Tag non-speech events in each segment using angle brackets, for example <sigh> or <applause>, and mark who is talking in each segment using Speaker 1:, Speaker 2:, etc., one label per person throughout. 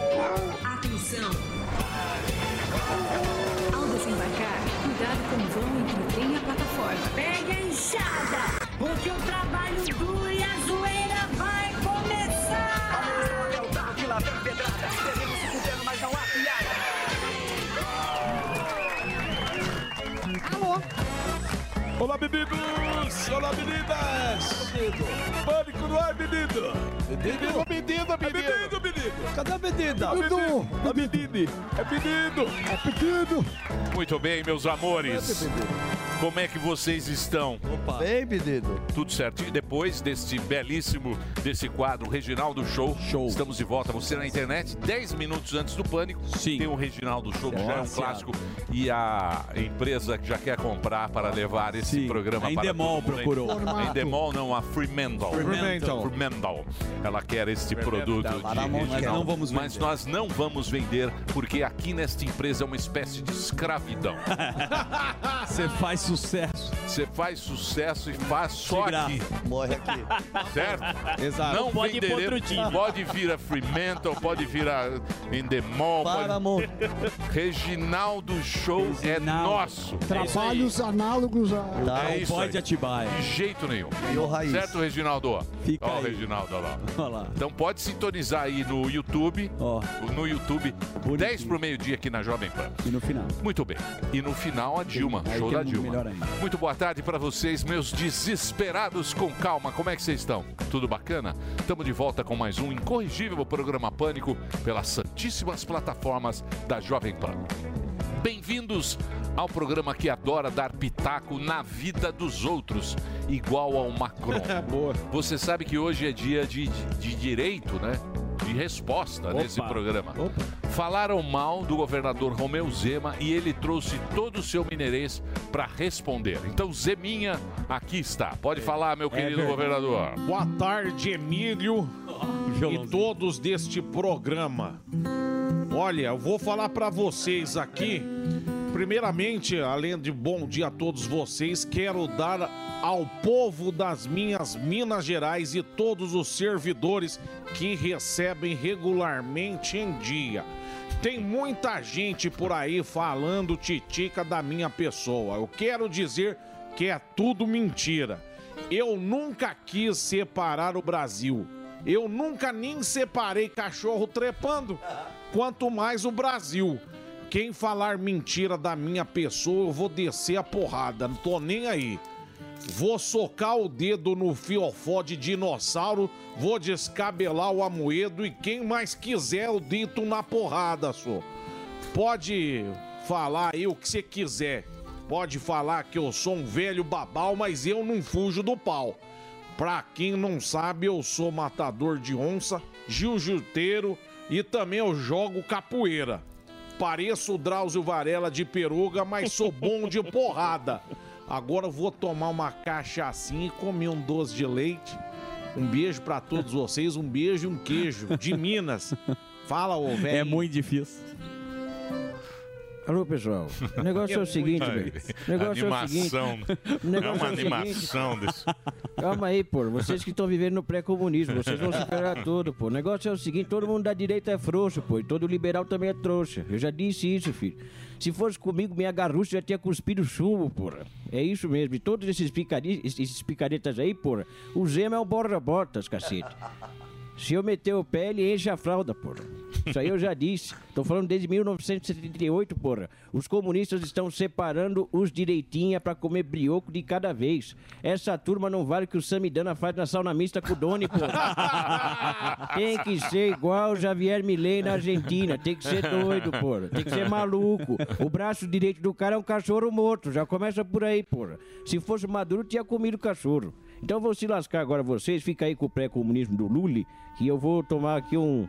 Speaker 1: Atenção! Ao desembarcar, cuidado com o vão entre o trem e a plataforma.
Speaker 2: Pega a enxada, porque o trabalho duro e a zoeira vai começar.
Speaker 3: Olá, meninos! Olá, meninas! Pânico no ar, menino! Menino, menino,
Speaker 4: É
Speaker 3: menino! menino. Cadê a menina? Menino! A menine! É menino! É menino!
Speaker 4: Muito bem, meus amores. Como é que vocês estão?
Speaker 3: Bem, menino!
Speaker 4: Tudo certinho? Depois deste belíssimo, desse quadro, Reginaldo Show. Show. Estamos de volta. Você na internet, 10 minutos antes do Pânico. Sim. Tem o Reginaldo Show, que já é um
Speaker 3: Nossa.
Speaker 4: clássico. E a empresa que já quer comprar para levar esse programa
Speaker 3: A
Speaker 4: para
Speaker 3: Endemol
Speaker 4: todo mundo.
Speaker 3: procurou.
Speaker 4: A Endemol não, a Fremantle.
Speaker 3: Fremantle.
Speaker 4: Fremantle. Ela quer este produto de
Speaker 3: Para a mão, mas
Speaker 4: Reginaldo.
Speaker 3: não vamos
Speaker 4: Mas
Speaker 3: vender.
Speaker 4: nós não vamos vender, porque aqui nesta empresa é uma espécie de escravidão.
Speaker 3: <laughs> Você faz sucesso!
Speaker 4: Você faz sucesso e faz só
Speaker 3: graça.
Speaker 4: aqui.
Speaker 5: Morre aqui.
Speaker 4: Certo?
Speaker 3: Exato.
Speaker 4: Não pode ir outro time. Pode vir a Fremantle, pode vir a Endemol.
Speaker 5: Para,
Speaker 4: Pode...
Speaker 5: amor.
Speaker 4: <laughs> Reginaldo Show é
Speaker 3: Reginaldo.
Speaker 4: nosso.
Speaker 6: É
Speaker 7: Trabalhos análogos a.
Speaker 5: Tá.
Speaker 4: É
Speaker 3: Não
Speaker 4: isso
Speaker 3: pode é.
Speaker 4: aí.
Speaker 3: ativar.
Speaker 4: De jeito nenhum.
Speaker 5: E o Raiz.
Speaker 4: Certo, Reginaldo?
Speaker 3: Fica
Speaker 4: Ó, o
Speaker 3: aí.
Speaker 4: Reginaldo, olha lá.
Speaker 3: <laughs> Olha lá.
Speaker 4: Então pode sintonizar aí no YouTube.
Speaker 3: Ó,
Speaker 4: No YouTube,
Speaker 3: Bonitinho.
Speaker 4: 10 pro meio-dia aqui na Jovem Pan.
Speaker 3: e no final.
Speaker 4: Muito bem. E no final a Dilma,
Speaker 3: Aí
Speaker 4: show
Speaker 3: que
Speaker 8: um
Speaker 4: da
Speaker 3: é
Speaker 4: Dilma.
Speaker 3: melhor ainda.
Speaker 4: Muito boa tarde para vocês, meus desesperados com calma. Como é que vocês estão? Tudo bacana? Estamos de volta com mais um incorrigível programa Pânico pelas santíssimas plataformas da Jovem Pan. Bem-vindos ao programa que adora dar pitaco na vida dos outros, igual ao Macron.
Speaker 3: <laughs> boa.
Speaker 4: Você sabe que hoje é dia de, de direito, né? De resposta nesse programa. Falaram mal do governador Romeu Zema e ele trouxe todo o seu mineirês para responder. Então, Zeminha, aqui está. Pode falar, meu querido
Speaker 3: É. verdade.
Speaker 4: governador.
Speaker 9: É Boa tarde, Emílio e
Speaker 3: Violãozinho.
Speaker 9: todos deste programa. Olha, eu vou falar pra vocês aqui. Primeiramente, além de bom dia a todos vocês, quero dar ao povo das minhas Minas Gerais e todos os servidores que recebem regularmente em dia. Tem muita gente por aí falando titica da minha pessoa. Eu quero dizer que é tudo mentira. Eu nunca quis separar o Brasil. Eu nunca nem separei cachorro trepando, quanto mais o Brasil. Quem falar mentira da minha pessoa, eu vou descer a porrada, não tô nem aí. Vou socar o dedo no fiofó de dinossauro, vou descabelar o Amoedo e quem mais quiser eu dito na porrada, só. Pode falar aí o que você quiser. Pode falar que eu sou um velho babau, mas eu não fujo do pau. Pra quem não sabe, eu sou matador de onça, jiu-jiteiro e também eu jogo capoeira. Pareço o Drauzio Varela de peruga, mas sou bom de porrada. Agora eu vou tomar uma cachaçinha e comer um doce de leite. Um beijo pra todos vocês, um beijo e um queijo de Minas. Fala, ô velho.
Speaker 3: É muito difícil.
Speaker 7: Alô, pessoal.
Speaker 4: <laughs>
Speaker 7: O negócio é o seguinte, velho. O negócio é o seguinte.
Speaker 4: Animação.
Speaker 7: <laughs> O negócio
Speaker 4: É uma
Speaker 7: o seguinte.
Speaker 4: animação desse.
Speaker 7: Calma aí, pô. Vocês que estão vivendo no pré-comunismo, vocês vão se ferrar todo, pô. O negócio é o seguinte, todo mundo da direita é frouxo, pô. E todo liberal também é trouxa. Eu já disse isso, filho. Se fosse comigo, minha garrucha já tinha cuspido chumbo, porra. É isso mesmo. E todos esses, picari... esses picaretas aí, porra, o Zema é um borra-botas, cacete. Se eu meter o pé, ele enche a fralda, porra. Isso aí eu já disse. Tô falando desde 1978, porra. Os comunistas estão separando os direitinha pra comer brioco de cada vez. Essa turma não vale o que o Samidana faz na sauna mista com o Doni, porra. Tem que ser igual o Javier Milei na Argentina. Tem que ser <laughs> doido, porra.
Speaker 8: <laughs>
Speaker 7: Tem que ser maluco. O <laughs> braço direito do cara é um cachorro morto. Já começa por aí, porra. Se fosse maduro, tinha comido o cachorro. Então vou se lascar agora vocês, fica aí com o pré-comunismo do Lully, que eu vou tomar aqui um,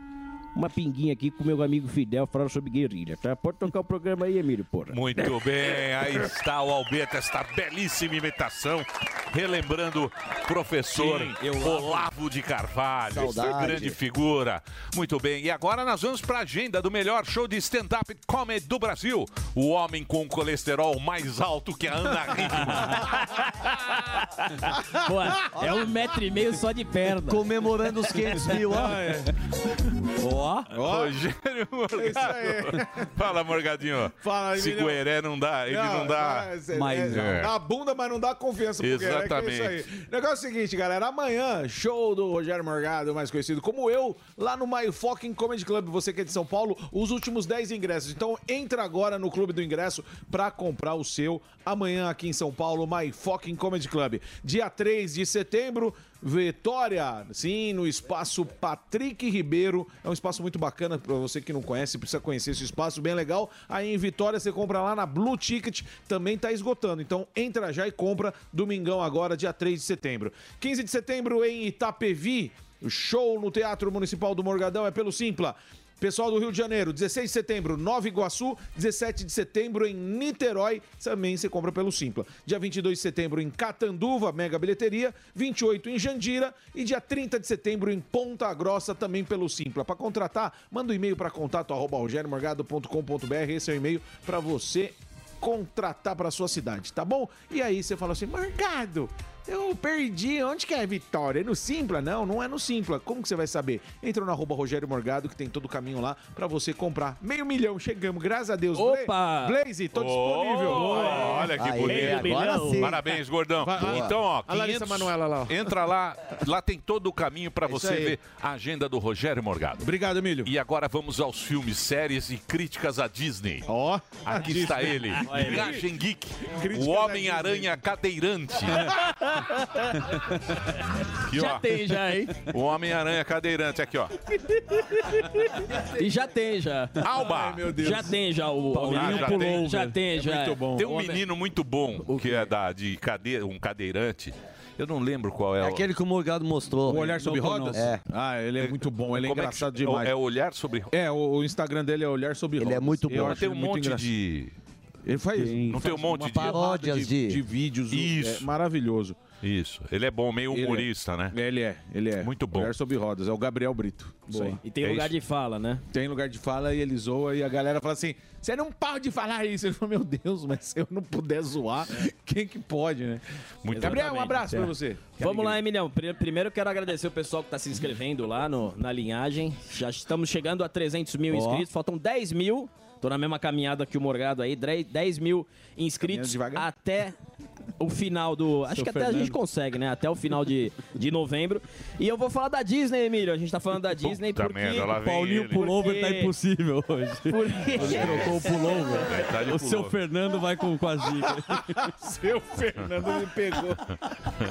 Speaker 7: uma pinguinha aqui com meu amigo Fidel falando sobre guerrilha, tá? Pode tocar o programa aí, Emílio, porra.
Speaker 5: Né?
Speaker 4: Muito bem, aí está o Alberto, esta belíssima imitação, relembrando o professor
Speaker 5: Sim, eu amo.
Speaker 4: Olavo de Carvalho,
Speaker 5: Saudade.
Speaker 4: essa grande figura. Muito bem, e agora nós vamos para a agenda do melhor show de stand-up comedy do Brasil. O homem com colesterol mais alto que a Ana Hickman.
Speaker 8: Pô, é um metro e meio só de perna. Comemorando os 500 mil, ó. Ó.
Speaker 4: Ah, é. Rogério Morgado.
Speaker 8: Isso aí.
Speaker 4: Fala, Morgadinho.
Speaker 9: Fala,
Speaker 4: Se
Speaker 9: Emílio.
Speaker 4: Gueré não dá, ele não, dá.
Speaker 9: Mas,
Speaker 4: É.
Speaker 9: Dá a bunda, mas não dá confiança. pro Guerreiro, que É isso aí.
Speaker 4: Exatamente.
Speaker 9: Negócio é o seguinte, galera. Amanhã, show do Rogério Morgado, mais conhecido como eu, lá no My Fucking Comedy Club. Você que é de São Paulo, os últimos 10 ingressos. Então, entra agora no Clube do Ingresso pra comprar o seu. Amanhã, aqui em São Paulo, My Fucking Comedy Club. Dia 3 de setembro. Vitória, sim, no espaço Patrick Ribeiro. É um espaço muito bacana para você que não conhece, precisa conhecer esse espaço, bem legal. Aí em Vitória você compra lá na Blue Ticket, também tá esgotando. Então entra já e compra domingão agora, dia 3 de setembro. 15 de setembro em Itapevi, o show no Teatro Municipal do Morgadão é pelo Simpla. Pessoal do Rio de Janeiro, 16 de setembro, Nova Iguaçu, 17 de setembro em Niterói, também você compra pelo Simpla. Dia 22 de setembro em Catanduva, Mega Bilheteria, 28 em Jandira e dia 30 de setembro em Ponta Grossa, também pelo Simpla. Para contratar, manda um e-mail para contato@rogeriomorgado.com.br, esse é o e-mail para você contratar para sua cidade, tá bom? E aí você fala assim, Morgado, eu perdi, onde que é a vitória? É no Simpla? Não, não é no Simpla. Como que você vai saber? Entra no arroba Rogério Morgado, que tem todo o caminho lá para você comprar. Meio milhão, chegamos, graças a Deus.
Speaker 4: Opa!
Speaker 9: Bla- Blaze, tô disponível.
Speaker 4: Olha que bonito. Parabéns, gordão.
Speaker 9: Vai, vai.
Speaker 4: Então, ó,
Speaker 9: A Larissa
Speaker 4: 500
Speaker 9: Manoela lá, ó.
Speaker 4: Entra lá, lá tem todo o caminho pra
Speaker 9: isso
Speaker 4: você
Speaker 9: aí.
Speaker 4: ver a agenda do Rogério Morgado.
Speaker 9: Obrigado, Emílio.
Speaker 4: E agora vamos aos filmes, séries e críticas à Disney.
Speaker 9: Ó,
Speaker 4: aqui está ele,
Speaker 5: Olha ele.
Speaker 4: Garagem Geek,
Speaker 5: Críticas
Speaker 4: o
Speaker 5: à
Speaker 4: Homem-Aranha <laughs> cadeirante. Aqui,
Speaker 8: Já
Speaker 4: ó.
Speaker 8: tem, já, hein?
Speaker 4: O Homem-Aranha cadeirante aqui, ó.
Speaker 8: E já tem, já.
Speaker 4: Alba!
Speaker 8: Ai, meu Deus. Já tem, já. O Paulinho
Speaker 4: já
Speaker 8: pulou.
Speaker 4: tem.
Speaker 8: Já tem, já.
Speaker 4: Tem um
Speaker 8: O homem-
Speaker 4: menino muito bom que é da, de cadeira, um cadeirante. Eu não lembro qual é. o-
Speaker 5: Aquele que o Morgado mostrou.
Speaker 9: Um
Speaker 4: O Olhar Sobre
Speaker 5: Não, não,
Speaker 4: Rodas?
Speaker 5: É.
Speaker 9: Ah, ele é muito bom, ele é
Speaker 4: Como é que
Speaker 9: engraçado
Speaker 4: chama?
Speaker 9: demais.
Speaker 4: É o Olhar Sobre
Speaker 9: É, o, o Instagram dele é Olhar Sobre
Speaker 5: Ele é
Speaker 9: Rodas.
Speaker 5: muito
Speaker 9: Eu
Speaker 5: bom.
Speaker 9: acho
Speaker 4: Tem um
Speaker 9: ele muito
Speaker 4: monte
Speaker 9: engraçado.
Speaker 4: de.
Speaker 9: Ele faz,
Speaker 4: Não tem um
Speaker 9: faz
Speaker 4: monte
Speaker 9: uma
Speaker 4: de-
Speaker 9: paródia
Speaker 4: Paródias
Speaker 9: de,
Speaker 4: de-
Speaker 9: de vídeos.
Speaker 4: Isso.
Speaker 9: É maravilhoso.
Speaker 4: Isso. Ele é bom, meio
Speaker 9: Ele é.
Speaker 4: humorista, né?
Speaker 9: Ele é, ele é.
Speaker 4: Muito bom.
Speaker 9: Mulher sobre rodas, é o Gabriel Brito.
Speaker 4: Boa.
Speaker 9: Isso aí.
Speaker 4: E tem É lugar isso.
Speaker 9: de fala, né? Tem lugar de fala e ele zoa e a galera fala assim: você não pode falar isso. Ele fala, meu Deus, mas se eu não puder zoar, quem que pode, né? Gabriel, um
Speaker 8: Exatamente.
Speaker 9: abraço pra
Speaker 8: É.
Speaker 9: você.
Speaker 8: Vamos lá, Emilhão. Pri- Primeiro eu quero agradecer o pessoal que está se inscrevendo lá no, na linhagem. Já estamos chegando a 300 mil
Speaker 7: Ó.
Speaker 8: inscritos. Faltam 10 mil. Tô na mesma caminhada que o Morgado aí. Dre- 10 mil inscritos até o final do... Acho
Speaker 7: Seu
Speaker 8: que até a gente
Speaker 7: Fernando.
Speaker 8: consegue, né? Até o final de, de novembro. E eu vou falar da Disney, Emílio. A gente tá falando da Disney
Speaker 4: Puta
Speaker 8: porque...
Speaker 4: merda, lá
Speaker 8: o
Speaker 4: vem
Speaker 8: Paulinho
Speaker 4: ele.
Speaker 8: pullover tá impossível.
Speaker 5: impossível hoje.
Speaker 8: Ele
Speaker 5: trocou o
Speaker 4: <laughs> É, tá de
Speaker 5: pullover. O seu
Speaker 4: pullover.
Speaker 5: Fernando vai com, com as dicas.
Speaker 9: <laughs> seu Fernando me pegou.
Speaker 4: <laughs>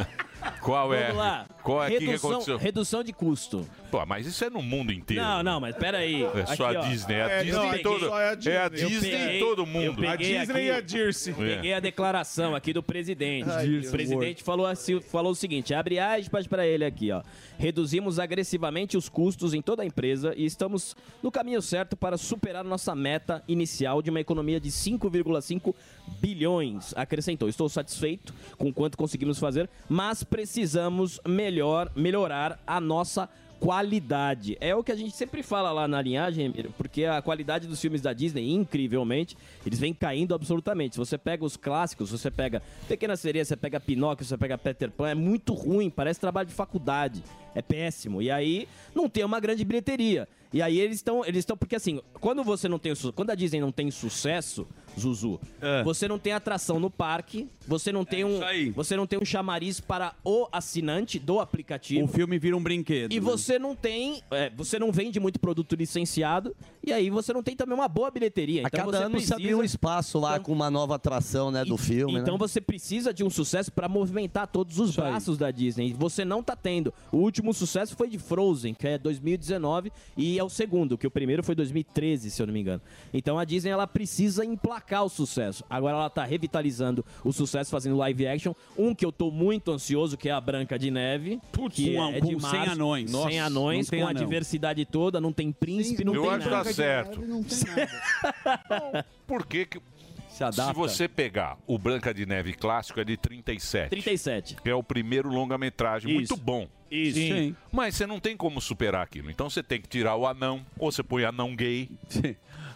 Speaker 4: Qual é?
Speaker 8: Vamos lá.
Speaker 4: Qual é aqui que
Speaker 8: Redução-
Speaker 4: aconteceu?
Speaker 8: Redução de custo.
Speaker 4: Pô, mas isso é no mundo inteiro.
Speaker 8: Não, não, mas peraí.
Speaker 4: É só
Speaker 8: Aqui,
Speaker 4: a
Speaker 8: ó.
Speaker 4: Disney. É a
Speaker 8: É, eu
Speaker 4: Disney,
Speaker 8: peguei.
Speaker 4: todo,
Speaker 8: Só é a Disney.
Speaker 4: é a
Speaker 8: Eu
Speaker 4: Disney
Speaker 8: peguei-
Speaker 4: e todo
Speaker 8: eu
Speaker 4: mundo. É.
Speaker 8: peguei aqui-
Speaker 4: Dirce.
Speaker 8: Peguei a declaração aqui do presidente.
Speaker 4: Ai,
Speaker 8: o
Speaker 4: Dirce
Speaker 8: presidente falou, assim, falou o seguinte: abre aspas para ele aqui, ó. Reduzimos agressivamente os custos em toda a empresa e estamos no caminho certo para superar nossa meta inicial de uma economia de 5,5 bilhões. Acrescentou: estou satisfeito com o quanto conseguimos fazer, mas precisamos melhor, melhorar a nossa qualidade. É o que a gente sempre fala lá na linhagem, Emílio, porque a qualidade dos filmes da Disney, incrivelmente, eles vêm caindo absolutamente. Se você pega os clássicos, você pega Pequena Sereia, você pega Pinóquio, você pega Peter Pan, é muito ruim, parece trabalho de faculdade. É péssimo. E aí não tem uma grande bilheteria. E aí eles estão, eles estão porque assim, quando você não tem, o su- quando a Disney não tem sucesso, Zuzu,
Speaker 5: É.
Speaker 8: você não tem atração no parque, você não tem um, você não tem um chamariz para o assinante do aplicativo.
Speaker 5: o filme vira um brinquedo.
Speaker 8: E
Speaker 5: né?
Speaker 8: você não tem, é, você não vende muito produto licenciado e aí você não tem também uma boa bilheteria.
Speaker 5: A
Speaker 8: Então
Speaker 5: cada
Speaker 8: você
Speaker 5: ano se
Speaker 8: precisa,
Speaker 5: abriu um espaço lá com uma nova atração né, do filme.
Speaker 8: então
Speaker 5: né?
Speaker 8: você precisa de um sucesso para movimentar todos os braços da Disney. E Você não tá tendo. O último sucesso foi de Frozen, que é 2019 e é o segundo, que o primeiro foi 2013, se eu não me engano. Então a Disney ela precisa emplacar emplacar o sucesso. Agora ela tá revitalizando o sucesso fazendo live action. Um que eu tô muito ansioso, que é a Branca de Neve. Putz, que
Speaker 5: com-
Speaker 8: é
Speaker 5: com
Speaker 8: de
Speaker 5: sem
Speaker 8: março,
Speaker 5: anões. Nossa,
Speaker 8: sem anões,
Speaker 5: não tem
Speaker 8: com a
Speaker 5: anão.
Speaker 8: diversidade toda, não tem príncipe, não
Speaker 4: Eu
Speaker 8: tem
Speaker 4: acho que
Speaker 8: nada.
Speaker 4: tá certo.
Speaker 8: <laughs>
Speaker 4: Por que que... Se,
Speaker 8: adapta.
Speaker 4: você pegar o Branca de Neve clássico, é de 37.
Speaker 8: 37.
Speaker 4: Que é o primeiro longa-metragem. Muito bom.
Speaker 8: Isso. Sim.
Speaker 4: Mas você não tem como superar aquilo. Então você tem que tirar o anão, ou você põe anão gay,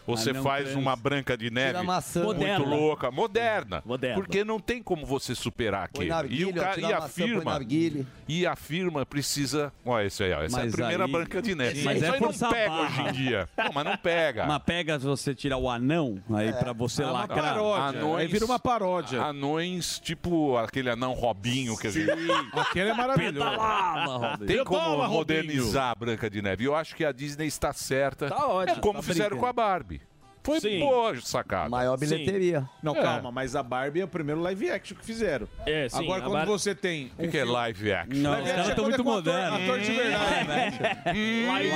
Speaker 4: ou você
Speaker 9: Anão
Speaker 4: faz
Speaker 9: trans.
Speaker 4: uma Branca de Neve
Speaker 9: Tira a maçã.
Speaker 4: muito
Speaker 9: Moderna.
Speaker 4: louca, moderna. Porque não tem como você superar
Speaker 9: Põe
Speaker 4: aquilo. e,
Speaker 9: narguilha,
Speaker 4: o cara,
Speaker 9: tira
Speaker 4: e
Speaker 9: a
Speaker 4: a
Speaker 9: maçã, põe
Speaker 4: firma...
Speaker 9: narguilha.
Speaker 4: E a firma precisa... Olha, esse aí, ó, essa é a
Speaker 5: Mas
Speaker 4: primeira
Speaker 5: aí-
Speaker 4: Branca de Neve.
Speaker 5: Mas
Speaker 4: Isso
Speaker 5: é
Speaker 4: aí não
Speaker 5: forçar a
Speaker 4: pega
Speaker 5: barra.
Speaker 4: hoje em dia. Não, mas não pega.
Speaker 5: Mas pega se você tirar o anão aí
Speaker 4: É.
Speaker 5: pra você
Speaker 8: Ah,
Speaker 4: É uma
Speaker 5: lacrar.
Speaker 4: paródia.
Speaker 5: Aí vira uma
Speaker 4: paródia. Anões, tipo aquele anão Robinho que a <laughs> gente.
Speaker 9: Aquele é maravilhoso. <laughs>
Speaker 4: Pedalava, Robinho. Tem como
Speaker 9: Pedala, Robinho.
Speaker 4: modernizar a Branca de Neve. Eu acho que a Disney está certa. É como
Speaker 9: Tá
Speaker 4: fizeram
Speaker 9: brincando.
Speaker 4: com a Barbie. Foi
Speaker 9: Sim.
Speaker 4: boa sacada.
Speaker 9: Maior
Speaker 4: É bilheteria.
Speaker 9: Não,
Speaker 4: É.
Speaker 9: calma, mas a Barbie é o primeiro live action que fizeram.
Speaker 4: É, sim,
Speaker 9: Agora,
Speaker 4: a
Speaker 9: quando
Speaker 4: Barbie-
Speaker 9: você tem.
Speaker 4: O que, que é live action?
Speaker 9: Não, Live os caras action tão é muito quando é com ator- modernos. ator de verdade.
Speaker 4: Hum,
Speaker 9: Live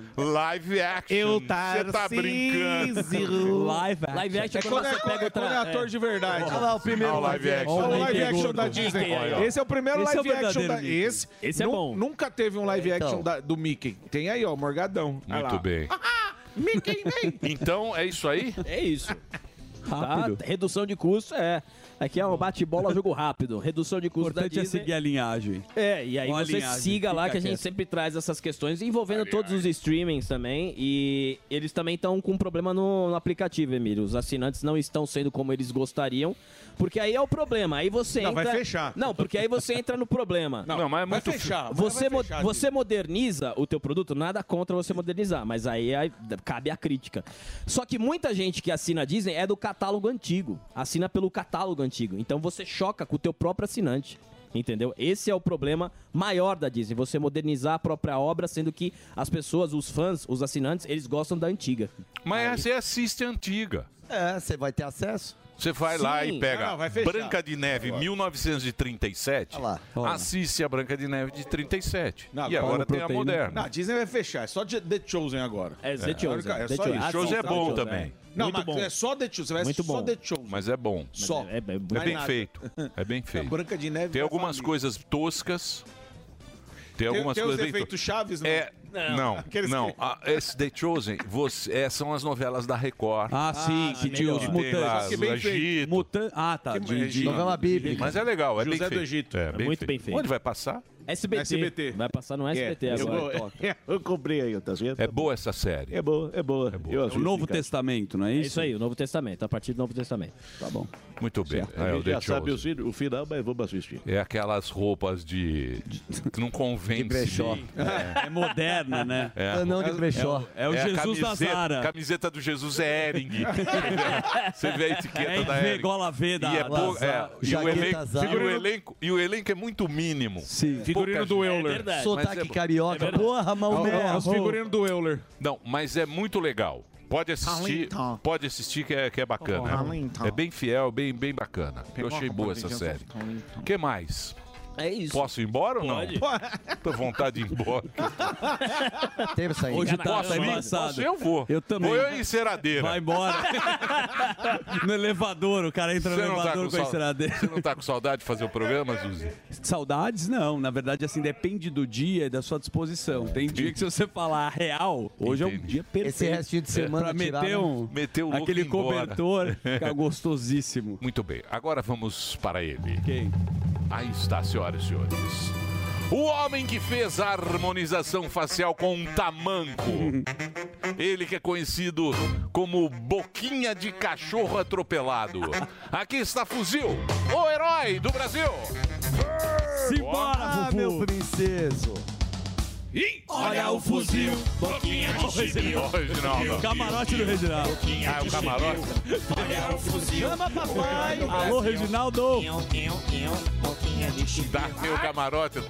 Speaker 9: action.
Speaker 4: Live action.
Speaker 9: Eu,
Speaker 4: Você tá
Speaker 9: Tarcísio.
Speaker 4: brincando.
Speaker 9: Live action. Live action é quando você pega outra-
Speaker 4: quando
Speaker 9: é. Olha lá o primeiro
Speaker 4: Ah, o live
Speaker 9: live
Speaker 4: action.
Speaker 9: action. Olha o live action da Disney. Esse é o primeiro
Speaker 4: Esse é o
Speaker 9: live action
Speaker 4: verdadeiro
Speaker 9: da
Speaker 4: Mickey.
Speaker 9: Esse,
Speaker 4: Esse é
Speaker 9: nu-
Speaker 4: bom.
Speaker 9: Nunca teve um live
Speaker 4: Então.
Speaker 9: action da- do Mickey. Tem aí, ó, o Morgadão. Olha
Speaker 4: Muito
Speaker 9: lá.
Speaker 4: bem.
Speaker 9: <laughs> Mickey, vem.
Speaker 4: Então, é isso aí?
Speaker 8: É isso. Rápido. Tá? Redução de custo, é. Aqui é um bate-bola, jogo rápido. Redução de custo da
Speaker 5: importante é
Speaker 8: Disney.
Speaker 5: seguir a linhagem.
Speaker 8: É, e aí
Speaker 5: Olha a
Speaker 8: você
Speaker 5: linhagem,
Speaker 8: siga lá
Speaker 5: fica
Speaker 8: que a gente
Speaker 5: quieto.
Speaker 8: sempre traz essas questões envolvendo todos os streamings também. E eles também estão com um problema no, no aplicativo, Emílio. Os assinantes não estão sendo como eles gostariam. Porque aí é o problema. Aí você
Speaker 9: Não,
Speaker 8: entra.
Speaker 9: vai fechar.
Speaker 8: Não, porque aí você entra no problema.
Speaker 4: Não, mas é
Speaker 9: vai muito- fechar,
Speaker 8: Você,
Speaker 9: vai
Speaker 8: mo-
Speaker 9: fechar,
Speaker 8: você moderniza o teu produto, nada contra você modernizar, mas aí, aí cabe a crítica. Só que muita gente que assina a Disney é do catálogo antigo. Assina pelo catálogo antigo. Então você choca com o teu próprio assinante. Entendeu? Esse é o problema maior da Disney. Você modernizar a própria obra, sendo que as pessoas, os fãs, os assinantes, eles gostam da antiga.
Speaker 4: Mas você assiste a antiga.
Speaker 10: É, você vai ter acesso.
Speaker 4: Você vai lá
Speaker 10: Sim.
Speaker 4: e pega
Speaker 10: Ah, não, vai fechar.
Speaker 4: Branca <laughs> de Neve 1937, assiste a Branca de Neve de 37. e agora tem a moderna.
Speaker 9: Não, a Disney vai fechar. É só The The Chosen agora.
Speaker 8: É, The Chosen,
Speaker 9: É
Speaker 8: The
Speaker 9: só
Speaker 8: Chosen.
Speaker 9: isso.
Speaker 8: Ah,
Speaker 4: Chosen é
Speaker 8: sim,
Speaker 4: bom
Speaker 8: Chosen,
Speaker 4: também.
Speaker 8: é.
Speaker 9: Não,
Speaker 8: Muito
Speaker 9: mas
Speaker 8: bom.
Speaker 9: é só The Chosen. Você vai
Speaker 4: Muito
Speaker 9: assistir só
Speaker 4: bom.
Speaker 9: The Chosen.
Speaker 4: Mas é bom.
Speaker 9: Só.
Speaker 8: É,
Speaker 4: É bem feito.
Speaker 9: <laughs>
Speaker 4: É bem feito.
Speaker 9: Branca de Neve vai
Speaker 4: Tem algumas
Speaker 9: falir.
Speaker 4: coisas toscas. Tem algumas
Speaker 9: tem os
Speaker 4: coisas bem
Speaker 9: efeitos
Speaker 4: toscas.
Speaker 9: chaves, não?
Speaker 4: É,
Speaker 9: Não.
Speaker 4: não,
Speaker 9: <laughs> Aqueles
Speaker 4: não.
Speaker 9: que-
Speaker 4: Ah, esse The Chosen, você, é, são as novelas da Record.
Speaker 5: Ah, sim, que tinha os
Speaker 4: Que tem lá,
Speaker 5: mutantes.
Speaker 4: o Egito.
Speaker 5: Mutan- Ah, tá.
Speaker 4: Que
Speaker 5: de- de-
Speaker 4: É Egito. Mas é legal, é
Speaker 5: José
Speaker 4: bem
Speaker 5: do
Speaker 4: feito.
Speaker 5: Egito.
Speaker 4: É, bem
Speaker 8: muito
Speaker 4: feito.
Speaker 8: bem feito.
Speaker 4: Onde vai passar?
Speaker 8: SBT.
Speaker 9: SBT.
Speaker 8: Vai passar no SBT
Speaker 9: É. eu
Speaker 8: agora.
Speaker 9: vou- <laughs> Eu comprei aí, tá vendo?
Speaker 4: É boa essa série.
Speaker 9: É boa, é boa. Eu
Speaker 5: O
Speaker 9: assisto,
Speaker 5: Novo
Speaker 9: cara.
Speaker 5: Testamento, não é
Speaker 8: É
Speaker 5: isso?
Speaker 8: isso aí, o Novo Testamento, a partir do Novo Testamento. Tá bom.
Speaker 4: Muito bem. É,
Speaker 9: A
Speaker 4: o
Speaker 9: gente já
Speaker 4: The
Speaker 9: sabe
Speaker 4: Chosen.
Speaker 9: o fi- o final, mas vamos assistir.
Speaker 4: É aquelas roupas de. que não convence.
Speaker 9: brechó.
Speaker 4: É.
Speaker 5: É moderna, né?
Speaker 4: É. Não, de
Speaker 5: brechó. É o, é o
Speaker 4: a
Speaker 5: Jesus da
Speaker 4: camiseta-
Speaker 5: Zara.
Speaker 4: Camiseta do Jesus é
Speaker 5: <laughs>
Speaker 4: Ering. Você vê a etiqueta
Speaker 5: É em
Speaker 4: da
Speaker 5: V,
Speaker 4: Hering.
Speaker 5: gola V da-
Speaker 4: e é
Speaker 5: da
Speaker 4: pou-
Speaker 5: Zara.
Speaker 4: é, e o
Speaker 5: Jaqueta
Speaker 4: elenco,
Speaker 5: Zara.
Speaker 4: e o elenco E o elenco é muito mínimo. É
Speaker 5: Sim.
Speaker 10: Figurino do
Speaker 5: É
Speaker 10: Euler. Sotaque carioca. Porra, Maomé.
Speaker 9: do Euler.
Speaker 4: Não, mas é muito legal. Pode assistir, pode assistir que é, que é bacana.
Speaker 9: Talento.
Speaker 4: É bem fiel, bem, bem bacana. Eu
Speaker 9: Pegou
Speaker 4: achei
Speaker 9: uma
Speaker 4: boa essa
Speaker 9: companhia,
Speaker 4: série.
Speaker 11: um
Speaker 4: que mais?
Speaker 8: É isso.
Speaker 4: Posso ir embora ou não?
Speaker 10: Pode.
Speaker 4: Tô com vontade de ir embora.
Speaker 5: Tá
Speaker 10: Teve saída.
Speaker 4: Hoje tá Posso ir? embaçado. Posso? Eu vou. Eu também. Vou eu em enceradeira.
Speaker 5: Vai embora. no elevador, o cara entra no
Speaker 4: Você não, tá
Speaker 5: elevador
Speaker 4: com
Speaker 5: com a
Speaker 4: sau-
Speaker 5: enceradeira.
Speaker 4: Você não tá com saudade de fazer o programa, Zuzi?
Speaker 5: Saudades, não. Na verdade, assim, depende do dia e da sua disposição. Tem dia que se você falar a real, hoje é um dia perfeito.
Speaker 10: Esse restinho de semana
Speaker 5: Pra
Speaker 10: tirar,
Speaker 5: meter
Speaker 10: né?
Speaker 5: um...
Speaker 4: Meteu o louco
Speaker 5: Aquele
Speaker 4: e ir embora. <laughs>
Speaker 5: cobertor, fica gostosíssimo.
Speaker 4: Muito bem, agora vamos para ele. Quem? Aí está, senhoras e senhores. O homem que fez a harmonização facial com um tamanco. Ele que é conhecido como Boquinha de Cachorro Atropelado. Aqui está Fuzil, o herói do Brasil.
Speaker 9: Ah,
Speaker 10: Simbora, meu princeso.
Speaker 2: Olha o fuzil, boquinha de
Speaker 4: Original, não.
Speaker 5: Camarote do Reginaldo.
Speaker 4: Ah, é o camarote.
Speaker 2: Olha o fuzil.
Speaker 5: Chama papai.
Speaker 2: Alô,
Speaker 5: Reginaldo.
Speaker 2: Boquinha de chibio.
Speaker 4: Dá meu camarote.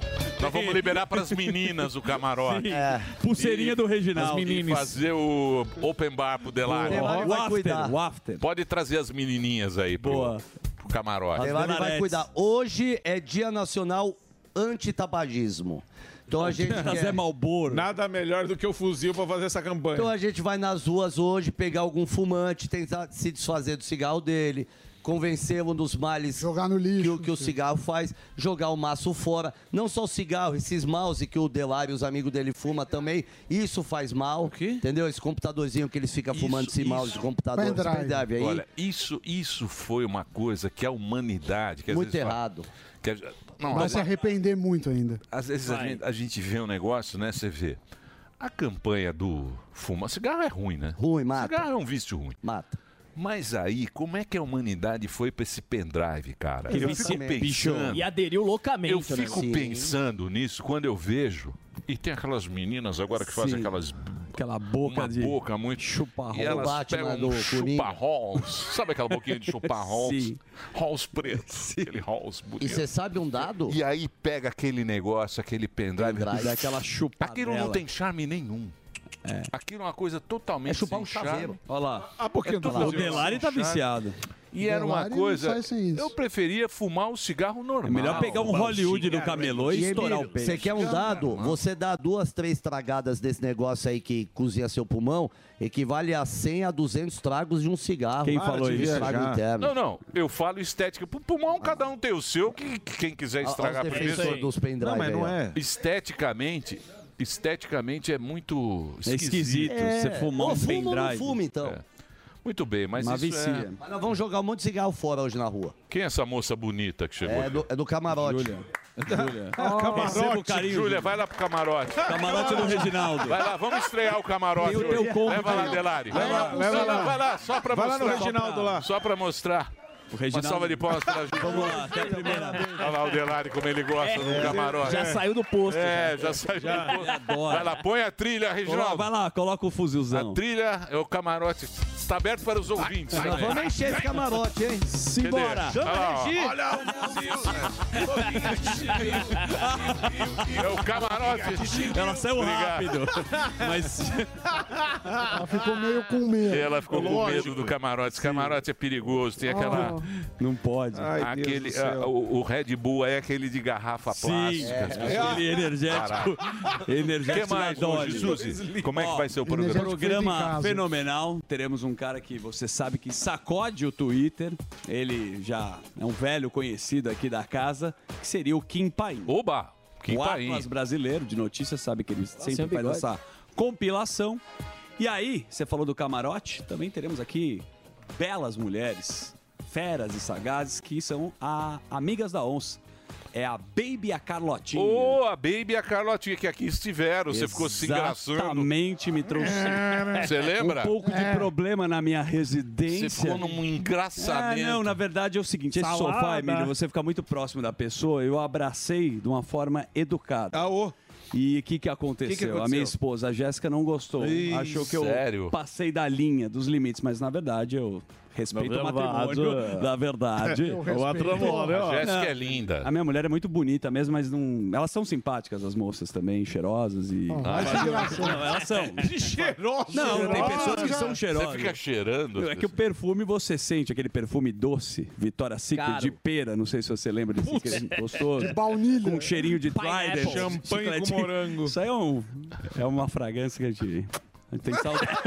Speaker 4: Nós vamos liberar para as meninas o camarote.
Speaker 5: É. Pulseirinha do Reginaldo.
Speaker 4: E fazer o open bar pro Delari.
Speaker 5: Boa. O after, o after.
Speaker 4: Pode trazer as menininhas aí pro, pro camarote.
Speaker 10: Delari vai cuidar. Hoje é Dia Nacional antitabagismo. Então a
Speaker 8: <laughs>
Speaker 10: gente quer-
Speaker 5: Malboro.
Speaker 9: Nada melhor do que o fuzil pra fazer essa campanha.
Speaker 10: Então a gente vai nas ruas hoje pegar algum fumante, tentar se desfazer do cigarro dele, convencê-lo dos males jogar no lixo, que, o- que o cigarro faz, jogar o maço fora. Não só o cigarro, esses mouse que o Delário e os amigos dele fuma também, isso faz mal. Entendeu? Esse computadorzinho que eles ficam fumando esse mouse de computador. esse pendrive aí.
Speaker 4: Olha, isso, isso foi uma coisa que a humanidade. Que às
Speaker 10: Muito
Speaker 4: vezes fala-
Speaker 10: errado.
Speaker 4: que a- não,
Speaker 6: Vai
Speaker 4: às-
Speaker 6: se arrepender muito ainda.
Speaker 4: Às vezes a gente, a gente vê um negócio, né? Você vê. A campanha do fumar. Cigarro é ruim, né?
Speaker 10: Ruim, mata.
Speaker 4: Cigarro é um vício ruim.
Speaker 10: Mata.
Speaker 4: Mas aí, como é que a humanidade foi pra esse pendrive, cara?
Speaker 8: Que
Speaker 4: eu fico
Speaker 8: viciamento.
Speaker 4: pensando.
Speaker 8: E aderiu loucamente.
Speaker 4: Eu
Speaker 8: né?
Speaker 4: fico pensando nisso quando eu vejo. E tem aquelas meninas agora que fazem
Speaker 8: Sim.
Speaker 4: aquelas.
Speaker 5: Aquela boca
Speaker 4: uma
Speaker 5: de-
Speaker 4: boca muito. Chupa E
Speaker 5: rola. O
Speaker 4: elas
Speaker 5: Batman
Speaker 4: pegam
Speaker 5: do
Speaker 4: um
Speaker 5: Coringa.
Speaker 4: chupa rolls. Sabe aquela boquinha de
Speaker 5: <laughs>
Speaker 4: chupar rolls?
Speaker 10: Sim.
Speaker 4: Rolls preto. Aquele rolls bonito.
Speaker 10: E você sabe um dado?
Speaker 4: E aí pega aquele negócio, aquele pendrive.
Speaker 10: Pendrive. Dá aquela chupadela.
Speaker 4: Aquilo não tem charme nenhum. Aquilo é uma coisa totalmente.
Speaker 10: É chupar
Speaker 4: sem
Speaker 10: um chaveiro.
Speaker 4: charme.
Speaker 5: Olha lá.
Speaker 4: Ah, porque
Speaker 5: É tudo o Delari tá viciado.
Speaker 4: E era uma
Speaker 5: Delari não
Speaker 4: coisa.
Speaker 5: sai sem isso.
Speaker 4: Eu preferia fumar um cigarro normal. é
Speaker 5: É melhor pegar um
Speaker 4: Fumar
Speaker 5: Hollywood
Speaker 4: cigarro.
Speaker 5: no camelô
Speaker 10: E, Emílio, Você quer um dado? Você dá duas, três tragadas desse negócio aí que cozinha seu pulmão, equivale a 100 a 200 tragos de um cigarro.
Speaker 4: Para de
Speaker 10: De Estrago
Speaker 4: viajar.
Speaker 10: interno.
Speaker 4: Não, não. Eu falo estética. Pro pulmão, cada um tem o seu. Que, que quem quiser
Speaker 10: Olha os
Speaker 4: estragar primeiro.
Speaker 10: defensores dos pendrive Não, mas não aí, ó. é.
Speaker 4: Esteticamente. Esteticamente é muito
Speaker 5: É
Speaker 4: esquisito.
Speaker 5: esquisito, É. você fumar Ou um fuma ou não pendrive.
Speaker 10: fuma, então.
Speaker 4: Muito bem, mas
Speaker 10: Mas
Speaker 4: isso é...
Speaker 10: vicia. Mas nós vamos jogar um monte de cigarro fora hoje na rua.
Speaker 4: Quem é essa moça bonita que chegou?
Speaker 10: É
Speaker 4: <laughs>
Speaker 10: do, <laughs> é do camarote.
Speaker 5: Júlia.
Speaker 4: Receba o carinho, Júlia, vai lá pro camarote.
Speaker 5: Camarote do Reginaldo.
Speaker 4: Vai lá, vamos estrear o camarote.
Speaker 5: Tem o
Speaker 4: hoje.
Speaker 5: teu combo
Speaker 4: leva lá,
Speaker 5: também.
Speaker 4: Delari.
Speaker 5: Vai lá,
Speaker 4: vai,
Speaker 5: leva
Speaker 4: lá,
Speaker 5: lá.
Speaker 4: vai lá, só pra
Speaker 5: Vai lá
Speaker 4: mostrar.
Speaker 5: no Reginaldo lá.
Speaker 4: Só pra mostrar. Uma
Speaker 5: Reginaldo.
Speaker 4: salva de palmas
Speaker 5: <laughs>
Speaker 4: pra Júlia.
Speaker 5: Vamos lá, até a primeira. É,
Speaker 4: Olha lá o Delari como ele gosta do camarote.
Speaker 5: já saiu do posto,
Speaker 4: É,
Speaker 5: já.
Speaker 4: já, saiu
Speaker 5: Já,
Speaker 4: do posto.
Speaker 5: ele adora.
Speaker 4: Vai lá, põe a trilha, Reginaldo.
Speaker 5: Vai lá, coloca o fuzilzão.
Speaker 4: A trilha é o camarote. Está aberto para os ouvintes.
Speaker 5: nós
Speaker 4: Vai.
Speaker 5: vamos encher esse
Speaker 10: camarote, hein?
Speaker 5: Simbora.
Speaker 4: Cadê? Olha lá, ó. Olha
Speaker 2: Olha o fuzil!
Speaker 4: É o camarote.
Speaker 5: Ela saiu rápido. Mas
Speaker 6: <laughs> Ela ficou meio com medo.
Speaker 4: Ela ficou com medo do camarote. Esse camarote é perigoso, tem aquela.
Speaker 5: Não pode.
Speaker 4: aquele, ah, o, o Red Bull é aquele de garrafa
Speaker 5: Sim,
Speaker 4: plástica.
Speaker 5: é.
Speaker 4: as pessoas-
Speaker 5: Aquele energético-
Speaker 4: Caralho.
Speaker 5: Energético
Speaker 4: que mais,
Speaker 5: da Dolly.
Speaker 4: hoje, Suzy? então, Como é que vai ser o programa?
Speaker 5: Programa fenomenal. Teremos um cara que você sabe que sacode o Twitter. Ele já é um velho conhecido aqui da casa, que seria o Kim Paim.
Speaker 4: Oba! Kim
Speaker 5: o
Speaker 4: Paim. Tá
Speaker 5: Atlas brasileiro de notícias sabe que ele
Speaker 8: sem
Speaker 5: sempre faz
Speaker 8: bigode.
Speaker 5: essa compilação. E aí, você falou do camarote, também teremos aqui belas mulheres, feras e sagazes, que são a amigas da onça. É a Baby e a Carlotinha.
Speaker 4: Ô, a Baby e a Carlotinha que aqui estiveram. Você ficou se engraçando.
Speaker 5: Exatamente, me trouxe.
Speaker 4: Você lembra?
Speaker 5: Um pouco
Speaker 4: É.
Speaker 5: de problema na minha residência.
Speaker 4: Você ficou num engraçamento.
Speaker 5: Ah, não, na verdade é o seguinte, esse
Speaker 4: Salada.
Speaker 5: sofá, Emílio, você fica muito próximo da pessoa, eu abracei de uma forma educada.
Speaker 4: Ah,
Speaker 5: E o que, que, aconteceu?
Speaker 4: aconteceu?
Speaker 5: A minha esposa, a Jéssica, não gostou.
Speaker 4: Ih,
Speaker 5: Achou que eu
Speaker 4: sério?
Speaker 5: passei da linha, dos limites, mas na verdade eu respeito o
Speaker 4: Mas
Speaker 5: matrimônio
Speaker 4: vaso.
Speaker 5: da verdade.
Speaker 4: <laughs> Eu O respeito. matrimônio, ó. É A Jéssica é linda.
Speaker 5: A minha mulher é muito bonita mesmo, mas não... Elas são simpáticas, as moças também, cheirosas e...
Speaker 4: Ah,
Speaker 5: Mas- Não, elas são.
Speaker 9: <laughs> Cheirosa.
Speaker 5: Não, tem pessoas que são cheirosas.
Speaker 4: Você fica cheirando. <laughs>
Speaker 5: É que o perfume você sente, aquele perfume doce, Vitória Secret
Speaker 4: Caro.
Speaker 5: de pera, não sei se você lembra desse
Speaker 4: Putz.
Speaker 5: que ele postou.
Speaker 4: De
Speaker 6: baunilha.
Speaker 5: Com um cheirinho de
Speaker 4: Pineapple.
Speaker 5: Trident.
Speaker 4: Champanhe com
Speaker 5: chiclete.
Speaker 4: morango.
Speaker 5: Isso aí é, um, é uma fragrância que a gente... A gente tem saudade.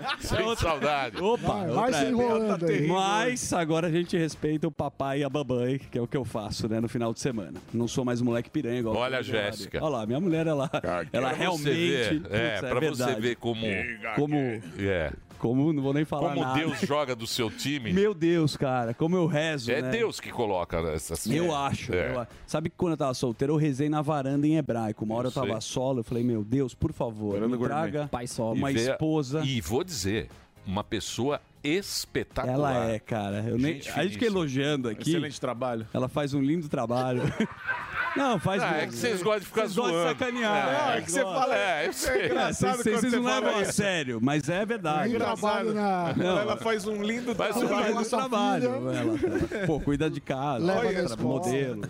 Speaker 4: <laughs> Sem saudade.
Speaker 5: Opa,
Speaker 4: É, Vai, vai
Speaker 5: outra
Speaker 4: se
Speaker 5: época. tá
Speaker 4: enrolando aí.
Speaker 5: Mas agora a gente respeita o papai e a babãe, que é o que eu faço, né, no final de semana. Não sou mais um moleque piranha igual
Speaker 4: Olha
Speaker 5: o
Speaker 4: a Jéssica.
Speaker 5: Olha lá, minha mulher, ela, ela
Speaker 4: pra você
Speaker 5: realmente.
Speaker 4: ver,
Speaker 5: Putz,
Speaker 4: é, pra você
Speaker 5: verdade.
Speaker 4: ver como-
Speaker 5: Como.
Speaker 4: É.
Speaker 5: Como. Não vou nem falar
Speaker 4: Como
Speaker 5: nada.
Speaker 4: Deus joga do seu time.
Speaker 5: Meu Deus, cara, como eu rezo.
Speaker 4: É
Speaker 5: né?
Speaker 4: Deus que coloca essas
Speaker 5: Eu acho.
Speaker 4: É.
Speaker 5: eu a- Sabe que quando eu tava solteiro, eu rezei na varanda em hebraico. Uma hora eu,
Speaker 4: sei.
Speaker 5: tava solo, eu falei, meu Deus, por favor, me traga uma
Speaker 4: E ver-
Speaker 5: esposa. é
Speaker 4: E vou dizer, uma pessoa espetacular.
Speaker 5: Ela é, cara. Eu nem... a gente fica elogiando aqui.
Speaker 4: Excelente
Speaker 5: trabalho. Ela faz um lindo trabalho. <laughs> Não, faz
Speaker 4: Ah, é
Speaker 5: mesmo.
Speaker 4: que vocês gostam de ficar
Speaker 5: Vocês gostam
Speaker 4: zoando.
Speaker 5: sacanear.
Speaker 4: É, é que você
Speaker 5: Gostam.
Speaker 4: fala- é, eu sei. É engraçado
Speaker 5: vocês-
Speaker 4: quando
Speaker 5: Vocês
Speaker 4: você
Speaker 5: não levam
Speaker 4: fala
Speaker 5: a
Speaker 4: isso.
Speaker 5: sério, mas é verdade.
Speaker 4: Lindo trabalho
Speaker 6: na-
Speaker 5: Não,
Speaker 9: Ela faz um lindo
Speaker 5: Faz um
Speaker 9: trabalho.
Speaker 5: lindo trabalho. Ela, pô, cuida de casa,
Speaker 9: Leva na
Speaker 5: tra-
Speaker 9: escola.
Speaker 5: modelo.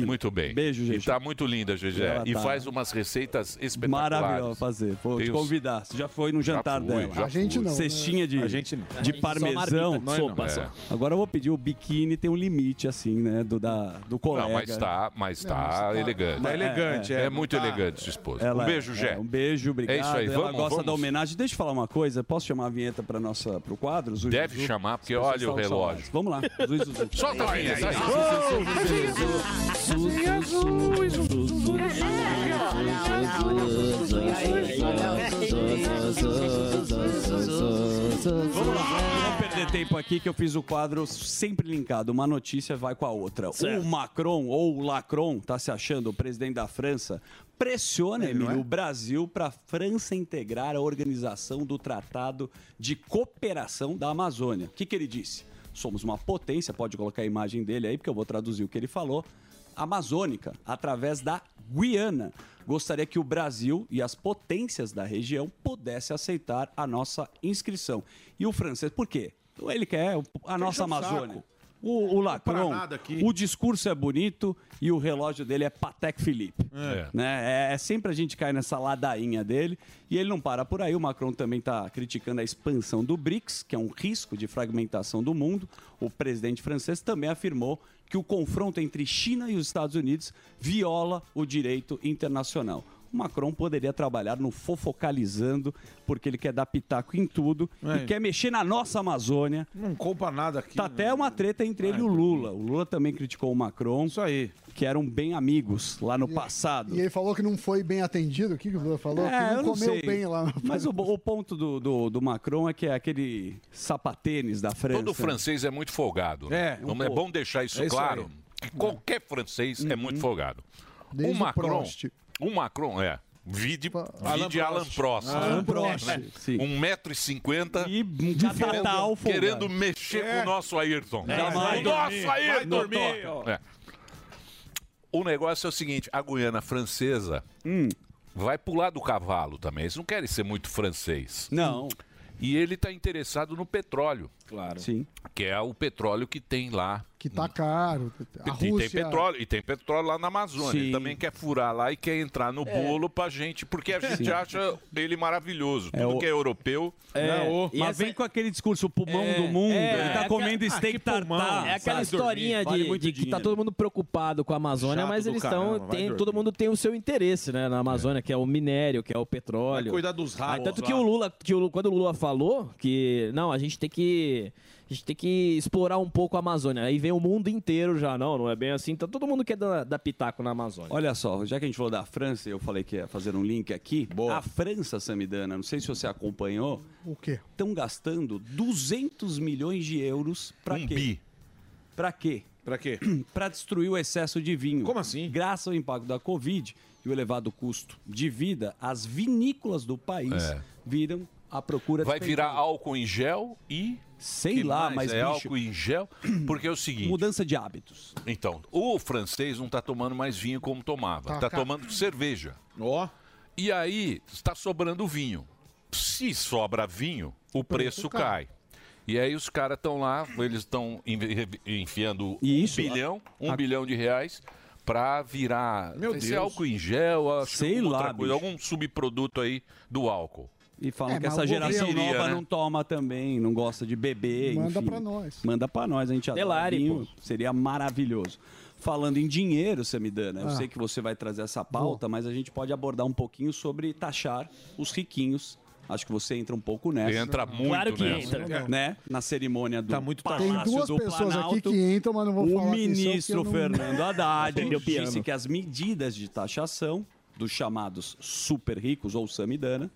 Speaker 4: Muito bem. Beijo, gente. E tá muito linda, Gegé.
Speaker 5: Ela
Speaker 4: E
Speaker 5: tá.
Speaker 4: faz umas receitas espetaculares.
Speaker 5: Maravilhosa fazer. Vou te
Speaker 4: Tem os-
Speaker 5: convidar. Você já foi no
Speaker 4: Já
Speaker 5: jantar
Speaker 4: fui,
Speaker 5: dela.
Speaker 4: já A gente fui. não, né?
Speaker 5: Cestinha de,
Speaker 4: A gente não. A
Speaker 5: de
Speaker 4: gente só
Speaker 5: parmesão.
Speaker 4: marmita, nós não. É.
Speaker 5: Agora eu vou pedir o biquíni, tem um limite, assim, né? Do, da, do colega.
Speaker 4: Não, mas tá, mas tá. Tá elegante.
Speaker 5: Tá elegante, é.
Speaker 4: É muito
Speaker 5: Tá.
Speaker 4: elegante sua esposa.
Speaker 5: Ela-
Speaker 4: um beijo, Jé.
Speaker 5: é, um beijo, obrigado.
Speaker 4: É isso aí,
Speaker 5: Ela
Speaker 4: vamos,
Speaker 5: gosta
Speaker 4: vamos.
Speaker 5: da homenagem. Deixa eu falar uma coisa. Posso chamar a vinheta para nossa pro quadro? Zuzu,
Speaker 4: Deve
Speaker 5: Zuzu?
Speaker 4: chamar, porque
Speaker 5: As pessoas
Speaker 4: olha o
Speaker 5: estavam com
Speaker 4: relógio.
Speaker 5: saudades. Vamos lá. Zuzu, Zuzu.
Speaker 4: Solta a vinheta, aí.
Speaker 5: Vamos perder tempo aqui que eu fiz o quadro sempre linkado. Uma notícia vai com a outra. O Macron ou o Lacron, tá se achando, o presidente da França, pressiona, Emílio, o Brasil para a França integrar a organização do Tratado de Cooperação da Amazônia. O que, que ele disse? Somos uma potência, pode colocar a imagem dele aí, porque eu vou traduzir o que ele falou amazônica através da Guiana. Gostaria que o Brasil e as potências da região pudessem aceitar a nossa inscrição. E o francês, por quê? Ele quer a nossa
Speaker 9: o saco.
Speaker 5: Amazônia. O, o Lacron,
Speaker 9: pra nada aqui.
Speaker 5: o discurso é bonito e o relógio dele é Patek Philippe.
Speaker 9: É.
Speaker 5: Né? É, é sempre a gente cai nessa ladainha dele e ele não para por aí. O Macron também está criticando a expansão do BRICS, que é um risco de fragmentação do mundo. O presidente francês também afirmou que o confronto entre China e os Estados Unidos viola o direito internacional. O Macron poderia trabalhar no fofocalizando, porque ele quer dar pitaco em tudo
Speaker 9: É.
Speaker 5: e quer mexer na nossa Amazônia.
Speaker 9: Não compra nada aqui. né? É.
Speaker 5: Tá até uma treta entre ele e o Lula. O Lula também criticou o Macron. Isso
Speaker 9: aí.
Speaker 5: Que eram bem amigos lá no passado.
Speaker 6: E ele falou que não foi bem atendido. O que, que o Lula falou? que
Speaker 5: É, eu
Speaker 6: não comeu bem lá.
Speaker 5: <laughs> Mas o, bo- o ponto do, do, do Macron é que é aquele sapatênis da França.
Speaker 4: Todo francês é muito folgado. né?
Speaker 5: É, um
Speaker 4: Então é
Speaker 5: pouco.
Speaker 4: bom deixar isso,
Speaker 5: É isso
Speaker 4: claro. Que qualquer francês é muito folgado.
Speaker 6: Desde
Speaker 4: o
Speaker 6: o
Speaker 4: Macron.
Speaker 6: Prost.
Speaker 4: O Macron, é. Vide,
Speaker 9: Alan
Speaker 4: vide Alan Prost.
Speaker 9: Prost. Alan Prost,
Speaker 4: Né? 1,50m.
Speaker 5: E
Speaker 4: tá
Speaker 9: catatal folgado.
Speaker 4: querendo, querendo mexer
Speaker 9: É.
Speaker 4: com o nosso Ayrton.
Speaker 9: É,
Speaker 4: o
Speaker 9: vai dormir,
Speaker 4: nosso
Speaker 9: vai
Speaker 4: Ayrton!
Speaker 9: dormir,
Speaker 4: toca.
Speaker 9: ó.
Speaker 4: É. O negócio é o seguinte: a Guiana francesa
Speaker 5: Hum.
Speaker 4: vai pular do cavalo também. Eles não querem ser muito francês.
Speaker 5: Não.
Speaker 4: E ele está interessado no petróleo.
Speaker 5: Claro. Sim.
Speaker 4: Que é o petróleo que tem lá.
Speaker 6: Que tá caro. A
Speaker 4: E
Speaker 6: Rússia...
Speaker 4: tem petróleo, e tem petróleo lá na Amazônia.
Speaker 6: Sim.
Speaker 4: Ele também quer furar lá e quer entrar no bolo pra gente, porque a gente
Speaker 5: É. Sim.
Speaker 4: acha ele maravilhoso.
Speaker 5: É
Speaker 4: Tudo
Speaker 5: o-
Speaker 4: que é europeu.
Speaker 5: É,
Speaker 4: e
Speaker 5: mas vem com aquele discurso pulmão do mundo. ele tá comendo steak tartar.
Speaker 8: É aquela historinha de, de que tá todo mundo preocupado com a Amazônia,
Speaker 5: Chato
Speaker 8: mas
Speaker 5: do
Speaker 8: eles
Speaker 5: caramba,
Speaker 8: estão.
Speaker 5: vai
Speaker 8: Tem,
Speaker 5: dormir.
Speaker 8: todo mundo tem o seu interesse, né? Na Amazônia, que é o minério, que é o petróleo.
Speaker 10: Vai cuidar dos ratos
Speaker 8: Aí, tanto
Speaker 10: lá.
Speaker 8: que o Lula, que o Lula- quando o Lula falou que. Não, a gente tem que. A gente tem que explorar um pouco a Amazônia. Aí vem o mundo inteiro já, não, não é bem assim. Então todo mundo quer dar, dar pitaco na Amazônia.
Speaker 5: Olha só, já que a gente falou da França, eu falei que ia fazer um link aqui. A França, Samidana, não sei se você acompanhou,
Speaker 6: O quê?
Speaker 5: estão gastando 200 milhões de euros para
Speaker 6: Um
Speaker 5: quê?
Speaker 6: bi.
Speaker 5: Para quê?
Speaker 9: Para
Speaker 5: <clears throat>
Speaker 9: quê?
Speaker 5: Para destruir o excesso de vinho. Como assim? Graças ao impacto da Covid e o elevado custo de vida, as vinícolas do país
Speaker 4: É.
Speaker 5: viram a procura
Speaker 4: Vai
Speaker 5: de
Speaker 4: virar álcool em gel e.
Speaker 5: Sei
Speaker 4: que
Speaker 5: lá,
Speaker 4: mais
Speaker 5: mas,
Speaker 4: É
Speaker 5: bicho-
Speaker 4: álcool em
Speaker 5: <clears throat>
Speaker 4: gel, porque é o seguinte.
Speaker 5: Mudança de hábitos.
Speaker 4: Então, o francês não tá tomando mais vinho como tomava.
Speaker 5: Tá,
Speaker 4: Tá,
Speaker 5: ca-
Speaker 4: tomando cerveja. Ó. E aí, está sobrando vinho. Se sobra vinho, o preço cai. E aí os caras estão lá, eles estão envi- enfiando um bilhão, um
Speaker 5: a-
Speaker 4: bilhão de reais para virar
Speaker 5: Meu
Speaker 4: esse
Speaker 5: Deus.
Speaker 4: álcool em gel, acho
Speaker 5: Sei
Speaker 4: que alguma
Speaker 5: lá,
Speaker 4: outra coisa,
Speaker 5: bicho.
Speaker 4: algum subproduto aí do álcool.
Speaker 5: E falam
Speaker 4: É,
Speaker 5: que
Speaker 4: mas
Speaker 5: essa
Speaker 4: o
Speaker 5: geração
Speaker 4: governo-
Speaker 5: nova
Speaker 4: Queria, né?
Speaker 5: não toma também, não gosta de beber.
Speaker 6: Manda
Speaker 5: enfim.
Speaker 6: pra nós.
Speaker 5: Manda pra nós, a gente adora.
Speaker 8: Delari,
Speaker 5: vinho, Seria maravilhoso. Falando em dinheiro, Samidana, eu
Speaker 8: Ah.
Speaker 5: sei que você vai trazer essa pauta, mas a gente pode abordar um pouquinho sobre taxar os riquinhos. Acho que você entra um pouco nessa.
Speaker 4: Entra muito Claro que nessa. entra.
Speaker 5: Né? Na cerimônia do tá muito Palácio
Speaker 6: Tem duas
Speaker 5: do
Speaker 6: pessoas
Speaker 5: Planalto.
Speaker 6: aqui que entram, mas não vou
Speaker 5: O
Speaker 6: falar quem são, porque
Speaker 5: ministro
Speaker 6: eu não-
Speaker 5: Fernando
Speaker 9: <laughs>
Speaker 6: <laughs>
Speaker 5: Haddad
Speaker 6: Aprendeu
Speaker 5: disse
Speaker 6: piano.
Speaker 5: que as medidas de taxação dos chamados super ricos ou Samidana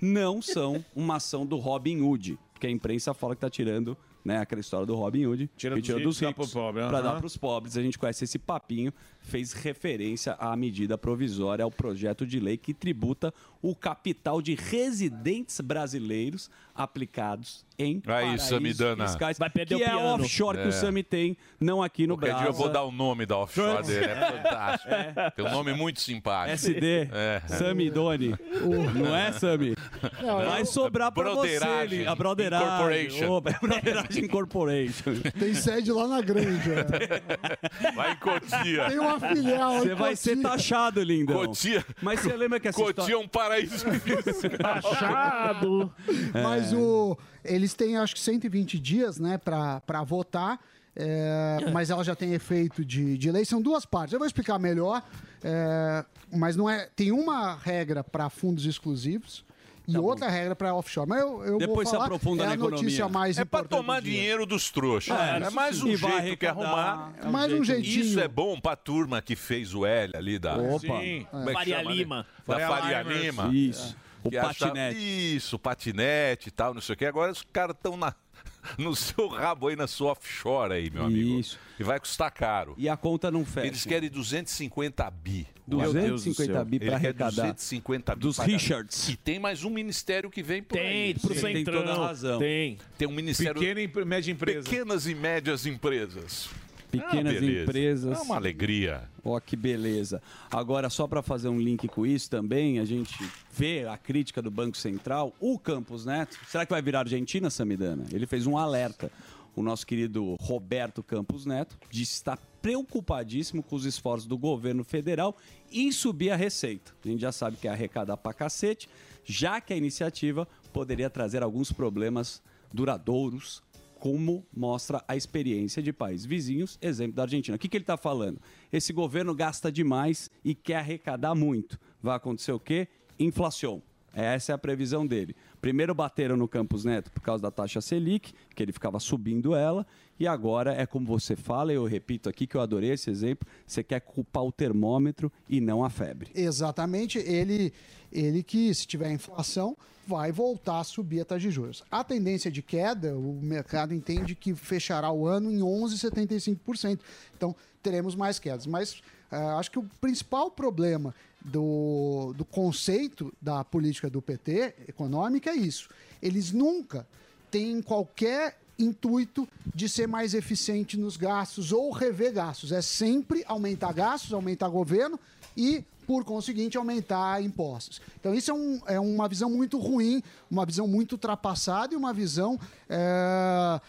Speaker 5: não são uma ação do Robin Hood, porque a imprensa fala que está tirando né, aquela história do Robin Hood, que
Speaker 9: dos
Speaker 5: tira
Speaker 9: ricos,
Speaker 5: dos
Speaker 9: dá
Speaker 5: ricos
Speaker 9: pro pobre,
Speaker 5: para
Speaker 9: aham.
Speaker 5: dar para os pobres. A gente conhece esse papinho, fez referência à medida provisória, ao projeto de lei que tributa o capital de residentes brasileiros aplicados em paraísos
Speaker 4: Samidana.
Speaker 5: fiscais,
Speaker 4: Vai perder
Speaker 5: que
Speaker 4: o
Speaker 5: é
Speaker 4: piano.
Speaker 5: offshore que
Speaker 4: É.
Speaker 5: o Sami tem, não aqui no
Speaker 4: Qualquer
Speaker 5: Brasil.
Speaker 4: dia eu vou dar o nome da offshore
Speaker 5: Trans-
Speaker 4: dele, é fantástico. Tem um nome muito simpático.
Speaker 5: SD,
Speaker 4: É.
Speaker 5: Sami Doni.
Speaker 6: Uh.
Speaker 5: Não é, Sami?
Speaker 6: é
Speaker 4: Não,
Speaker 5: Vai
Speaker 4: eu-
Speaker 5: sobrar pra você.
Speaker 4: Broderagem
Speaker 5: Li- A Broderagem.
Speaker 4: Incorporation.
Speaker 5: Opa,
Speaker 4: <laughs>
Speaker 5: é Broderagem Corporation.
Speaker 6: Tem sede lá na granja.
Speaker 5: <laughs>
Speaker 4: Vai em Cotia.
Speaker 6: Tem uma filial em
Speaker 5: Você vai
Speaker 6: Cotia.
Speaker 5: ser taxado, lindão.
Speaker 4: Cotia.
Speaker 5: Mas você lembra que essa
Speaker 4: Cotia
Speaker 5: história...
Speaker 4: é um paraíso fiscal.
Speaker 6: Eh. Mas o, eles têm, acho que 120 dias, né, pra, pra votar. é, mas ela já tem efeito de, de lei. São duas partes. Eu vou explicar melhor, é, mas não é. Tem uma regra para fundos exclusivos e outra regra para offshore. Mas eu, eu vou
Speaker 5: Tá Depois se
Speaker 6: falar,
Speaker 5: aprofunda
Speaker 6: é
Speaker 5: na
Speaker 6: a notícia
Speaker 5: economia.
Speaker 6: mais
Speaker 4: É pra
Speaker 6: importante.
Speaker 4: tomar dinheiro dos trouxas.
Speaker 6: É,
Speaker 4: É, mais um
Speaker 6: e vai
Speaker 4: jeito que
Speaker 6: arrecadar,
Speaker 4: arrumar.
Speaker 6: é um Mais um jeito. jeitinho.
Speaker 4: Isso é bom pra turma que fez o L ali da.
Speaker 6: Opa.
Speaker 4: Como é que
Speaker 8: Faria
Speaker 4: chama, né?
Speaker 8: Lima.
Speaker 4: Da
Speaker 8: Faria
Speaker 4: Faria
Speaker 8: Limers.
Speaker 4: Lima.
Speaker 8: Isso.
Speaker 4: É.
Speaker 8: O
Speaker 4: Que achava-
Speaker 8: patinete.
Speaker 4: Isso, patinete e tal, não sei o quê. Agora os caras estão na. <laughs> No seu rabo aí, na sua offshore aí, meu amigo. Isso. E vai custar caro.
Speaker 5: E a conta não fecha.
Speaker 4: Eles querem 250 bi.
Speaker 5: 250 bi pra
Speaker 4: Ele quer
Speaker 5: arrecadar.
Speaker 4: 250 bi
Speaker 5: Dos
Speaker 4: pra arrecadar.
Speaker 5: Richards.
Speaker 4: E tem mais um ministério que vem por aí.
Speaker 5: pro Sim, tem Centrão. toda a razão.
Speaker 4: Tem. Tem um ministério...
Speaker 5: Pequena
Speaker 9: e média empresa.
Speaker 4: Pequenas e médias empresas.
Speaker 5: Pequenas
Speaker 4: Ah, beleza.
Speaker 5: empresas.
Speaker 4: É uma alegria.
Speaker 5: Ó, que beleza. Agora, só para fazer um link com isso também, a gente vê a crítica do Banco Central, o Campos Neto. Será que vai virar Argentina, Samidana? Ele fez um alerta. O nosso querido Roberto Campos Neto disse que está preocupadíssimo com os esforços do governo federal em subir a receita. A gente já sabe que é arrecadar pra cacete, já que a iniciativa poderia trazer alguns problemas duradouros como mostra a experiência de países vizinhos, exemplo da Argentina. O que, que ele está falando? Esse governo gasta demais e quer arrecadar muito. Vai acontecer o quê? Inflação. Essa é a previsão dele. Primeiro bateram no Campos Neto por causa da taxa Selic, que ele ficava subindo ela, e agora é como você fala, eu repito aqui que eu adorei esse exemplo, você quer culpar o termômetro e não a febre.
Speaker 6: Exatamente, ele, ele que, se tiver inflação, vai voltar a subir a taxa de juros. A tendência de queda, o mercado entende que fechará o ano em 11,75%. Então, teremos mais quedas. Mas ah, acho que o principal problema do, do conceito da política do PT econômica é isso. Eles nunca têm qualquer intuito de ser mais eficiente nos gastos ou rever gastos. É sempre aumentar gastos, aumentar governo e, por conseguinte, aumentar impostos. Então, isso é, um- é uma visão muito ruim, uma visão muito ultrapassada e uma visão. eh,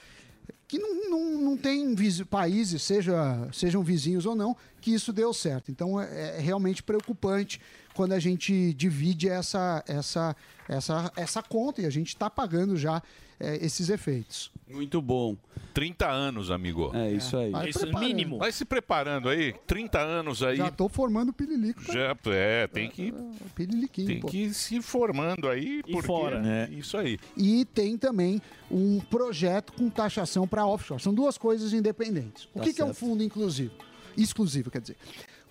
Speaker 6: que não, não, não tem visi- países, seja, sejam vizinhos ou não, que isso deu certo. Então é, é realmente preocupante quando a gente divide essa, essa, essa, essa conta e a gente está pagando já eh, esses efeitos.
Speaker 5: Muito bom.
Speaker 4: 30 anos, amigo.
Speaker 5: É isso aí.
Speaker 6: Vai Isso, preparando. mínimo.
Speaker 4: Vai se preparando aí. 30 anos aí.
Speaker 6: Já Ah, estou formando pililico,
Speaker 4: Já, é, tem que,
Speaker 6: pililiquinho.
Speaker 4: tem
Speaker 6: pô.
Speaker 4: que ir se formando aí. porque
Speaker 6: fora.
Speaker 4: É. Isso aí.
Speaker 6: E tem também um projeto com taxação para offshore. São duas coisas independentes. O
Speaker 12: Tá
Speaker 6: que, que é um
Speaker 12: certo.
Speaker 6: fundo inclusivo? Exclusivo, quer dizer.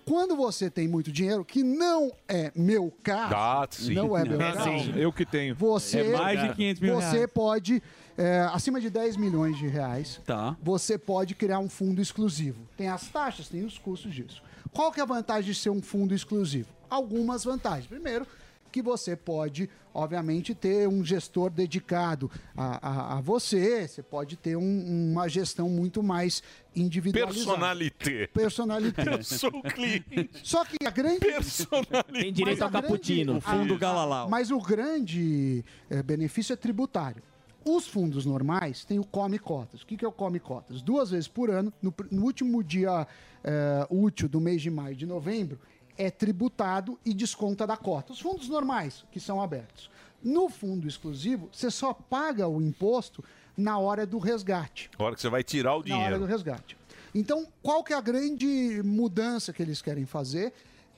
Speaker 6: Quando você tem muito dinheiro, que não é meu caso,
Speaker 4: Ah, sim.
Speaker 6: não
Speaker 9: <laughs>
Speaker 6: é meu
Speaker 9: Não,
Speaker 6: caso,
Speaker 9: não, eu que tenho.
Speaker 6: Você,
Speaker 9: É mais de 500 mil
Speaker 6: você
Speaker 9: reais.
Speaker 6: pode, é, acima de 10 milhões de reais,
Speaker 5: Tá.
Speaker 6: você pode criar um fundo exclusivo. Tem as taxas, tem os custos disso. Qual que é a vantagem de ser um fundo exclusivo? Algumas vantagens. Primeiro, que você pode, obviamente, ter um gestor dedicado a, a- a você, você pode ter um- uma gestão muito mais individualizada.
Speaker 4: Personalité.
Speaker 6: Personalité.
Speaker 4: <laughs> Eu sou o cliente.
Speaker 6: Só que a grande.
Speaker 4: Personalidade.
Speaker 8: Tem direito ao cappuccino. O fundo Galalau.
Speaker 6: Ah, Mas o grande eh, benefício é tributário. Os fundos normais têm o Come Cotas. O que, que é o Come Cotas? Duas vezes por ano, no, pr- no último dia eh, útil do mês de maio e de novembro, é tributado e desconta da cota. Os fundos normais, que são abertos. No fundo exclusivo, você só paga o imposto na hora do resgate
Speaker 4: A hora que você vai tirar o
Speaker 6: na hora
Speaker 4: dinheiro.
Speaker 6: do resgate. Então, qual que é a grande mudança que eles querem fazer?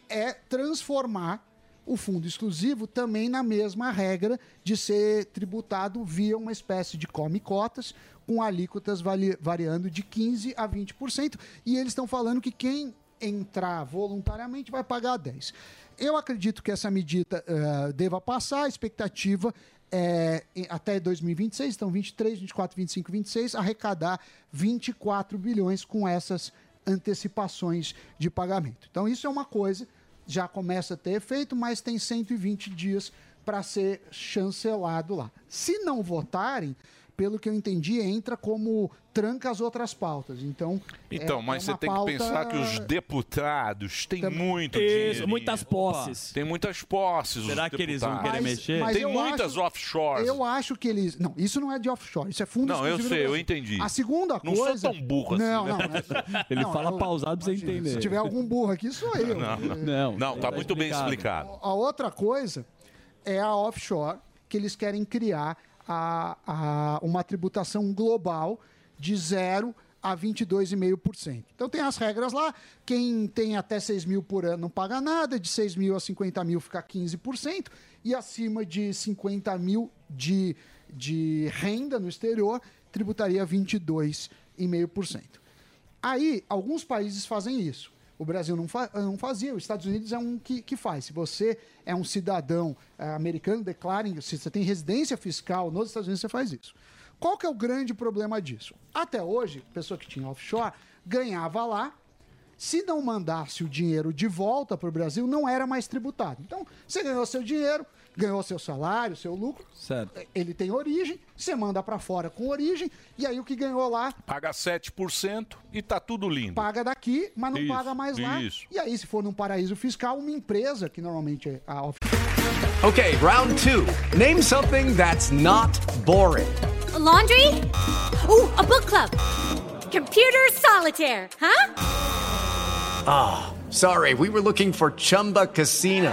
Speaker 6: É transformar o fundo exclusivo também na mesma regra de ser tributado via uma espécie de come cotas, com alíquotas vali- variando de 15% a 20%. E eles estão falando que quem entrar voluntariamente vai pagar 10%. Eu acredito que essa medida eh, deva passar, a expectativa é, em- até 2026, então 23, 24, 25, 26, arrecadar 24 bilhões com essas antecipações de pagamento. Então isso é uma coisa, já começa a ter efeito, mas tem 120 dias para ser chancelado lá. Se não votarem, pelo que eu entendi, entra como tranca as outras pautas. Então, é-
Speaker 4: Então, mas
Speaker 6: é
Speaker 4: você
Speaker 6: uma
Speaker 4: tem que
Speaker 6: pauta-
Speaker 4: pensar que os deputados têm muito
Speaker 6: Isso,
Speaker 4: dinheiro.
Speaker 6: muitas posses.
Speaker 4: Tem muitas posses.
Speaker 5: Será
Speaker 4: os
Speaker 5: que eles vão
Speaker 4: deputados.
Speaker 5: querer Mas- mexer?
Speaker 6: mas
Speaker 4: Tem
Speaker 6: eu
Speaker 4: muitas
Speaker 6: acho-
Speaker 4: offshores.
Speaker 6: Eu acho que eles. Não, isso não é de offshore, isso é fundo
Speaker 4: Não, eu
Speaker 6: exclusivo do
Speaker 4: sei, eu
Speaker 6: Brasil.
Speaker 4: entendi.
Speaker 6: A segunda
Speaker 4: Não
Speaker 6: coisa.
Speaker 4: sou tão burro assim,
Speaker 6: Não,
Speaker 4: né?
Speaker 6: não,
Speaker 5: <laughs>
Speaker 6: é-
Speaker 5: Ele
Speaker 6: Não,
Speaker 5: fala
Speaker 6: eu-
Speaker 5: pausado pra você entender.
Speaker 6: se tiver um algum burro aqui, sou eu.
Speaker 4: Não, não.
Speaker 5: Não,
Speaker 4: Não, tá muito bem explicado.
Speaker 6: A outra coisa é a offshore, que eles querem criar a, a- uma tributação global de zero a 22,5%. Então tem as regras lá, quem tem até 6 mil por ano não paga nada, de 6 mil a 50 mil fica 15%, e acima de 50 mil de, de renda no exterior, tributaria 22,5%. Aí, alguns países fazem isso. O Brasil não, fa- eh, não fazia, os Estados Unidos é um que, que faz. Se você é um cidadão eh, americano, declarem, se você tem residência fiscal nos Estados Unidos, você faz isso. Qual que é o grande problema disso? Até hoje, pessoa que tinha offshore ganhava lá, se não mandasse o dinheiro de volta para o Brasil, não era mais tributado. Então, você ganhou seu dinheiro, ganhou seu salário, seu lucro,
Speaker 5: Certo.
Speaker 6: ele tem origem, você manda para fora com origem, e aí o que ganhou lá
Speaker 4: Paga 7% e tá tudo
Speaker 5: <laughs>
Speaker 4: lindo.
Speaker 6: paga daqui, mas não
Speaker 4: Isso,
Speaker 6: paga mais lá.
Speaker 4: isso.
Speaker 6: E aí, se for num paraíso fiscal, uma empresa, que normalmente é a off-
Speaker 12: Okay, round two. Name something that's not boring.
Speaker 2: laundry? Ooh, a book club. Computer solitaire, huh?
Speaker 12: Ah, sorry, we were looking for Chumba Casino.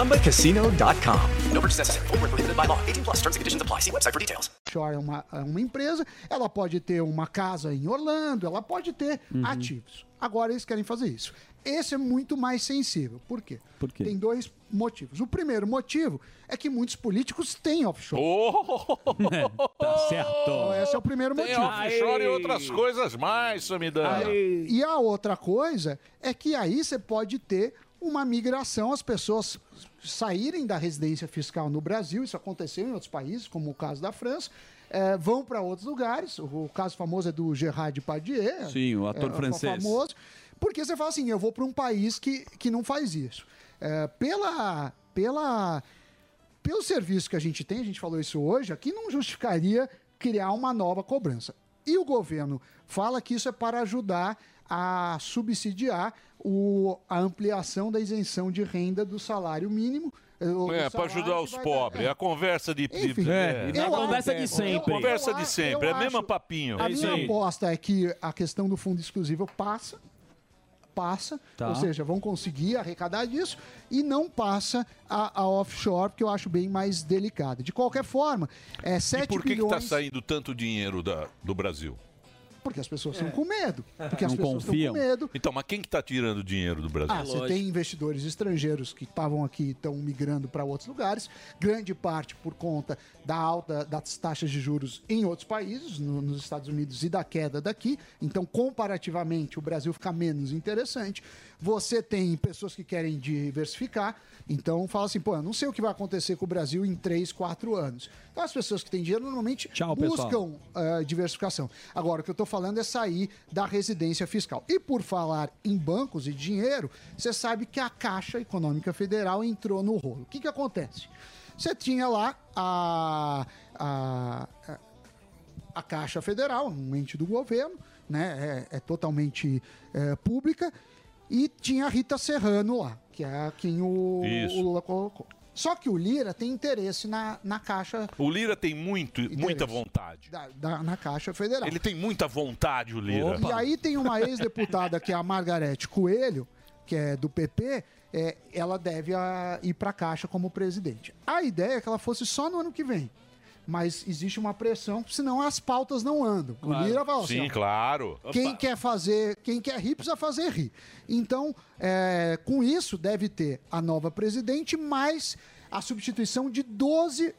Speaker 12: ChumbaCasino.com. No purchase necessary, forward prohibited by law, 18 plus terms and conditions apply. See website for details.
Speaker 6: offshore, é uma, é uma empresa, ela pode ter uma casa em Orlando, ela pode ter
Speaker 12: Uhum.
Speaker 6: ativos. Agora eles querem fazer isso. Esse é muito mais sensível. Por quê?
Speaker 5: Por quê?
Speaker 6: Tem dois motivos. O primeiro motivo é que muitos políticos têm offshore.
Speaker 4: Oh!
Speaker 5: tá certo.
Speaker 6: Esse é o primeiro
Speaker 4: Tem
Speaker 6: motivo.
Speaker 4: offshore e outras coisas mais, Samidana.
Speaker 6: E a outra coisa é que aí você pode ter uma migração, as pessoas saírem da residência fiscal no Brasil, isso aconteceu em outros países, como o caso da França, eh, vão para outros lugares. O, o caso famoso é do Gerard Depardieu.
Speaker 5: Sim, o
Speaker 6: eh,
Speaker 5: ator
Speaker 6: fa-
Speaker 5: francês.
Speaker 6: Famoso, porque você fala assim, eu vou para um país que, que não faz isso. Eh, pela, pela pelo serviço que a gente tem, a gente falou isso hoje, aqui não justificaria criar uma nova cobrança. E o governo fala que isso é para ajudar a subsidiar o- a ampliação da isenção de renda do salário mínimo. eh, o-
Speaker 4: É, pra
Speaker 6: o salário
Speaker 4: ajudar
Speaker 6: que
Speaker 4: os
Speaker 6: vai-
Speaker 4: pobres.
Speaker 6: é.
Speaker 4: A conversa de. de-
Speaker 6: Enfim,
Speaker 4: é.
Speaker 6: eu acho- eu- eu
Speaker 4: Conversa de
Speaker 6: acho-
Speaker 4: sempre,
Speaker 6: eu
Speaker 4: é o mesmo
Speaker 6: acho-
Speaker 4: papinho.
Speaker 6: A minha aposta é que a questão do fundo exclusivo passa, passa,
Speaker 4: Tá.
Speaker 6: ou seja, vão conseguir arrecadar disso e não passa a, a offshore, porque eu acho bem mais delicada. De qualquer forma, é 7
Speaker 4: E por que, que tá
Speaker 6: bilhões
Speaker 4: saindo tanto dinheiro da- do Brasil?
Speaker 6: porque as pessoas estão com medo, porque as
Speaker 4: Não
Speaker 6: pessoas estão com medo.
Speaker 4: Então, mas quem que tá tirando dinheiro do Brasil?
Speaker 6: Ah, você tem investidores estrangeiros que estavam aqui e estão migrando para outros lugares, grande parte por conta da alta das taxas de juros em outros países, no- nos Estados Unidos e da queda daqui. Então, comparativamente, o Brasil fica menos interessante. Você tem pessoas que querem diversificar, então fala assim, pô, eu não sei o que vai acontecer com o Brasil em 3, 4 anos. Então, as pessoas que têm dinheiro normalmente
Speaker 5: Tchau, pessoal.
Speaker 6: buscam eh, diversificação. Agora, o que eu estou falando é sair da residência fiscal. E por falar em bancos e dinheiro, você sabe que a Caixa Econômica Federal entrou no rolo. O que, que acontece? Você tinha lá a, a, a- a Caixa Federal, um ente do governo, né? É, é totalmente eh, pública. E tinha a Rita Serrano lá, que é a quem o,
Speaker 4: Isso.
Speaker 6: o Lula colocou. Só que o Lira tem interesse na, na Caixa
Speaker 4: O Lira tem muito, muita vontade.
Speaker 6: da- da- na Caixa Federal.
Speaker 4: Ele tem muita vontade, o Lira.
Speaker 6: E aí tem
Speaker 4: <laughs>
Speaker 6: uma ex-deputada que é a Margarete Coelho, que é do PP, é, ela deve a- ir para a Caixa como presidente. A ideia é que ela fosse só no ano que vem. Mas existe uma pressão, senão as pautas não andam. O Lira assim, vai
Speaker 4: Sim, claro.
Speaker 6: quem quer fazer, quem quer rir, precisa fazer rir. Então, é, com isso, deve ter a nova presidente, mais a substituição de 12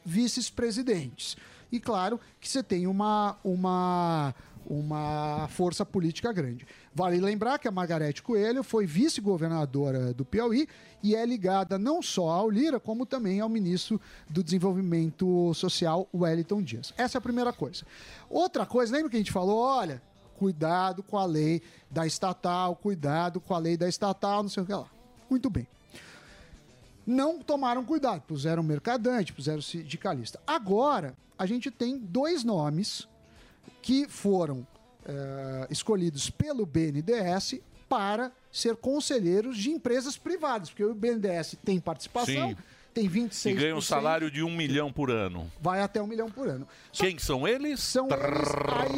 Speaker 6: vice-presidentes. E claro que você tem uma, uma, uma força política grande. Vale lembrar que a Margarete Coelho foi vice-governadora do Piauí e é ligada não só ao Lira, como também ao ministro do Desenvolvimento Social, Wellington Dias. Essa é a primeira coisa. Outra coisa, lembra que a gente falou, olha, cuidado com a lei da estatal, cuidado com a lei da estatal, não sei o que lá. Muito bem. Não tomaram cuidado, puseram um mercadante, puseram sindicalista. Agora, a gente tem dois nomes que foram eh, escolhidos pelo BNDES para ser conselheiros de empresas privadas, porque o BNDES tem participação,
Speaker 4: Sim.
Speaker 6: tem 26%.
Speaker 4: E ganha um salário de um milhão por ano.
Speaker 6: Vai até um milhão por ano.
Speaker 4: Quem são eles?
Speaker 6: São eles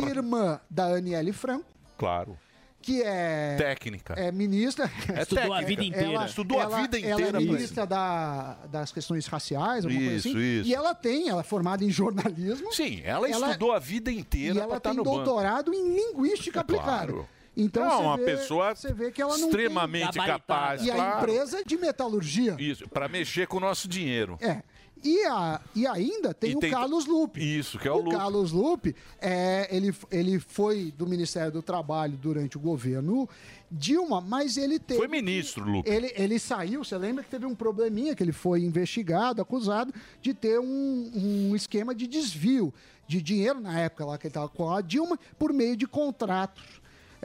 Speaker 6: a irmã da Aniele Franco,
Speaker 4: Claro.
Speaker 6: que é.
Speaker 4: Técnica.
Speaker 6: É ministra.
Speaker 4: É Estudou a técnica. vida inteira.
Speaker 6: Ela,
Speaker 4: Estudou a
Speaker 6: ela-
Speaker 4: vida
Speaker 6: Ela
Speaker 4: inteira,
Speaker 6: é
Speaker 4: mano.
Speaker 6: ministra da- das questões raciais, alguma coisa
Speaker 4: Isso,
Speaker 6: assim.
Speaker 4: isso.
Speaker 6: E ela tem, ela é formada em jornalismo.
Speaker 4: Sim, ela, estudou a vida inteira
Speaker 6: E
Speaker 4: pra
Speaker 6: ela
Speaker 4: estar
Speaker 6: tem
Speaker 4: no banco. É
Speaker 6: doutorado em linguística aplicada.
Speaker 4: claro.
Speaker 6: Então,
Speaker 4: É
Speaker 6: você
Speaker 4: uma
Speaker 6: vê-
Speaker 4: pessoa
Speaker 6: você vê que ela não
Speaker 4: extremamente
Speaker 6: tem...
Speaker 4: capaz,
Speaker 6: E a
Speaker 4: claro.
Speaker 6: empresa é de metalurgia.
Speaker 4: Isso, pra mexer com o nosso dinheiro.
Speaker 6: É. E, a, e ainda tem
Speaker 4: E
Speaker 6: o
Speaker 4: tem-
Speaker 6: Carlos Lupe.
Speaker 4: Isso, que é o,
Speaker 6: O
Speaker 4: Lu.
Speaker 6: Carlos Lupe, é, ele, ele foi do Ministério do Trabalho durante o governo Dilma, mas ele teve.
Speaker 4: Foi ministro, Lupe.
Speaker 6: Ele, ele saiu, você lembra que teve um probleminha que ele foi investigado, acusado de ter um, um esquema de desvio de dinheiro na época lá que ele estava com a Dilma, por meio de contratos.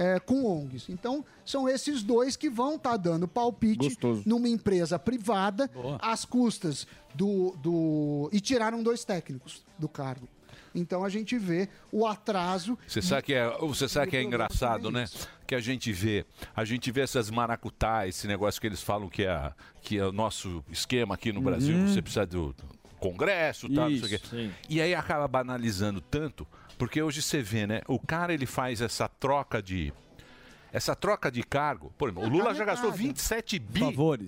Speaker 6: é, com ONGs. Então, são esses dois que vão estar dando palpite numa empresa privada às custas do, do. E tiraram dois técnicos do cargo. Então a gente vê o atraso.
Speaker 4: Você sabe que é, você sabe que é engraçado, né? Que a gente vê, a gente vê essas maracutais, esse negócio que eles falam que é, que é o nosso esquema aqui no Brasil,
Speaker 13: Uhum.
Speaker 4: você precisa do do Congresso, tá, não sei o
Speaker 13: Isso,
Speaker 4: quê.
Speaker 13: sim.
Speaker 4: E aí acaba banalizando tanto, porque hoje você vê, né? O cara ele faz essa troca de essa troca de cargo, por exemplo, o Lula já gastou 27 bi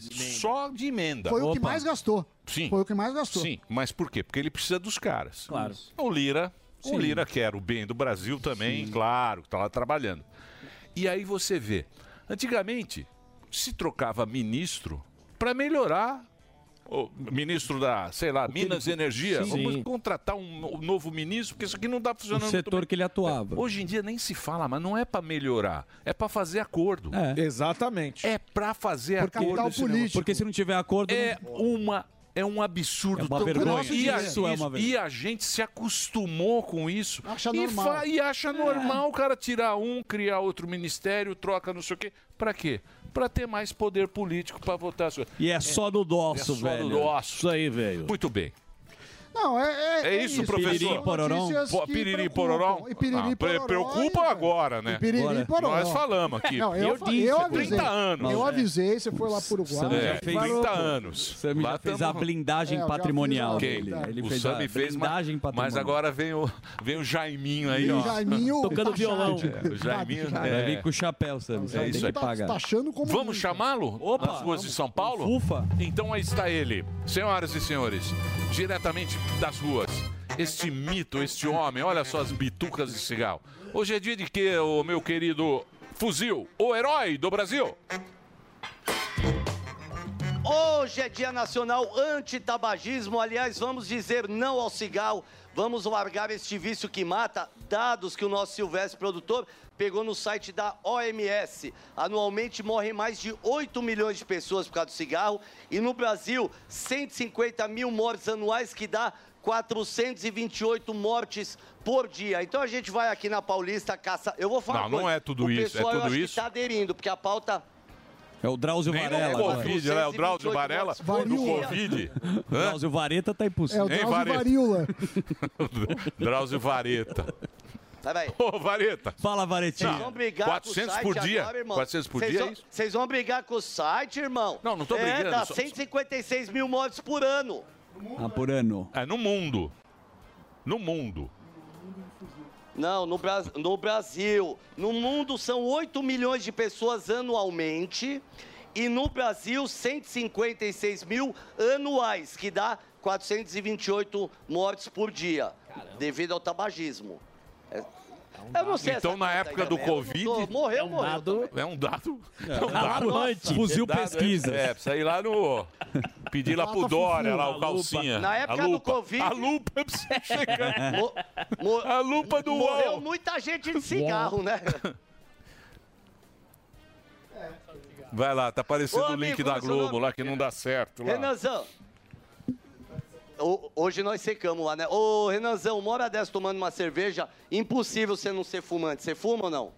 Speaker 4: só de emenda.
Speaker 6: Foi o que mais gastou.
Speaker 4: Sim.
Speaker 6: Foi o que mais gastou.
Speaker 4: Sim, mas por quê? Porque ele precisa dos caras.
Speaker 6: Claro.
Speaker 4: O Lira,
Speaker 6: Sim.
Speaker 4: o Lira quer o bem do Brasil também, claro, tá lá trabalhando. E aí você vê, antigamente se trocava ministro para melhorar o ministro da, sei lá, Minas e Energia,
Speaker 5: Sim.
Speaker 4: vamos
Speaker 5: Sim.
Speaker 4: contratar um no- novo ministro, porque isso aqui não tá
Speaker 5: O
Speaker 4: funcionando muito
Speaker 5: setor que ele atuava.
Speaker 4: Hoje em dia nem se fala, mas não é pra melhorar, é pra fazer acordo.
Speaker 9: Exatamente.
Speaker 4: É pra fazer
Speaker 5: Por
Speaker 4: acordo.
Speaker 5: capital
Speaker 4: esse negócio.
Speaker 5: político. Porque se não tiver acordo,
Speaker 4: é uma é um absurdo,
Speaker 5: É uma
Speaker 4: tão
Speaker 5: vergonha.
Speaker 4: grande. E a,
Speaker 5: Isso é uma
Speaker 4: isso-
Speaker 5: vergonha.
Speaker 4: e a gente se acostumou com isso
Speaker 5: Acha
Speaker 4: e,
Speaker 5: normal.
Speaker 4: fa- e acha
Speaker 5: É.
Speaker 4: normal o
Speaker 5: <laughs>
Speaker 4: cara tirar um, criar outro ministério, troca não sei o quê. Pra quê? Pra ter mais poder político pra votar. as coisas.
Speaker 5: E é só do
Speaker 4: É
Speaker 5: nosso,
Speaker 4: só
Speaker 5: velho.
Speaker 4: do nosso.
Speaker 5: Isso aí, velho.
Speaker 4: Muito bem.
Speaker 6: Não, é, é,
Speaker 4: É isso,
Speaker 6: São
Speaker 4: professor.
Speaker 6: notícias que
Speaker 4: Pô, piriri
Speaker 6: preocupam.
Speaker 4: pororó?
Speaker 6: E piriri
Speaker 4: Ah, pre-
Speaker 6: pororó,
Speaker 4: preocupa agora, né?
Speaker 6: e piriri
Speaker 4: Bora.
Speaker 6: pororó.
Speaker 4: Nós falamos aqui.
Speaker 6: Não, eu, fa- eu avisei.
Speaker 4: 30 anos.
Speaker 6: Eu avisei, você foi lá pro Uruguai.
Speaker 4: É,
Speaker 5: fez-
Speaker 4: 30
Speaker 5: Falou.
Speaker 4: anos.
Speaker 5: Sammy já
Speaker 4: Lá
Speaker 5: fez
Speaker 4: tamo-
Speaker 5: a blindagem É, eu já patrimonial fiz a
Speaker 4: Quem?
Speaker 5: blindagem. Ele
Speaker 4: o
Speaker 5: fez a
Speaker 4: Sammy fez, mas-
Speaker 5: blindagem
Speaker 4: Mas
Speaker 5: patrimonial.
Speaker 4: agora vem o, vem o Jaiminho aí,
Speaker 5: Vem o
Speaker 4: ó.
Speaker 5: Jaiminho Tocando taxado. violão.
Speaker 4: É, o Jaiminho.
Speaker 5: Vai
Speaker 4: é.
Speaker 5: vir com o chapéu, Sammy.
Speaker 4: É
Speaker 5: Tem
Speaker 4: isso
Speaker 5: que
Speaker 4: aí.
Speaker 5: pagar. Tá
Speaker 6: achando como um-
Speaker 4: Vamos chamá-lo?
Speaker 5: Opa,
Speaker 4: né? Nas ruas de São Paulo?
Speaker 5: Ufa.
Speaker 4: Então aí está ele, senhoras e senhores, diretamente das ruas. Este mito, este homem, olha só as bitucas de cigarro. Hoje é dia de que, o meu querido fuzil, o herói do Brasil? <laughs>
Speaker 10: Hoje é Dia Nacional Antitabagismo. Aliás, vamos dizer não ao cigarro. Vamos largar este vício que mata. Dados que o nosso Silvestre produtor pegou no site da OMS. Anualmente morrem mais de 8 milhões de pessoas por causa do cigarro. E no Brasil, 150 mil mortes anuais, que dá 428 mortes por dia. Então a gente vai aqui na Paulista caça. Eu vou falar.
Speaker 4: Não,
Speaker 10: uma
Speaker 4: não
Speaker 10: coisa.
Speaker 4: é tudo
Speaker 10: o
Speaker 4: isso, é
Speaker 10: Pessoal, eu
Speaker 4: tudo
Speaker 10: acho que
Speaker 4: isso.
Speaker 10: está aderindo, porque a pauta
Speaker 5: É o Drauzio
Speaker 4: Nem no
Speaker 5: Varela.
Speaker 4: Covid, né? O Drauzio Varela do Covid.
Speaker 5: O Drauzio Vareta tá
Speaker 6: É o
Speaker 5: impossível.
Speaker 6: Drauzio
Speaker 8: <laughs>
Speaker 6: Varíola.
Speaker 4: Drauzio Vareta.
Speaker 10: Peraí.
Speaker 4: Ô, Vareta.
Speaker 5: Fala, Varetinha.
Speaker 10: Vocês vão brigar
Speaker 4: 400
Speaker 10: com o site
Speaker 4: por dia.
Speaker 10: agora, irmão.
Speaker 4: 400 por
Speaker 10: Vocês
Speaker 4: dia,
Speaker 10: vão-
Speaker 4: é isso?
Speaker 10: Vocês vão brigar com o site, irmão? Não,
Speaker 4: não tô brigando,
Speaker 10: É, dá
Speaker 4: só-
Speaker 10: 156 mil mortes por ano.
Speaker 5: Ah, por ano.
Speaker 4: É, no mundo. No mundo.
Speaker 10: Não, no, Bra- no Brasil. No mundo são 8 milhões de pessoas anualmente. E no Brasil, 156 mil anuais, que dá 428 mortes por dia, devido ao tabagismo. É- Eu não sei
Speaker 4: Então,
Speaker 10: essa
Speaker 4: na
Speaker 10: conta
Speaker 4: época
Speaker 10: aí
Speaker 4: do
Speaker 10: também, eu não
Speaker 4: Covid,
Speaker 10: tô- Morreu, morreu.
Speaker 4: É um dado.
Speaker 10: É um alarmante. Fuzil
Speaker 4: Dado,
Speaker 10: pesquisas.
Speaker 4: É, é, precisa ir lá no. Pedir lá Tá pro Dória, lá o calcinha.
Speaker 10: Na época
Speaker 4: a
Speaker 10: do
Speaker 4: lupa.
Speaker 10: Covid.
Speaker 4: A lupa pra
Speaker 10: <laughs>
Speaker 4: você chegar.
Speaker 10: a
Speaker 4: lupa do
Speaker 10: Morreu
Speaker 4: UOL.
Speaker 10: muita gente de cigarro, né?
Speaker 4: Vai lá, tá aparecendo
Speaker 10: um- Ô,
Speaker 4: o link
Speaker 10: amigo,
Speaker 4: da
Speaker 10: seu
Speaker 4: Globo
Speaker 10: nome?
Speaker 4: lá que não dá certo. Lá.
Speaker 10: <laughs> Renanzão. o- Hoje nós secamos lá, né? Ô, Renanzão, uma hora dessa tomando uma cerveja, impossível você não ser fumante. Você fuma ou não?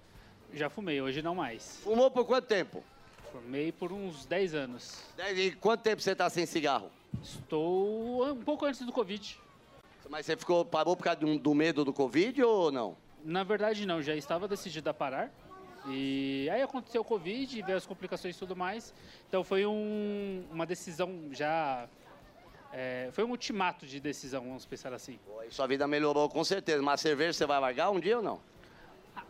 Speaker 14: Já fumei, hoje não mais.
Speaker 10: Fumou por quanto tempo?
Speaker 14: Fumei por uns 10 anos.
Speaker 10: E quanto tempo você tá sem cigarro?
Speaker 14: Estou um pouco antes do Covid.
Speaker 10: Mas você ficou, parou por causa do, do medo do Covid ou não?
Speaker 14: Na verdade, não, já estava decidido a parar. E aí aconteceu o Covid, veio as complicações e tudo mais. Então foi um- uma decisão já. é, foi um ultimato de decisão, vamos pensar assim.
Speaker 10: Sua vida melhorou com certeza, mas a cerveja você vai largar um dia ou não?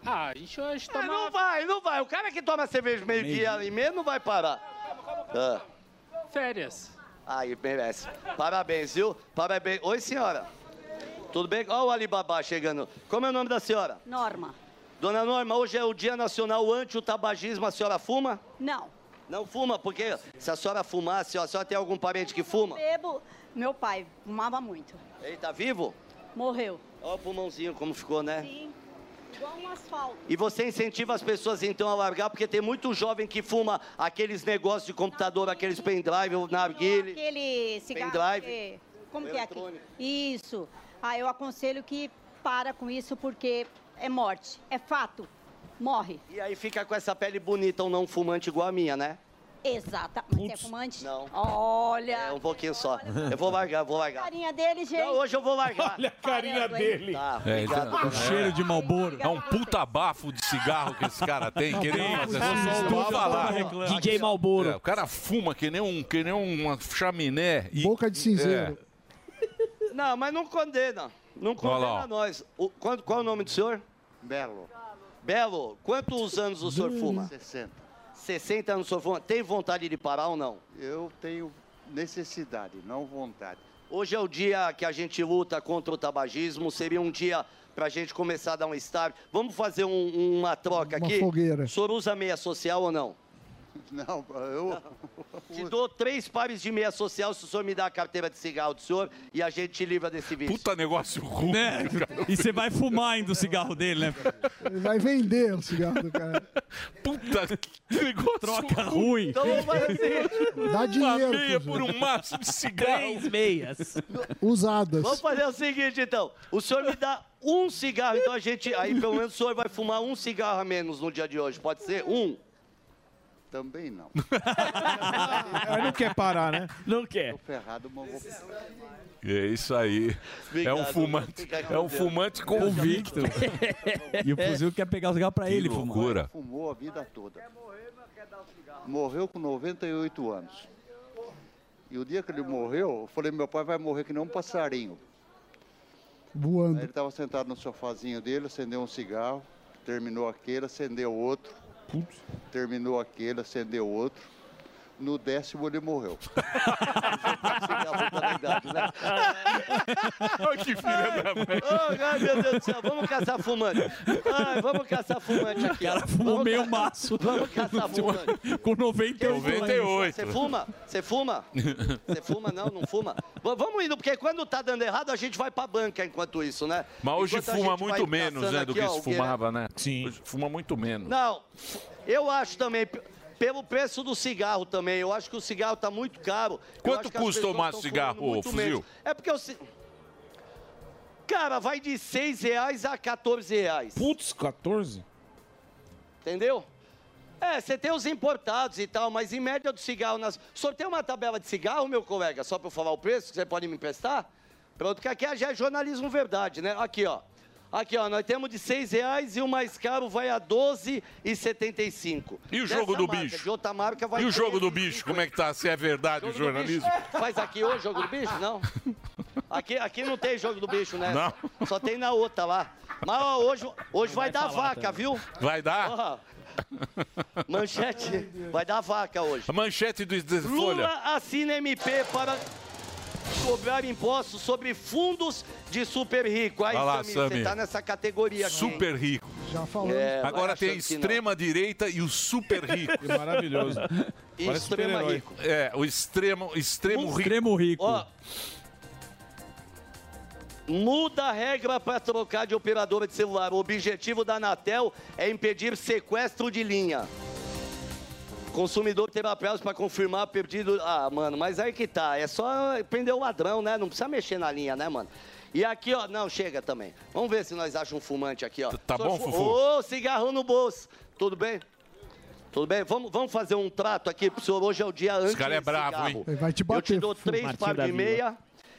Speaker 14: Ah, a gente hoje
Speaker 10: Ah, não vai, não vai. O cara que toma cerveja meio-dia e meia não vai parar. Ah.
Speaker 14: Férias.
Speaker 10: Aí, merece. Parabéns, viu? Parabéns. Oi, senhora. Tudo bem? Olha o Alibaba chegando. Como é o nome da senhora?
Speaker 15: Norma,
Speaker 10: Dona Norma, hoje é o Dia Nacional Anti-Tabagismo. A senhora fuma?
Speaker 15: não.
Speaker 10: Não fuma, porque se a senhora fumar, se a senhora tem algum parente que fuma.
Speaker 15: Bebo. Meu pai fumava muito.
Speaker 10: Ele tá vivo?
Speaker 15: Morreu.
Speaker 10: Olha o pulmãozinho como ficou, né?
Speaker 15: Sim. Igual um asfalto.
Speaker 10: E você incentiva as pessoas então a largar, porque tem muito jovem que fuma aqueles negócios de computador, aqueles pendrive, o narguile.
Speaker 15: Aquele cigarro.
Speaker 10: Pendrive.
Speaker 15: que- Como que é aqui? Isso. Ah, eu aconselho que para com isso porque é morte. É fato. Morre.
Speaker 10: E aí fica com essa pele bonita, um não fumante igual a minha, né?
Speaker 15: Exata. Mas é fumante? Não. Olha.
Speaker 10: É um pouquinho só. Eu vou largar, vou
Speaker 15: a
Speaker 10: largar.
Speaker 15: carinha dele, gente.
Speaker 10: É, Não, hoje eu vou largar.
Speaker 16: Olha a carinha
Speaker 10: dele.
Speaker 4: É,
Speaker 10: Tá, obrigado.
Speaker 4: o então, um cheiro de malboro. É um puta bafo de cigarro que esse cara tem, querendo fazer
Speaker 9: Não,
Speaker 4: essas
Speaker 9: não,
Speaker 4: coisas.
Speaker 9: não,
Speaker 4: falar.
Speaker 9: não, não. DJ Malboro.
Speaker 4: É, o cara fuma que nem, um, que nem uma chaminé. E, É.
Speaker 6: Boca de cinzeiro.
Speaker 10: Não, mas não condena. Não
Speaker 4: Olha lá,
Speaker 10: condena
Speaker 4: ó.
Speaker 10: nós. O, qual, qual é o nome do senhor? Belo. Belo, quantos anos o senhor fuma?
Speaker 11: 60.
Speaker 10: 60 anos o senhor fuma. Tem vontade de parar ou não?
Speaker 11: Eu tenho necessidade, não vontade.
Speaker 10: Hoje é o dia que a gente luta contra o tabagismo, seria um dia pra gente começar a dar um start. Vamos fazer um- uma troca
Speaker 6: Uma
Speaker 10: aqui?
Speaker 6: fogueira.
Speaker 10: O senhor usa meia social ou não?
Speaker 11: Não, eu.
Speaker 10: <laughs> Te dou três pares de meia social se o senhor me dá a carteira de cigarro do senhor e a gente te livra desse vício.
Speaker 4: Puta negócio ruim.
Speaker 5: Né? E você vai fumar ainda o cigarro dele, né?
Speaker 6: Ele vai vender o cigarro do cara.
Speaker 4: Puta, que negócio
Speaker 5: Troca ruim.
Speaker 10: Então vamos fazer o seguinte.
Speaker 6: Dá dinheiro.
Speaker 10: Uma meia
Speaker 6: pros
Speaker 10: por
Speaker 6: outros.
Speaker 10: um maço de cigarro. Três meias.
Speaker 6: Usadas.
Speaker 10: Vamos fazer o seguinte, então. O senhor me dá um cigarro, então a gente. Aí pelo menos o senhor vai fumar um cigarro a menos no dia de hoje. Pode ser? Um?
Speaker 11: Também não.
Speaker 16: Mas não quer parar,
Speaker 5: <laughs>
Speaker 16: né?
Speaker 9: Não quer.
Speaker 11: Tô ferrado, mas vou.
Speaker 4: É isso aí. é um
Speaker 11: Obrigado,
Speaker 4: fumante,
Speaker 11: fica com
Speaker 4: é um
Speaker 11: Deus.
Speaker 4: fumante
Speaker 5: Convicto.
Speaker 10: <laughs>
Speaker 4: convicto.
Speaker 5: E o fuzil quer pegar o cigarro pra ele,
Speaker 4: Que
Speaker 5: fumar.
Speaker 4: loucura.
Speaker 11: um Fumou a vida toda. Morreu com 98 anos. E o dia que ele morreu, eu falei, meu pai vai morrer que nem um passarinho. Aí ele tá-
Speaker 6: Voando.
Speaker 11: estava sentado no sofazinho dele, acendeu um cigarro, terminou aquele, acendeu outro. Terminou aquele, acendeu outro. No décimo ele morreu.
Speaker 4: Olha que filha da mãe.
Speaker 10: ai, meu Deus do céu, vamos caçar fumante. Ai, Ah, vamos caçar fumante aqui. ó.
Speaker 5: O cara fumou meio maço.
Speaker 10: Vamos caçar fumante.
Speaker 5: Com 98.
Speaker 10: Você fuma? Você fuma? Você fuma? Não, não fuma? V- vamos indo, porque quando tá dando errado, a gente vai pra banca enquanto isso, né?
Speaker 4: Mas hoje
Speaker 10: Enquanto a
Speaker 4: fuma
Speaker 10: gente vai
Speaker 4: muito menos,
Speaker 10: caçando
Speaker 4: né, do
Speaker 10: aqui,
Speaker 4: que
Speaker 10: ó,
Speaker 4: se
Speaker 10: o Guilherme.
Speaker 4: fumava, né? Sim. Hoje fuma muito menos.
Speaker 10: Não, eu acho também, p- pelo preço do cigarro também, eu acho que o cigarro tá muito caro. Eu
Speaker 4: Quanto
Speaker 10: acho que as
Speaker 4: custa
Speaker 10: pessoas
Speaker 4: o maço
Speaker 10: tão
Speaker 4: de cigarro,
Speaker 10: fumando muito
Speaker 4: ô, fuzil?
Speaker 10: menos. É porque o... ci- Cara, vai de 6 reais a 14 reais.
Speaker 16: Putz, 14?
Speaker 10: Entendeu? É, você tem os importados e tal, mas em média do cigarro. Nas... O senhor tem uma tabela de cigarro, meu colega, só para eu falar o preço, que você pode me emprestar? Pronto, que aqui já é jornalismo verdade, né? Aqui, ó. Aqui, ó, nós temos de R$ reais e o mais caro vai a R$ 12,75.
Speaker 4: E o jogo
Speaker 10: Dessa
Speaker 4: do
Speaker 10: marca,
Speaker 4: bicho?
Speaker 10: De outra marca vai um
Speaker 4: E o jogo do bicho, como é que tá? Se é verdade o jornalismo?
Speaker 10: É. <laughs> Faz aqui hoje jogo do bicho? Não. Aqui, aqui não tem jogo do bicho, né?
Speaker 4: Não.
Speaker 10: Só tem na outra lá. Mas ó, hoje, hoje vai, dar
Speaker 4: falar tá?
Speaker 10: vaca, viu?
Speaker 4: Vai dar?
Speaker 10: Ó, <laughs> manchete, vai dar vaca hoje.
Speaker 4: A manchete do do-
Speaker 10: Lula
Speaker 4: Folha.
Speaker 10: assina MP para cobrar impostos sobre fundos de super rico. Aí,
Speaker 4: Vai lá,
Speaker 10: Samir, você
Speaker 4: Samir.
Speaker 10: tá nessa categoria aqui. hein?
Speaker 4: Super rico.
Speaker 6: Já
Speaker 10: falamos. É, vai
Speaker 4: Agora tem a
Speaker 10: achando que não.
Speaker 4: extrema direita e o super rico.
Speaker 10: Que maravilhoso. E Parece extrema super-herói. Um rico.
Speaker 4: É, o extremo, extremo rico.
Speaker 5: Extremo rico.
Speaker 10: Ó, Muda a regra para trocar de operadora de celular. O objetivo da Anatel é impedir sequestro de linha. Consumidor terá prazo para confirmar perdido. Ah, mano, mas aí que tá. É só prender o ladrão, né? Não precisa mexer na linha, né, mano? E aqui, ó. Não, chega também. Vamos ver se nós achamos um fumante aqui, ó.
Speaker 4: tá
Speaker 10: Só
Speaker 4: bom,
Speaker 10: fu-
Speaker 4: Fufu?
Speaker 10: Ô, cigarrão no bolso. Tudo bem? Tudo bem? Vamos, vamos fazer um trato aqui pro senhor. Hoje é o dia antes.
Speaker 4: Esse cara é bravo, hein?
Speaker 6: Ele vai te
Speaker 10: Eu te
Speaker 6: bater.
Speaker 10: dou
Speaker 6: fu-
Speaker 10: três
Speaker 6: Martinho
Speaker 10: pares
Speaker 6: da
Speaker 10: de
Speaker 6: Vila.
Speaker 10: meia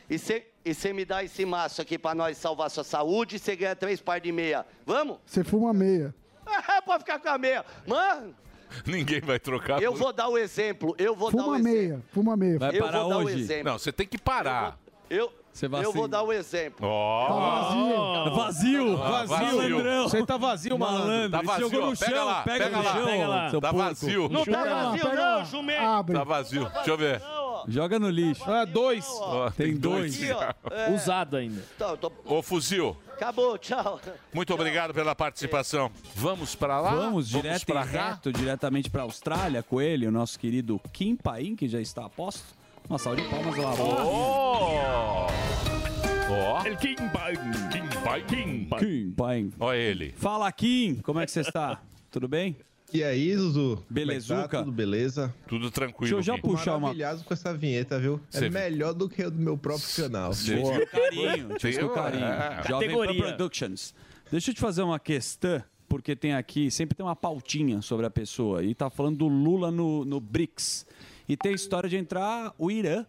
Speaker 10: e você e você me dá esse maço aqui pra nós salvar sua saúde e você ganha três pares de meia. Vamos? <laughs> É,
Speaker 6: Você fuma meia.
Speaker 10: Pode ficar com a meia. Mano,
Speaker 4: Ninguém vai trocar.
Speaker 10: eu
Speaker 4: por-
Speaker 10: vou dar o exemplo. Eu vou dar o
Speaker 6: Fuma
Speaker 10: exemplo.
Speaker 6: meia. Fuma meia.
Speaker 10: Vai Eu parar vou dar o onde? exemplo.
Speaker 4: Não, você tem que parar.
Speaker 10: Eu,
Speaker 4: Você
Speaker 10: eu vou dar o exemplo.
Speaker 4: Ó.
Speaker 6: Tá vazio.
Speaker 4: Não.
Speaker 5: Vazio, vazio, Leandrão.
Speaker 9: Você tá vazio, malandro.
Speaker 4: Tá
Speaker 9: Ele
Speaker 4: vazio,
Speaker 9: jogou
Speaker 4: ó,
Speaker 9: no
Speaker 4: pega
Speaker 9: chão,
Speaker 4: lá,
Speaker 9: pega no
Speaker 4: lá,
Speaker 9: chão, seu
Speaker 4: Tá
Speaker 9: porco.
Speaker 4: vazio.
Speaker 9: Não tá
Speaker 4: Pega lá,
Speaker 9: vazio,
Speaker 4: pega
Speaker 9: não,
Speaker 4: lá.
Speaker 9: jumento.
Speaker 4: Tá vazio. Deixa eu ver.
Speaker 5: Joga no lixo.
Speaker 9: Ah, dois.
Speaker 4: Ó,
Speaker 5: Tem dois.
Speaker 4: Aqui, ó. É.
Speaker 8: Usado ainda.
Speaker 4: Ô, fuzil.
Speaker 13: Acabou, tchau.
Speaker 4: Muito obrigado pela participação. Vamos para lá?
Speaker 5: Vamos direto
Speaker 4: pra
Speaker 5: e
Speaker 4: cá?
Speaker 5: reto, diretamente para a Austrália, com ele, o nosso querido Kim Paim, que já está a posto. Uma salva de palmas lá.
Speaker 4: Ó. Ó.
Speaker 5: Ele Kim Paim.
Speaker 4: Kim Paim. Kim
Speaker 5: Paim.
Speaker 4: Olha ele.
Speaker 5: Fala, Kim. Como é que você está? Tudo bem?
Speaker 17: E aí, Zuzu? Beleza?
Speaker 5: Belezuca?
Speaker 17: é tá? Tudo beleza?
Speaker 4: Tudo
Speaker 5: Deixa
Speaker 4: tranquilo.
Speaker 5: eu já
Speaker 4: Kim.
Speaker 5: puxar uma...
Speaker 17: Maravilhado com essa vinheta, viu?
Speaker 4: Cê
Speaker 17: é
Speaker 4: viu?
Speaker 17: melhor do que o do meu próprio canal.
Speaker 5: Te buscou carinho, te buscou carinho.
Speaker 6: É.
Speaker 5: Jovem Pan
Speaker 17: Categoria.
Speaker 5: Productions. Deixa eu te fazer uma questão, porque tem aqui, sempre tem uma pautinha sobre a pessoa. E tá falando do Lula no, no BRICS. E tem a história de entrar o Irã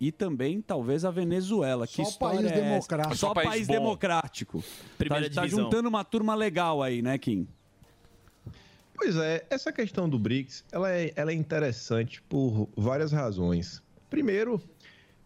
Speaker 5: e também, talvez, a Venezuela. Que
Speaker 6: Só
Speaker 5: história
Speaker 6: país
Speaker 5: é essa?
Speaker 6: democrático.
Speaker 5: Só,
Speaker 6: Só país
Speaker 5: país,
Speaker 6: bom.
Speaker 5: democrático.
Speaker 17: Primeira
Speaker 5: tá, tá
Speaker 17: divisão.
Speaker 5: juntando uma turma legal aí, né, Kim?
Speaker 17: Pois é, essa questão do BRICS, ela é, ela é interessante por várias razões. Primeiro,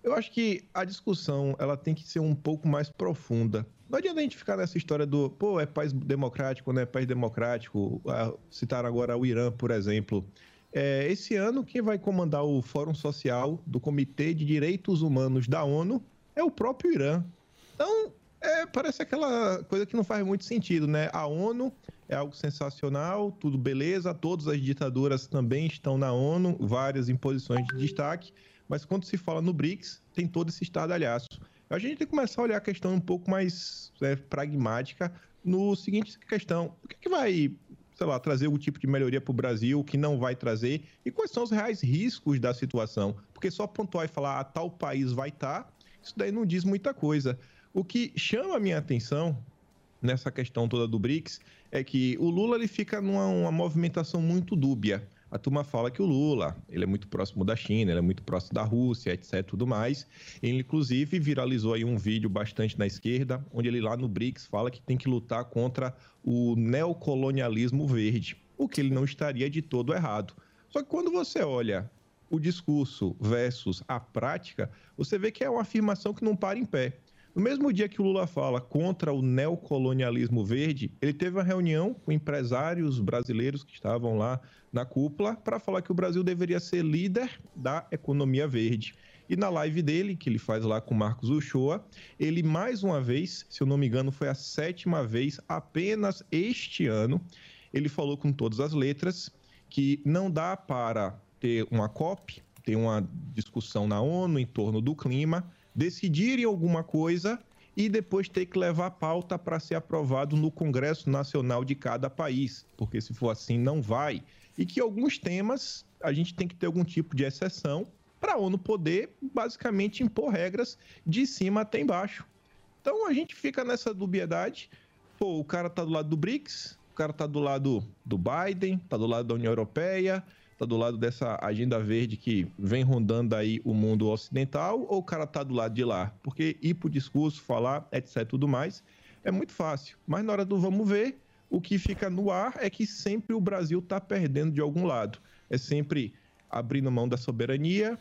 Speaker 17: eu acho que a discussão ela tem que ser um pouco mais profunda. Não adianta a gente ficar nessa história do, pô, é país democrático, não é país democrático. Ah, Citaram agora o Irã, por exemplo. É, esse ano, quem vai comandar o Fórum Social do Comitê de Direitos Humanos da ONU é o próprio Irã. Então, é, parece aquela coisa que não faz muito sentido, né? A ONU é algo sensacional, tudo beleza, todas as ditaduras também estão na ONU, várias imposições de destaque, mas quando se fala no BRICS, tem todo esse estardalhaço. A gente tem que começar a olhar a questão um pouco mais né, pragmática no seguinte questão, o que, é que vai, sei lá, trazer algum tipo de melhoria para o Brasil, o que não vai trazer, e quais são os reais riscos da situação? Porque só pontuar e falar, ah, tal país vai estar, isso daí não diz muita coisa. O que chama a minha atenção nessa questão toda do BRICS é que o Lula ele fica numa uma movimentação muito dúbia. A turma fala que o Lula, ele é muito próximo da China, ele é muito próximo da Rússia, etc, tudo mais. Ele inclusive viralizou aí um vídeo bastante na esquerda, onde ele lá no BRICS fala que tem que lutar contra o neocolonialismo verde, o que ele não estaria de todo errado. Só que quando você olha o discurso versus a prática, você vê que é uma afirmação que não para em pé. No mesmo dia que o Lula fala contra o neocolonialismo verde, ele teve uma reunião com empresários brasileiros que estavam lá na cúpula para falar que o Brasil deveria ser líder da economia verde. E na live dele, que ele faz lá com o Marcos Uchoa, ele mais uma vez, se eu não me engano, foi a sétima vez apenas este ano, ele falou com todas as letras que não dá para ter uma COP, ter uma discussão na ONU em torno do clima, decidirem alguma coisa e depois ter que levar a pauta para ser aprovado no Congresso Nacional de cada país, porque se for assim não vai. E que alguns temas a gente tem que ter algum tipo de exceção para a ONU poder basicamente impor regras de cima até embaixo. Então a gente fica nessa dubiedade. Pô, o cara tá do lado do BRICS, o cara tá do lado do Biden, tá do lado da União Europeia, tá do lado dessa agenda verde que vem rondando aí o mundo ocidental, ou o cara tá do lado de lá? Porque ir pro discurso, falar, etc, tudo mais, é muito fácil. Mas na hora do vamos ver, o que fica no ar é que sempre o Brasil tá perdendo de algum lado. É sempre abrindo mão da soberania,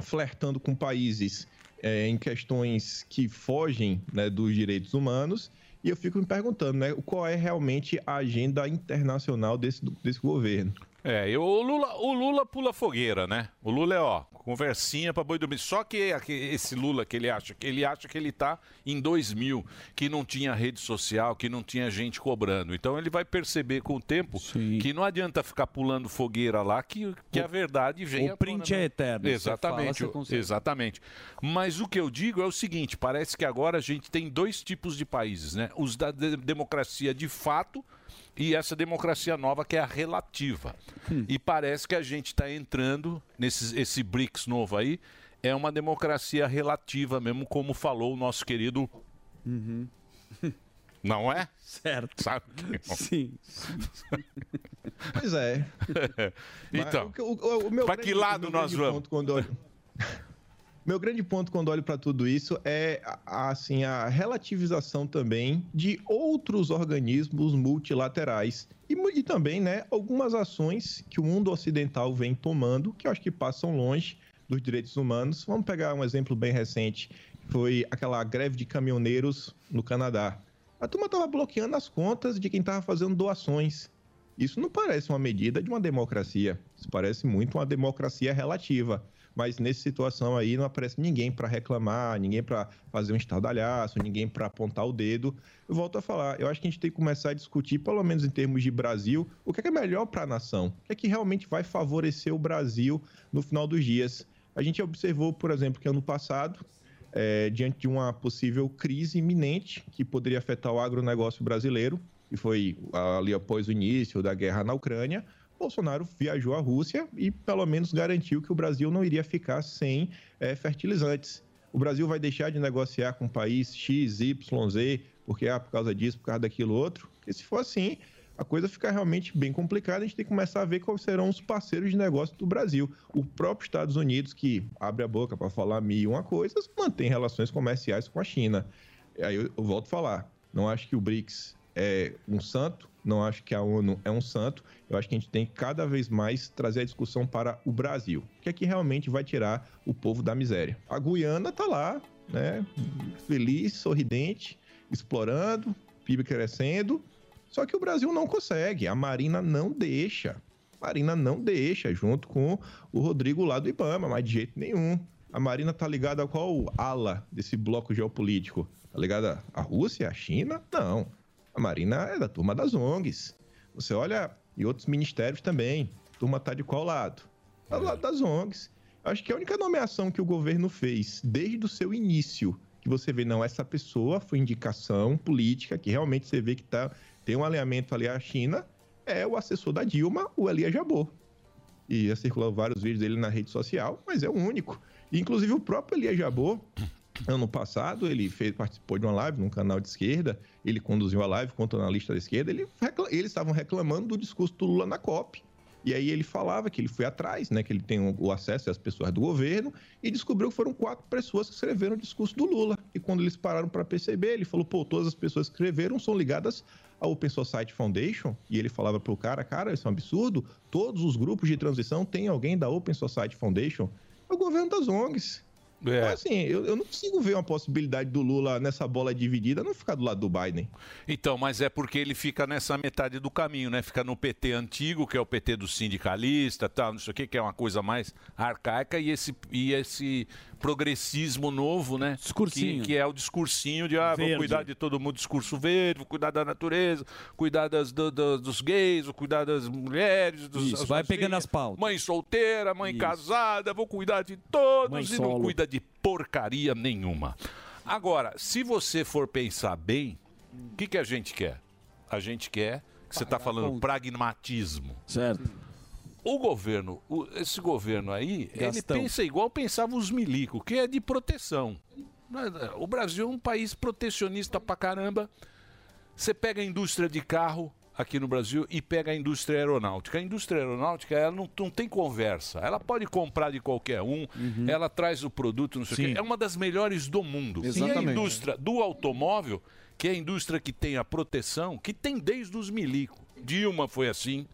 Speaker 17: flertando com países eh, em questões que fogem né, dos direitos humanos. E eu fico me perguntando, né, qual é realmente a agenda internacional desse, desse governo?
Speaker 4: É, e o Lula, o Lula pula fogueira, né? O Lula é, ó, conversinha pra boi dormir. Só que aque- esse Lula que ele acha, que ele acha que ele tá em 2000, que não tinha rede social, que não tinha gente cobrando. Então ele vai perceber com o tempo que não adianta ficar pulando fogueira lá, que, que a verdade vem
Speaker 5: o
Speaker 4: à
Speaker 5: print
Speaker 4: tona,
Speaker 5: é
Speaker 4: né?
Speaker 5: eterno. Você
Speaker 4: Exatamente,
Speaker 5: fala, você consegue.
Speaker 4: exatamente. Mas o que eu digo é o seguinte, parece que agora a gente tem dois tipos de países, né? Os da de- democracia de fato e essa democracia nova que é a relativa.
Speaker 5: Hum.
Speaker 4: E parece que a gente está entrando nesse esse BRICS novo aí, é uma democracia relativa mesmo, como falou o nosso querido... Não é?
Speaker 5: Uhum. <laughs> Certo.
Speaker 4: Sabe?
Speaker 5: Sim.
Speaker 4: <laughs>
Speaker 17: Pois é. Mas
Speaker 4: então,
Speaker 17: o- o- o meu
Speaker 4: pra que
Speaker 17: grande-
Speaker 4: lado
Speaker 17: meu
Speaker 4: nós
Speaker 17: grande
Speaker 4: vamos?
Speaker 17: ponto quando olho- <laughs> meu grande ponto quando olho para tudo isso é a- a, assim a relativização também de outros organismos multilaterais e, mu- e também né algumas ações que o mundo ocidental vem tomando que eu acho que passam longe dos direitos humanos. Vamos pegar um exemplo bem recente, que foi aquela greve de caminhoneiros no Canadá. A turma estava bloqueando as contas de quem estava fazendo doações. Isso não parece uma medida de uma democracia. Isso parece muito uma democracia relativa. Mas nessa situação aí não aparece ninguém para reclamar, ninguém para fazer um estardalhaço, ninguém para apontar o dedo. Eu volto a falar, eu acho que a gente tem que começar a discutir, pelo menos em termos de Brasil, o que é, que é melhor para a nação, o que é que realmente vai favorecer o Brasil no final dos dias. A gente observou, por exemplo, que ano passado, eh, diante de uma possível crise iminente que poderia afetar o agronegócio brasileiro, que foi ali após o início da guerra na Ucrânia, Bolsonaro viajou à Rússia e pelo menos garantiu que o Brasil não iria ficar sem eh, fertilizantes. O Brasil vai deixar de negociar com o país X, Y, Z, porque ah, por causa disso, por causa daquilo outro. Porque se for assim, a coisa fica realmente bem complicada. A gente tem que começar a ver quais serão os parceiros de negócio do Brasil. O próprio Estados Unidos, que abre a boca para falar mil e uma coisas, mantém relações comerciais com a China. Aí eu, eu volto a falar. Não acho que o BRICS é um santo, não acho que a ONU é um santo. Eu acho que a gente tem que cada vez mais trazer a discussão para o Brasil. O que é que realmente vai tirar o povo da miséria? A Guiana está lá, né? Feliz, sorridente, explorando, PIB crescendo. Só que o Brasil não consegue, a Marina não deixa. A Marina não deixa, junto com o Rodrigo lá do Ibama, mas de jeito nenhum. A Marina tá ligada a qual ala desse bloco geopolítico? Tá ligada à Rússia, à China? Não. A Marina é da turma das ONGs. Você olha, e outros ministérios também. A turma tá de qual lado? Tá do lado das ONGs. Acho que a única nomeação que o governo fez desde o seu início, que você vê, não, essa pessoa foi indicação política, que realmente você vê que tá, tem um alinhamento ali à China, é o assessor da Dilma, o Elia Jabor. E já circulou vários vídeos dele na rede social, mas é o único. E, inclusive o próprio Elia Jabor, ano passado, ele fez, participou de uma live num canal de esquerda, ele conduziu a live contra o analista da esquerda, ele recla- eles estavam reclamando do discurso do Lula na COP. E aí ele falava que ele foi atrás, né, que ele tem o- o acesso às pessoas do governo, e descobriu que foram quatro pessoas que escreveram o discurso do Lula. E quando eles pararam para perceber, ele falou, pô, todas as pessoas que escreveram são ligadas à Open Society Foundation, e ele falava pro cara, cara, isso é um absurdo, todos os grupos de transição têm alguém da Open Society Foundation, é o governo das ONGs. Então, assim, eu, eu não consigo ver uma possibilidade do Lula nessa bola dividida não ficar do lado do Biden.
Speaker 4: Então, mas é porque ele fica nessa metade do caminho, né? Fica no PT antigo, que é o PT do sindicalista, tal, não sei o que, que é uma coisa mais arcaica, e esse, e esse progressismo novo, né?
Speaker 5: Discursinho.
Speaker 4: Que, que é o discursinho de, ah, vou
Speaker 5: Verde.
Speaker 4: cuidar de todo mundo, discurso verde, vou cuidar da natureza, cuidar das, do- do- dos gays, vou cuidar das mulheres, dos...
Speaker 5: Isso, vai pegando as pautas.
Speaker 4: Mãe solteira, mãe casada, vou cuidar de todos
Speaker 5: Mãe
Speaker 4: e não
Speaker 5: solo.
Speaker 4: cuida de porcaria nenhuma. Agora, se você for pensar bem, o que, que a gente quer? A gente quer, que você está falando, pragmatismo.
Speaker 8: Certo.
Speaker 4: O governo, o- esse governo aí,
Speaker 8: Gastão.
Speaker 4: ele pensa igual pensavam os milico, que é de proteção. O Brasil é um país protecionista pra caramba. Você pega a indústria de carro aqui no Brasil e pega a indústria aeronáutica. A indústria aeronáutica, ela não, não tem conversa. Ela pode comprar de qualquer um, ela traz o produto, não sei o quê. É uma das melhores do mundo. E a
Speaker 18: Exatamente.
Speaker 4: indústria do automóvel, que é a indústria que tem a proteção, que tem desde os milico. Dilma foi assim.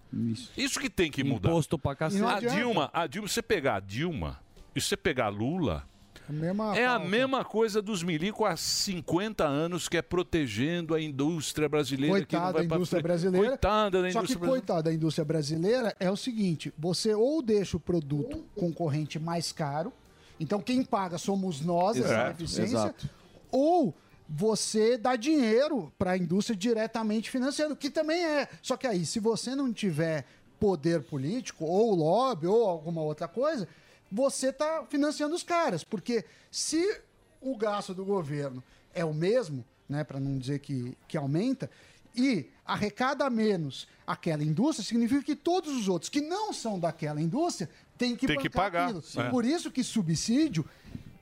Speaker 4: Isso, que tem que
Speaker 6: Tá.
Speaker 4: mudar.
Speaker 5: Imposto pra cacete.
Speaker 6: Ah,
Speaker 4: A Dilma, a Dilma, você pegar a Dilma e você pegar a Lula,
Speaker 6: A mesma
Speaker 4: é a mesma coisa dos milico há 50 anos que é protegendo a indústria brasileira. que
Speaker 6: Coitada da
Speaker 4: não vai pra
Speaker 6: indústria
Speaker 4: frente.
Speaker 6: brasileira.
Speaker 4: Coitada da
Speaker 6: Só
Speaker 4: indústria
Speaker 6: que
Speaker 4: brasileira.
Speaker 6: coitada da indústria brasileira é o seguinte: você ou deixa o produto concorrente mais caro, então quem paga somos nós, essa
Speaker 18: Exato,
Speaker 6: deficiência,
Speaker 18: exato.
Speaker 6: ou você dá dinheiro para a indústria diretamente financiando, que também é. Só que aí, se você não tiver poder político, ou lobby, ou alguma outra coisa, você está financiando os caras. Porque se o gasto do governo é o mesmo, né, para não dizer que, que aumenta, e arrecada menos aquela indústria, significa que todos os outros que não são daquela indústria têm que
Speaker 4: Tem que
Speaker 6: bancar
Speaker 4: pagar, né?
Speaker 6: aquilo.
Speaker 4: sim.
Speaker 6: Por isso que subsídio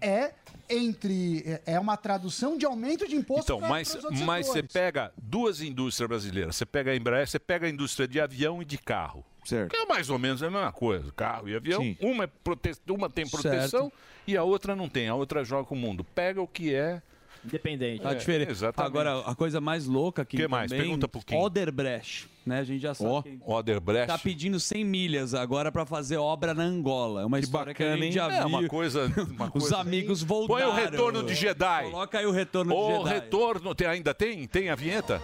Speaker 6: é entre é- é uma tradução de aumento de imposto
Speaker 4: Então,
Speaker 6: pra-
Speaker 4: mas,
Speaker 6: pros outros
Speaker 4: mas você
Speaker 6: setores.
Speaker 4: pega duas indústrias brasileiras. Você pega a Embraer, você pega a indústria de avião e de carro. Que é mais ou menos a mesma coisa, carro e avião.
Speaker 18: Sim.
Speaker 4: Uma, é prote- uma tem proteção e a outra não tem. A outra joga com o mundo. Pega o que é
Speaker 8: Independente.
Speaker 5: A diferença. Tá Agora, a coisa mais louca aqui
Speaker 4: Que mais?
Speaker 5: também,
Speaker 4: Pergunta pro Kim.
Speaker 5: Oderbrecht, né? A gente já sabe.
Speaker 4: Ó,
Speaker 5: quem-
Speaker 4: Oderbrecht.
Speaker 5: Tá pedindo 100 milhas agora pra fazer obra na Angola. É uma história que a gente já
Speaker 4: É
Speaker 5: viu.
Speaker 4: uma
Speaker 5: <laughs>
Speaker 4: coisa. Uma
Speaker 5: Os
Speaker 4: coisa-
Speaker 5: amigos
Speaker 4: Põe
Speaker 5: voltaram.
Speaker 4: o retorno de Jedi.
Speaker 5: Coloca aí o retorno
Speaker 4: o
Speaker 5: de Jedi.
Speaker 4: retorno. Tem, ainda tem? Tem a vinheta?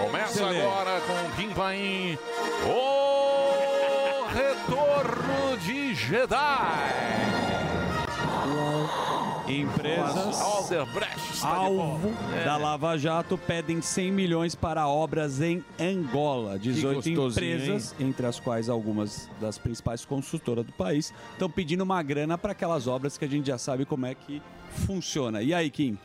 Speaker 4: Começa
Speaker 5: Excelente.
Speaker 4: agora com Kim Paim. O retorno de Jedi.
Speaker 5: Empresas.
Speaker 4: Alderbrecht está Tá de
Speaker 5: Alvo
Speaker 4: volta.
Speaker 5: da
Speaker 4: É.
Speaker 5: Lava Jato pedem 100 milhões para obras em Angola. 18
Speaker 4: gostosinho,
Speaker 5: empresas, entre as quais algumas das principais consultoras do país, estão pedindo uma grana para aquelas obras que a gente já sabe como é que funciona. E aí, Kim?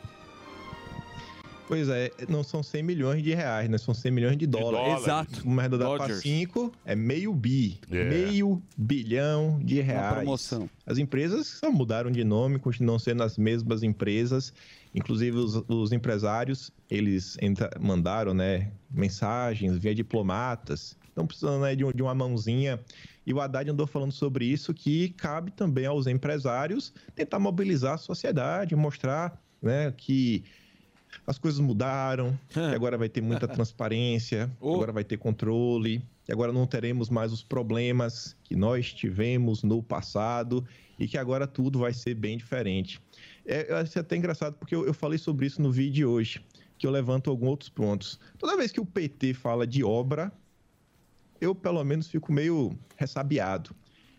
Speaker 17: Pois é, não são 100 milhões de reais, né? São 100 milhões de dólares.
Speaker 5: dólares. Exato.
Speaker 17: Uma arredondada para
Speaker 5: Dodgers.
Speaker 17: 5 é meio bi.
Speaker 4: É.
Speaker 17: Meio bilhão de reais.
Speaker 5: promoção.
Speaker 17: As empresas só mudaram de nome, continuam sendo as mesmas empresas. Inclusive, os, os empresários, eles entra- mandaram né, mensagens via diplomatas. Estão precisando né, de, um- de uma mãozinha. E o Haddad andou falando sobre isso, que cabe também aos empresários tentar mobilizar a sociedade, mostrar né, que as coisas mudaram, que agora vai ter muita transparência, que agora vai ter controle, que agora não teremos mais os problemas que nós tivemos no passado e que agora tudo vai ser bem diferente. É, eu acho até engraçado porque eu, eu falei sobre isso no vídeo de hoje, que eu levanto alguns outros pontos. Toda vez que o PT fala de obra, eu pelo menos fico meio ressabiado.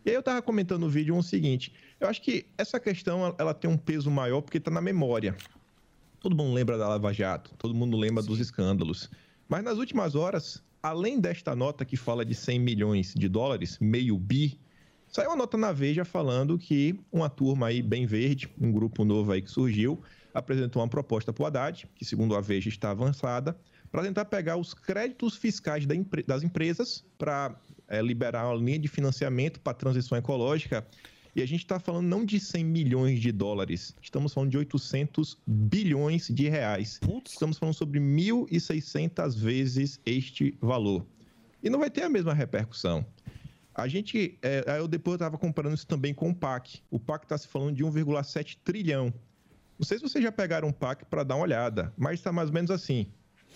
Speaker 17: E aí eu tava comentando no vídeo o seguinte, eu acho que essa questão ela- ela tem um peso maior porque está na memória. Todo mundo lembra da Lava Jato, todo mundo lembra dos escândalos. Mas nas últimas horas, além desta nota que fala de 100 milhões de dólares, meio bi, saiu uma nota na Veja falando que uma turma aí bem verde, um grupo novo aí que surgiu, apresentou uma proposta para o Haddad, que segundo a Veja está avançada, para tentar pegar os créditos fiscais da empre- das empresas para liberar uma linha de financiamento para a transição ecológica e a gente está falando não de 100 milhões de dólares, estamos falando de 800 bilhões de reais. Estamos falando sobre 1.600 vezes este valor. E não vai ter a mesma repercussão. A gente, é, aí eu depois estava comparando isso também com o PAC. O PAC está se falando de 1,7 trilhão. Não sei se vocês já pegaram o PAC para dar uma olhada, mas está mais ou menos assim: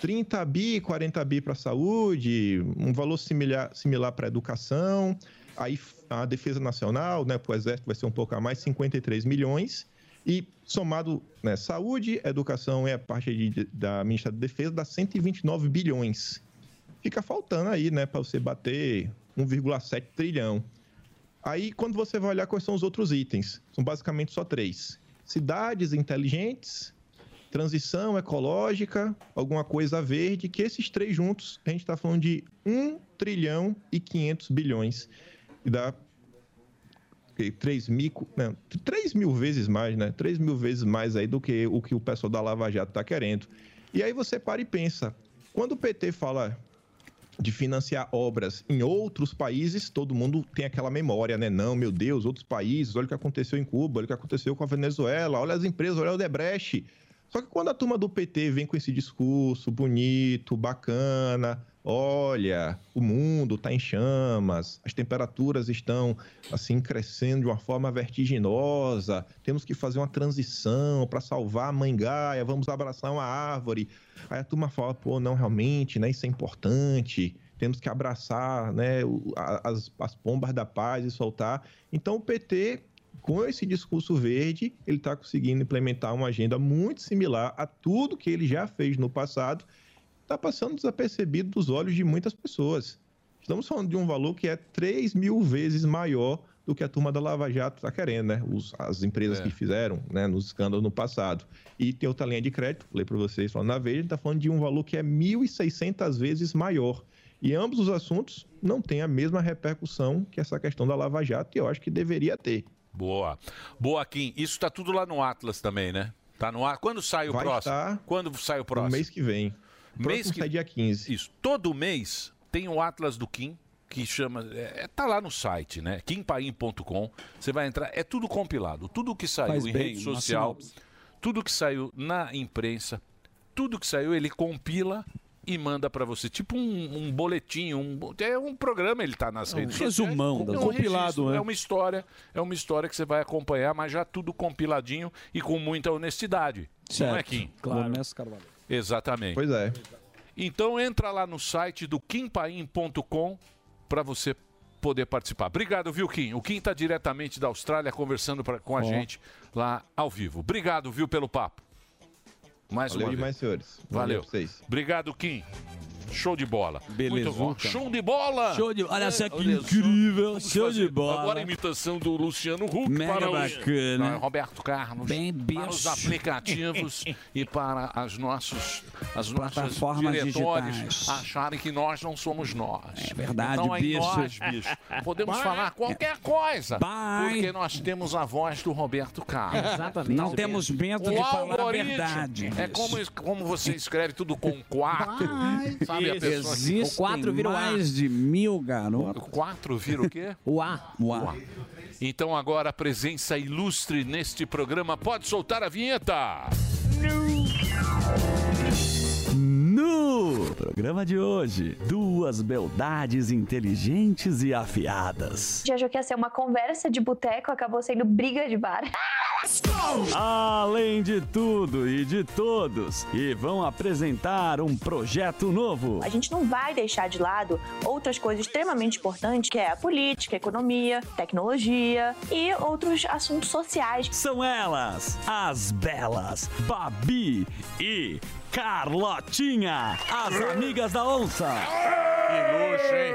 Speaker 17: 30 bi, 40 bi para saúde, um valor similar, similar para educação, aí f- a defesa nacional, né, para o exército vai ser um pouco a mais, 53 milhões. E somado né, saúde, educação e a parte de- da Ministério da Defesa dá 129 bilhões. Fica faltando aí, né, para você bater 1,7 trilhão. Aí, quando você vai olhar quais são os outros itens, são basicamente só três: cidades inteligentes, transição ecológica, alguma coisa verde, que esses três juntos, a gente está falando de 1 trilhão e 500 bilhões. E dá 3 mil, não, 3 mil vezes mais, né? 3 mil vezes mais aí do que o que o pessoal da Lava Jato está querendo. E aí você para e pensa. Quando o PT fala de financiar obras em outros países, todo mundo tem aquela memória, né? Não, meu Deus, outros países, olha o que aconteceu em Cuba, olha o que aconteceu com a Venezuela, olha as empresas, olha o Debrecht. Só que quando a turma do PT vem com esse discurso bonito, bacana, olha, o mundo está em chamas, as temperaturas estão assim crescendo de uma forma vertiginosa, temos que fazer uma transição para salvar a mãe Gaia, vamos abraçar uma árvore. Aí a turma fala, pô, não, realmente, né, isso é importante, temos que abraçar né, o- a- as, as pombas da paz e soltar. Então o PT, com esse discurso verde, ele está conseguindo implementar uma agenda muito similar a tudo que ele já fez no passado, está passando desapercebido dos olhos de muitas pessoas. Estamos falando de um valor que é 3 mil vezes maior do que a turma da Lava Jato está querendo, né? Os- as empresas que fizeram né, nos escândalos no passado. E tem outra linha de crédito, falei para vocês falando na Veja, está falando de um valor que é 1.600 vezes maior. E ambos os assuntos não têm a mesma repercussão que essa questão da Lava Jato, e eu acho que deveria ter.
Speaker 4: Boa. Boa, Kim. Isso tá tudo lá no Atlas também, né? Tá no ar. Quando sai o
Speaker 17: Vai
Speaker 4: próximo?
Speaker 17: estar
Speaker 4: Quando sai o próximo?
Speaker 17: mês que vem. O próximo sai dia 15.
Speaker 4: Isso. Todo mês tem o Atlas do Kim, que chama. É, é- tá lá no site, né? KimPaim.com. Você vai entrar. É tudo compilado. Tudo que saiu
Speaker 5: Faz
Speaker 4: em
Speaker 5: bem,
Speaker 4: rede
Speaker 5: uma
Speaker 4: social,
Speaker 5: sinopse.
Speaker 4: tudo que saiu na imprensa, tudo que saiu, ele compila e manda para você. Tipo um, um boletim, um, bo- é um programa, ele tá nas
Speaker 5: É um
Speaker 4: redes sociais.
Speaker 5: resumão das-
Speaker 4: é
Speaker 5: compilado,
Speaker 4: registro,
Speaker 5: né?
Speaker 4: É uma história, é uma história que você vai acompanhar, mas já tudo compiladinho e com muita honestidade. Não é, Kim?
Speaker 5: Claro. Ernesto Carvalho.
Speaker 4: Exatamente.
Speaker 17: Pois é.
Speaker 4: Então entra lá no site do kimpaim.com para você poder participar. Obrigado, viu, Kim? O Kim está diretamente da Austrália conversando pra- com a
Speaker 17: Ó.
Speaker 4: gente lá ao vivo. Obrigado, viu, pelo papo. Mais
Speaker 17: Valeu
Speaker 4: uma
Speaker 17: demais,
Speaker 4: vez.
Speaker 17: senhores.
Speaker 4: Valeu.
Speaker 17: Valeu pra vocês.
Speaker 4: Obrigado, Kim. Show de bola. Muito bom.
Speaker 17: Belezuca.
Speaker 4: Show de bola.
Speaker 5: Show de Olha só que
Speaker 4: Olha só.
Speaker 5: incrível.
Speaker 4: Vamos
Speaker 5: Show
Speaker 4: fazer
Speaker 5: de bola.
Speaker 4: Agora a imitação do Luciano Huck
Speaker 5: <laughs> Mega
Speaker 4: para os-
Speaker 5: bacana.
Speaker 4: para Né? Roberto Carlos.
Speaker 5: Bem assim.
Speaker 4: para os
Speaker 5: bicho. <laughs>
Speaker 4: aplicativos e para as nossas, as nossas
Speaker 5: Plataformas
Speaker 4: diretores
Speaker 5: digitais.
Speaker 4: acharem que nós não somos nós. É
Speaker 5: verdade,
Speaker 4: então, aí
Speaker 5: bicho.
Speaker 4: Nós, bicho, podemos
Speaker 5: Bye.
Speaker 4: falar qualquer coisa.
Speaker 5: Bye.
Speaker 4: Porque nós temos a voz do Roberto Carlos.
Speaker 5: Exatamente. Não temos
Speaker 4: O
Speaker 5: medo de falar a
Speaker 4: algoritmo
Speaker 5: verdade,
Speaker 4: É
Speaker 5: bicho.
Speaker 4: como, como você escreve tudo com um quatro. <laughs> Sabe, a pessoa
Speaker 5: Existem
Speaker 4: um
Speaker 5: mais de mil garotos.
Speaker 4: Quatro vira o quê?
Speaker 5: O A. O A.
Speaker 4: Então agora a presença ilustre neste programa. Pode soltar a vinheta.
Speaker 18: No programa de hoje, duas beldades inteligentes e afiadas.
Speaker 19: Já achou que ia ser uma conversa de boteco, acabou sendo briga de bar.
Speaker 18: Além de tudo e de todos, e vão apresentar um projeto novo.
Speaker 20: A gente não vai deixar de lado outras coisas extremamente importantes, que é a política, a economia, tecnologia e outros assuntos sociais.
Speaker 18: São elas, as belas Babi e Carlotinha, as amigas da onça.
Speaker 4: Que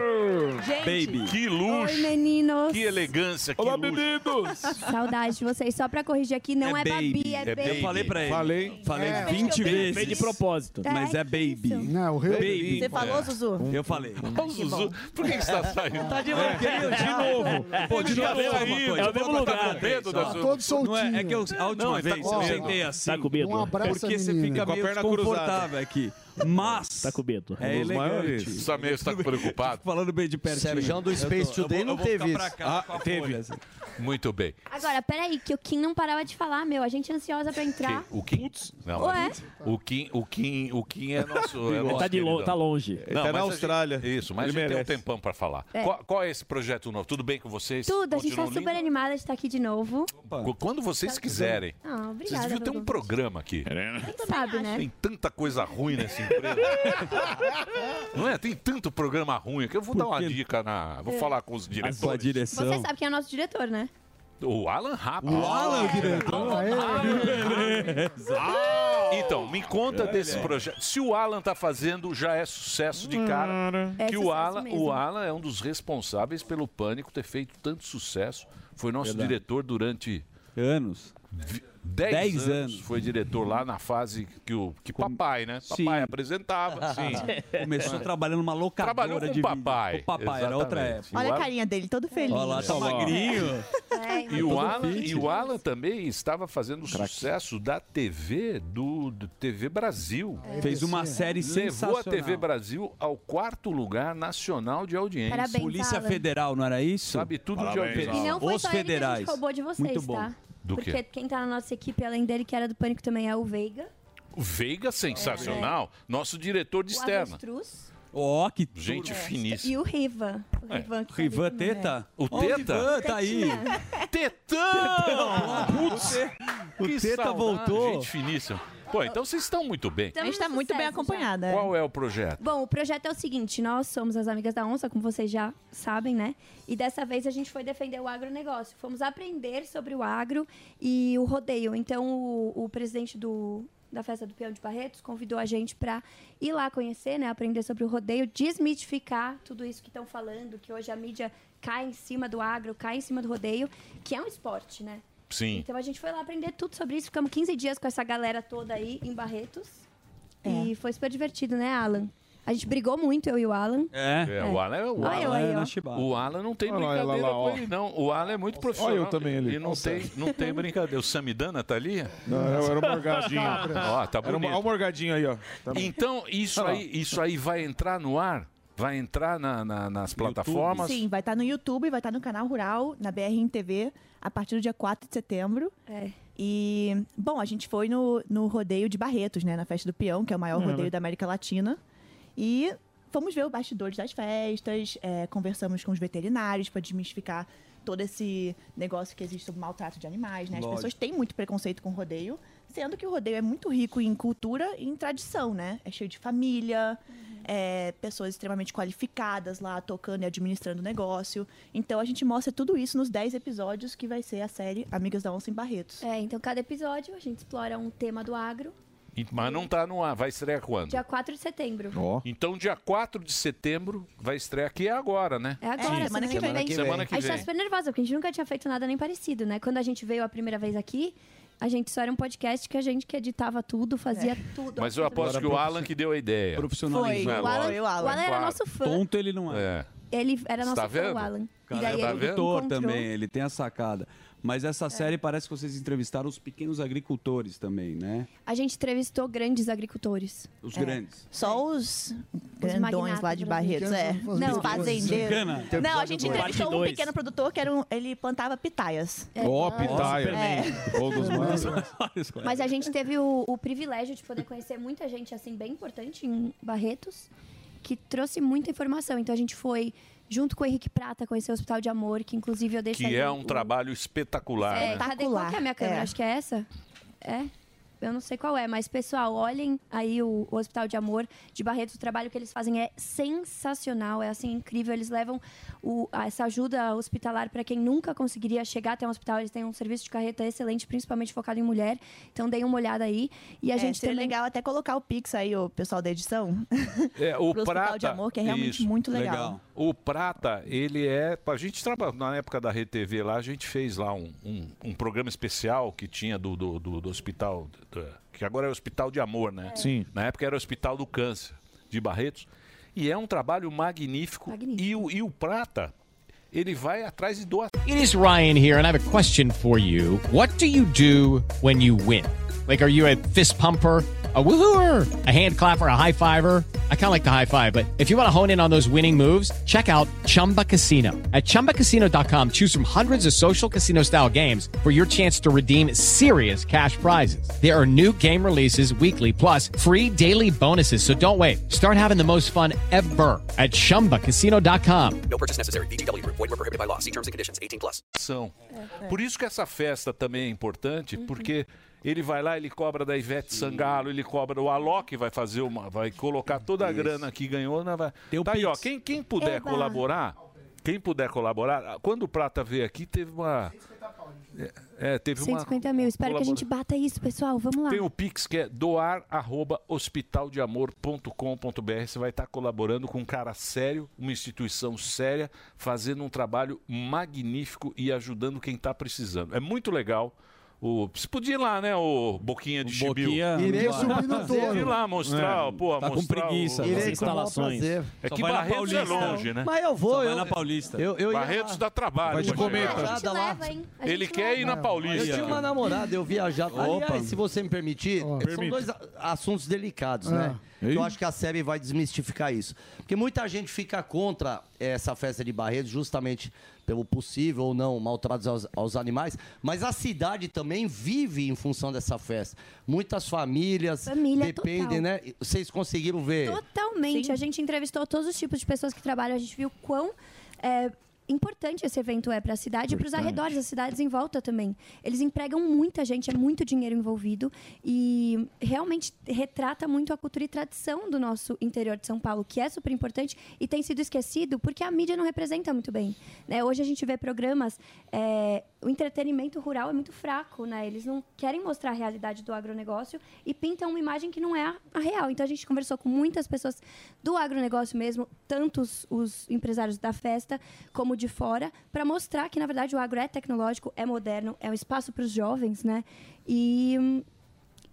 Speaker 18: luxo, Baby.
Speaker 4: Que luxo.
Speaker 21: Oi, meninos.
Speaker 4: Que elegância. Que Olá, luxo. meninos.
Speaker 21: Saudade de vocês. Só pra corrigir aqui, não é, Babi, é, Baby.
Speaker 5: Eu falei pra ele.
Speaker 9: Falei.
Speaker 5: Falei
Speaker 21: É.
Speaker 5: 20
Speaker 21: Fez-
Speaker 5: vezes.
Speaker 21: fez de propósito.
Speaker 5: Mas é
Speaker 21: É,
Speaker 5: baby.
Speaker 6: Não, o
Speaker 5: Rio
Speaker 21: Baby. Você falou, Zuzu?
Speaker 5: Eu falei.
Speaker 4: Ô, Zuzu, por que que você tá saindo?
Speaker 5: Tá de bloqueio de novo. Pô, de
Speaker 4: Ele já
Speaker 5: novo é
Speaker 4: saiu,
Speaker 5: uma coisa.
Speaker 4: é o mesmo
Speaker 5: Tá
Speaker 4: lugar.
Speaker 5: com medo da
Speaker 4: Ó,
Speaker 5: sua-
Speaker 4: todo
Speaker 5: Não é, é que eu, a última
Speaker 4: Não, ele tá
Speaker 5: vez
Speaker 4: com
Speaker 5: eu
Speaker 4: medo.
Speaker 5: sentei assim.
Speaker 4: Tá com medo. Um abraço,
Speaker 5: Porque você
Speaker 4: menino.
Speaker 5: fica
Speaker 4: Com a
Speaker 5: meio
Speaker 4: perna cruzada.
Speaker 5: desconfortável aqui. Mas... Tá com medo. É
Speaker 4: Os maiores.
Speaker 5: elegante.
Speaker 4: Samir está preocupado.
Speaker 5: <laughs> Falando bem de pertinho.
Speaker 4: Serjão do Space
Speaker 5: Eu tô- eu
Speaker 4: Today
Speaker 5: vou-
Speaker 4: não
Speaker 5: eu vou ficar
Speaker 4: teve
Speaker 5: pra
Speaker 4: isso.
Speaker 5: cá
Speaker 4: Ah,
Speaker 5: com a
Speaker 4: teve.
Speaker 5: folha, assim.
Speaker 4: Muito bem.
Speaker 21: Agora, peraí, que o Kim não parava de falar, meu. A gente é ansiosa pra entrar.
Speaker 4: O Kim. Não,
Speaker 21: Ué?
Speaker 4: O Kim, o Kim, o Kim é nosso. é
Speaker 22: Ele
Speaker 4: nosso
Speaker 22: tá de lo-
Speaker 4: queridão.
Speaker 22: tá longe. Ele tá
Speaker 4: mas
Speaker 22: na
Speaker 4: a gente-
Speaker 22: Austrália.
Speaker 4: isso, mas
Speaker 22: Ele
Speaker 4: a gente
Speaker 22: merece.
Speaker 4: tem um tempão pra falar.
Speaker 21: É.
Speaker 4: Qual, qual é esse projeto novo? Tudo bem com vocês?
Speaker 21: Tudo, a gente tá
Speaker 4: Continuam
Speaker 21: super animada de estar aqui de novo.
Speaker 4: lindo? Qu- Quando vocês quiserem.
Speaker 21: Ah, obrigada,
Speaker 4: Vocês deviam ter um
Speaker 21: Dudu.
Speaker 4: programa aqui.
Speaker 22: É,
Speaker 21: Sabe, né?
Speaker 4: Tem tanta coisa ruim nessa empresa. Não é? Tem tanto programa ruim que eu vou dar uma dica na. Vou
Speaker 21: É.
Speaker 4: falar com os diretores.
Speaker 5: sua direção.
Speaker 21: Você sabe quem é o nosso diretor, né?
Speaker 4: O Alan Rapa.
Speaker 5: O Alan, diretor.
Speaker 4: Então, me conta desse projeto. Se o Alan tá fazendo, já é sucesso de cara.
Speaker 21: É
Speaker 4: que o
Speaker 21: sucesso
Speaker 4: Alan,
Speaker 21: mesmo.
Speaker 4: o Alan é um dos responsáveis pelo Pânico ter feito tanto sucesso. Foi nosso
Speaker 5: Verdade.
Speaker 4: diretor durante
Speaker 5: Anos.
Speaker 4: 10
Speaker 5: Dez
Speaker 4: anos.
Speaker 5: anos.
Speaker 4: Foi diretor lá na fase que o que papai, né? Papai
Speaker 5: <laughs>
Speaker 4: apresentava. Sim.
Speaker 5: Começou trabalhando numa locadora
Speaker 4: Trabalhou com
Speaker 5: de
Speaker 4: o papai.
Speaker 5: O papai, era outra
Speaker 4: Exatamente.
Speaker 5: época.
Speaker 4: O
Speaker 23: Olha a
Speaker 4: Alan-
Speaker 23: carinha dele, todo feliz.
Speaker 4: Olha lá, tá magrinho.
Speaker 23: <laughs>
Speaker 4: E o,
Speaker 23: todo
Speaker 4: Alan,
Speaker 23: fit.
Speaker 4: e o Alan também estava fazendo sucesso da TV do, do TV Brasil.
Speaker 21: É,
Speaker 5: Fez uma série
Speaker 4: Levou a
Speaker 5: sensacional.
Speaker 4: TV Brasil ao quarto lugar nacional de audiência.
Speaker 21: Parabéns,
Speaker 5: Polícia
Speaker 21: Alan.
Speaker 5: Federal, não era isso?
Speaker 4: Sabe tudo de
Speaker 5: Parabéns,
Speaker 4: audiência.
Speaker 21: E não foi
Speaker 5: Os
Speaker 21: só ele que a
Speaker 5: federais.
Speaker 21: gente roubou de vocês,
Speaker 4: Ah, Muito bom.
Speaker 21: tá?
Speaker 4: Do
Speaker 21: Porque
Speaker 4: quê?
Speaker 21: quem tá na nossa equipe, além dele, que era do Pânico, também é o Veiga.
Speaker 4: O Veiga, sensacional. Nosso diretor de
Speaker 21: É. o
Speaker 4: externa.
Speaker 21: Avestruz.
Speaker 5: Ó, que
Speaker 4: Gente finíssima.
Speaker 21: E o Riva. O Rivan, que tá
Speaker 5: Rivan
Speaker 21: ali também.
Speaker 5: Teta?
Speaker 4: É. O
Speaker 5: Ó,
Speaker 4: Teta?
Speaker 5: Rivan tá aí.
Speaker 4: Tetão!
Speaker 5: Putz! O
Speaker 4: Que
Speaker 5: Teta
Speaker 4: saudade,
Speaker 5: voltou.
Speaker 4: Gente finíssima. Pô, então vocês estão muito bem.
Speaker 21: Tamo
Speaker 23: A gente tá
Speaker 21: no
Speaker 23: muito bem
Speaker 21: sucesso já.
Speaker 23: acompanhada. é.
Speaker 4: Qual é o projeto?
Speaker 21: Bom, o projeto é o seguinte: nós somos as Amigas da Onça, como vocês já sabem, né? E dessa vez a gente foi defender o agronegócio. Fomos aprender sobre o agro e o rodeio. Então, o, o presidente do, da festa do Peão de Barretos convidou a gente para ir lá conhecer, né? Aprender sobre o rodeio, desmitificar tudo isso que estão falando, que hoje a mídia cai em cima do agro, cai em cima do rodeio, que é um esporte, né?
Speaker 4: Sim.
Speaker 21: Então a gente foi lá aprender tudo sobre isso. Ficamos 15 dias com essa galera toda aí em Barretos.
Speaker 23: É.
Speaker 21: E foi super divertido, né, Alan? A gente brigou muito, eu e o Alan.
Speaker 4: É, o Alan é o
Speaker 21: Olha eu aí, ó.
Speaker 4: Alan. O Alan não tem
Speaker 21: Olha lá,
Speaker 4: brincadeira
Speaker 21: olha lá, ó.
Speaker 4: com ele, não. O Alan é muito profissional.
Speaker 23: eu também ali.
Speaker 4: E não tem, não tem brincadeira. O Samidana tá ali?
Speaker 23: Não, era-
Speaker 9: um,
Speaker 23: era o
Speaker 9: Morgadinho.
Speaker 4: <laughs> Ó, tá
Speaker 9: Era o-
Speaker 4: bonito.
Speaker 9: ó o
Speaker 4: Morgadinho aí, ó. Então, isso
Speaker 9: Olha lá.
Speaker 4: aí, isso aí vai entrar no ar? Vai entrar na- na- nas plataformas?
Speaker 23: Sim, vai estar no YouTube, vai estar no canal Rural, na BR TV, a partir do dia 4 de setembro.
Speaker 21: É.
Speaker 23: E, bom, a gente foi no, no rodeio de Barretos, né? Na festa do peão, que é o maior Uhum. rodeio da América Latina. E fomos ver os bastidores das festas, é, conversamos com os veterinários para desmistificar todo esse negócio que existe sobre maltrato de animais, né? As
Speaker 24: Lógico.
Speaker 23: pessoas têm muito preconceito com o rodeio, sendo que o rodeio é muito rico em cultura e em tradição, né? É cheio de família,
Speaker 21: Uhum.
Speaker 23: é, pessoas extremamente qualificadas lá tocando e administrando o negócio. Então a gente mostra tudo isso nos 10 episódios que vai ser a série Amigas da Onça em Barretos.
Speaker 21: É, então cada episódio a gente explora um tema do agro.
Speaker 4: E- Mas não tá no ar, vai estrear quando?
Speaker 21: Dia 4 de setembro.
Speaker 4: Então, dia 4 de setembro, vai estrear aqui agora, né?
Speaker 21: É agora,
Speaker 4: Sim.
Speaker 21: semana, que vem.
Speaker 4: Semana que
Speaker 21: A gente tá
Speaker 4: vem.
Speaker 21: super nervosa, porque a gente nunca tinha feito nada nem parecido, né? Quando a gente veio a primeira vez aqui, a gente só era um podcast que a gente que editava tudo, fazia
Speaker 23: É.
Speaker 21: tudo.
Speaker 4: Mas eu aposto que o Alan que deu a ideia.
Speaker 21: Foi, o Alan- Foi, o Alan. o Alan era nosso fã. Tonto
Speaker 4: ele não
Speaker 5: é.
Speaker 21: Ele era nosso
Speaker 5: Tá
Speaker 21: fã,
Speaker 5: vendo?
Speaker 21: o Alan.
Speaker 5: Cara, é
Speaker 21: ele
Speaker 5: produtor
Speaker 21: encontrou- É.
Speaker 5: também, ele tem a sacada. Mas essa série parece que vocês entrevistaram os pequenos agricultores também, né?
Speaker 21: A gente entrevistou grandes agricultores. É.
Speaker 5: Os grandes.
Speaker 23: Só os grandões
Speaker 21: magnatas
Speaker 23: lá de Barretos, é.
Speaker 21: brasileiros. Não.
Speaker 23: Os fazendeiros.
Speaker 5: Cana.
Speaker 23: Não, a gente Tem episódio entrevistou dois. um pequeno produtor que era um, ele plantava pitaias.
Speaker 9: Ó,
Speaker 23: é.
Speaker 9: pitaia. Ou dos mais.
Speaker 4: né?
Speaker 21: Mas a gente teve o, o privilégio de poder conhecer muita gente, assim, bem importante em Barretos, que trouxe muita informação. Então a gente foi, junto com o Henrique Prata, conhecer o Hospital de Amor, que inclusive eu deixo
Speaker 4: Que
Speaker 21: ali
Speaker 4: é
Speaker 21: o-
Speaker 4: um trabalho espetacular,
Speaker 21: É,
Speaker 4: né?
Speaker 21: cadê? Qual que é a minha câmera? É. Acho que é essa? É? Eu não sei qual é, mas pessoal, olhem aí o, o Hospital de Amor de Barretos. O trabalho que eles fazem é sensacional, é assim incrível. Eles levam o- a- essa ajuda hospitalar para quem nunca conseguiria chegar até um hospital. Eles têm um serviço de carreta excelente, principalmente focado em mulher. Então deem uma olhada aí. E a
Speaker 23: É,
Speaker 21: gente
Speaker 23: seria
Speaker 21: também...
Speaker 23: legal até colocar o Pix aí, o pessoal da edição.
Speaker 4: É, o
Speaker 23: Pro Hospital
Speaker 4: Prata,
Speaker 23: de Amor, que é realmente muito legal. Legal.
Speaker 4: O Prata, ele é. A gente trabalha na época da RTV lá, a gente fez lá um, um, um programa especial que tinha do, do, do- do hospital, do- que agora é o Hospital de Amor, né? Sim. Na época era o Hospital do Câncer de Barretos. E é um trabalho magnífico. E, o, e o Prata, ele vai atrás e doa.
Speaker 25: It is Ryan here, and I have a question for you. What do you do when you win? Like, are you a fist pumper? A woohooer, a hand clapper, a high fiver. I kind of like the high five, but if you want to hone in on those winning moves, check out Chumba Casino. At chumbacasino.com, choose from hundreds of social casino style games for your chance to redeem serious cash prizes. There are new game releases weekly, plus free daily bonuses. So don't wait. Start having the most fun ever at chumbacasino.com.
Speaker 1: No purchase necessary. VGW Group. Void were prohibited by law. See terms and conditions. 18 plus.
Speaker 4: São.
Speaker 21: É,
Speaker 4: Por isso que essa festa também é importante,
Speaker 21: Uhum.
Speaker 4: porque ele vai lá, ele cobra da Ivete Sangalo, ele cobra o Alok, vai fazer uma, vai colocar toda a grana que ganhou na vai. Tá aí, ó, quem quem puder
Speaker 22: Eba.
Speaker 4: colaborar, quem puder colaborar, ah, quando o Prata veio aqui teve uma é, é, teve uma
Speaker 21: 150 mil. Espero que a gente bata isso, pessoal. Vamos lá.
Speaker 4: tem o Pix que é doar@hospitaldeamor.com.br. Você vai estar colaborando com um cara sério, uma instituição séria, fazendo um trabalho magnífico e ajudando quem está precisando. É muito legal. O, você podia ir lá, né, o Boquinha de Chibiu?
Speaker 5: Boquinha, <laughs> Irei não vai. subir no touro.
Speaker 4: Podia ir lá mostrar,
Speaker 5: É,
Speaker 4: pô,
Speaker 5: tá com
Speaker 4: mostrar
Speaker 5: preguiça,
Speaker 4: o-
Speaker 5: Irei,
Speaker 4: as
Speaker 5: com o maior
Speaker 4: instalações.
Speaker 5: prazer.
Speaker 4: É
Speaker 5: Só
Speaker 4: que
Speaker 5: vai na
Speaker 4: Barretos é
Speaker 5: Paulista.
Speaker 4: longe, né?
Speaker 5: Mas eu vou, Só vai eu- na Paulista. eu- eu ia
Speaker 4: Barretos
Speaker 5: lá.
Speaker 4: dá trabalho.
Speaker 10: Vai te
Speaker 4: pra
Speaker 10: comer,
Speaker 4: chegar.
Speaker 10: cara. Nada lá.
Speaker 4: Ele quer ir na Paulista.
Speaker 10: Eu tinha uma namorada, eu viajava.
Speaker 4: Opa.
Speaker 10: Aliás, se você me permitir, são
Speaker 4: Permita.
Speaker 10: dois a- assuntos delicados, né? Eu acho que a série vai desmistificar isso. Porque muita gente fica contra essa festa de Barretos justamente pelo possível ou não maltratos aos, aos animais, mas a cidade também vive em função dessa festa. Muitas famílias dependem,
Speaker 21: total.
Speaker 10: né? Vocês conseguiram ver?
Speaker 21: Totalmente. A gente entrevistou todos os tipos de pessoas que trabalham. A gente viu quão é, importante esse evento é para a cidade e para os
Speaker 26: Importante.
Speaker 21: arredores, as cidades em volta também. Eles empregam muita gente, é muito dinheiro envolvido e realmente retrata muito a cultura e tradição do nosso interior de São Paulo, que é super importante e tem sido esquecido porque a mídia não representa muito bem. né? Hoje a gente vê programas, é, o entretenimento rural é muito fraco, né? Eles não querem mostrar a realidade do agronegócio e pintam uma imagem que não é a- a real. Então a gente conversou com muitas pessoas do agronegócio mesmo, tanto os, os empresários da festa como de fora, para mostrar que na verdade o agro é tecnológico, é moderno, é um espaço para os jovens, né? E hum,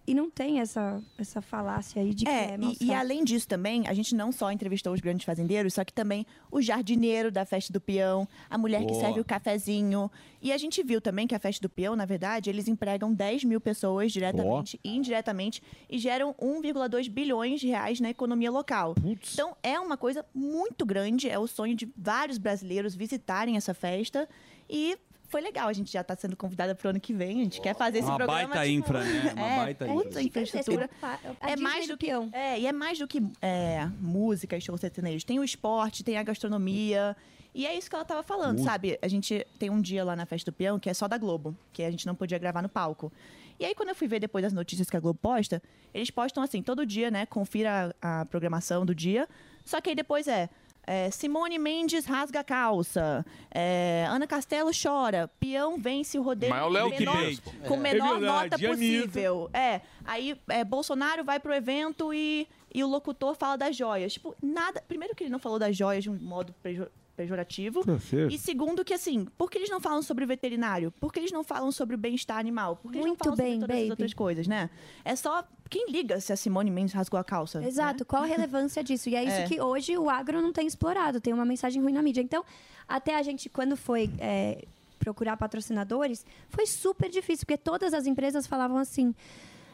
Speaker 21: e não tem essa essa falácia aí de que
Speaker 23: É,
Speaker 21: é
Speaker 23: e- e,
Speaker 21: mostrar.
Speaker 23: além disso também, a gente não só entrevistou os grandes fazendeiros, só que também o jardineiro da festa do peão, a mulher que
Speaker 26: Boa.
Speaker 23: serve o cafezinho. E a gente viu também que a festa do peão, na verdade, eles empregam 10 mil pessoas diretamente e indiretamente e geram 1,2 bilhões de reais na economia local. Então é uma coisa muito grande, é o sonho de vários brasileiros visitarem essa festa e Foi legal, a gente já está sendo convidada para o ano que vem, a gente quer fazer esse
Speaker 5: Uma
Speaker 23: programa.
Speaker 5: baita
Speaker 21: um-
Speaker 5: infra, né? Uma
Speaker 23: <laughs> é,
Speaker 5: baita infra.
Speaker 23: puta infraestrutura.
Speaker 21: A
Speaker 23: É mais
Speaker 21: Disney
Speaker 23: do que é, e é mais do que é, música e show sertanejo. Tem o esporte, tem a gastronomia. E é isso que ela tava falando,
Speaker 27: Música.
Speaker 23: sabe? A gente tem um dia lá na Festa do Peão que é só da Globo, que a gente não podia gravar no palco. E aí, quando eu fui ver depois as notícias que a Globo posta, eles postam assim, todo dia, né? Confira a, a programação do dia. Só que aí depois é, é, Simone Mendes rasga a calça. é, Ana Castelo chora. Peão vence o rodeio
Speaker 15: Mas é o
Speaker 23: com
Speaker 15: Léo que
Speaker 23: menor,
Speaker 15: vence, pô.
Speaker 23: com
Speaker 15: É
Speaker 23: menor
Speaker 15: verdade,
Speaker 23: nota
Speaker 15: é mesmo.
Speaker 23: possível. É. Aí é, Bolsonaro vai pro evento e, e o locutor fala das joias. Tipo, nada. Primeiro que ele não falou das joias de um modo pejo- pejorativo.
Speaker 8: Tá certo.
Speaker 23: E segundo que, assim, por que eles não falam sobre veterinário? Por que eles não falam sobre bem-estar animal? Por que eles não
Speaker 21: Muito
Speaker 23: falam
Speaker 21: bem,
Speaker 23: sobre todas
Speaker 21: baby.
Speaker 23: as outras coisas, né? É só. Quem liga se a Simone Mendes rasgou a calça? né?
Speaker 21: Exato, qual a relevância disso? E né? é isso
Speaker 23: É.
Speaker 21: que hoje o agro não tem explorado, tem uma mensagem ruim na mídia. Então, até a gente, quando foi é, procurar patrocinadores, foi super difícil, porque todas as empresas falavam assim.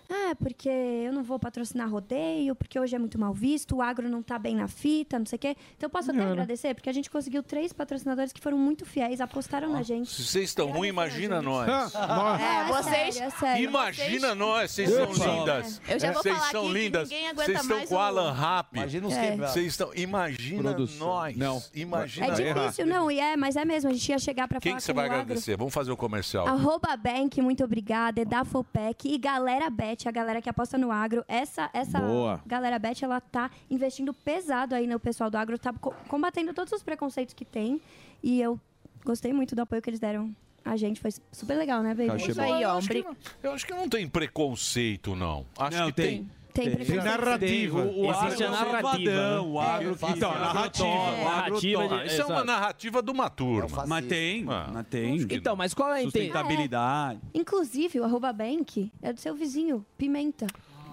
Speaker 21: Ah, porque eu não vou patrocinar rodeio, porque hoje é muito mal visto, o agro não tá bem na fita, não sei o quê. Então posso até
Speaker 4: Era.
Speaker 21: agradecer, porque a gente conseguiu três patrocinadores que foram muito fiéis, apostaram na gente.
Speaker 4: Se vocês estão ruins, imagina
Speaker 5: <laughs>
Speaker 4: nós.
Speaker 21: É,
Speaker 23: vocês-
Speaker 21: sério, é sério.
Speaker 4: Imagina nós, vocês são
Speaker 21: Epa.
Speaker 4: lindas.
Speaker 23: Eu já vou
Speaker 4: vocês
Speaker 23: falar
Speaker 4: são
Speaker 23: aqui que
Speaker 4: lindas.
Speaker 23: ninguém aguenta
Speaker 4: Vocês estão
Speaker 23: mais
Speaker 4: com
Speaker 23: o-
Speaker 4: Alan Rap.
Speaker 23: Imagina os É. quebrados.
Speaker 4: Vocês estão. Imagina
Speaker 15: Produção.
Speaker 4: nós.
Speaker 15: Não.
Speaker 4: Imagina
Speaker 21: É difícil, não, e é, mas é mesmo, a gente ia chegar pra
Speaker 4: Quem
Speaker 21: falar
Speaker 4: que você
Speaker 21: com
Speaker 4: vai
Speaker 21: o agro.
Speaker 4: agradecer? Vamos fazer o comercial.
Speaker 21: Arroba Bank, muito obrigada. Edafopec e Galera Bet, a galera que aposta no agro. Essa, essa
Speaker 4: Boa.
Speaker 21: Galera Bet, ela tá investindo pesado aí no pessoal do agro, tá co- combatendo todos os preconceitos que tem. E eu gostei muito do apoio que eles deram a gente. Foi super legal, né, baby?
Speaker 4: Mas eu acho que não- Eu acho que não tem preconceito, não. Acho que tem.
Speaker 21: Tem Tem. preconceito.
Speaker 4: narrativa.
Speaker 5: O Existe agro a narrativa, conservadão, né? o agro que- Então, a narrativa, o agro
Speaker 4: Narrativa
Speaker 5: toma.
Speaker 4: de- Isso é uma
Speaker 5: Exato.
Speaker 4: narrativa de uma
Speaker 23: É
Speaker 4: turma. Ah.
Speaker 5: Mas tem, mas tem. Então,
Speaker 28: mas qual é a
Speaker 5: intenção? Sustentabilidade.
Speaker 21: Inclusive, o arroba Bank é do seu vizinho, Pimenta.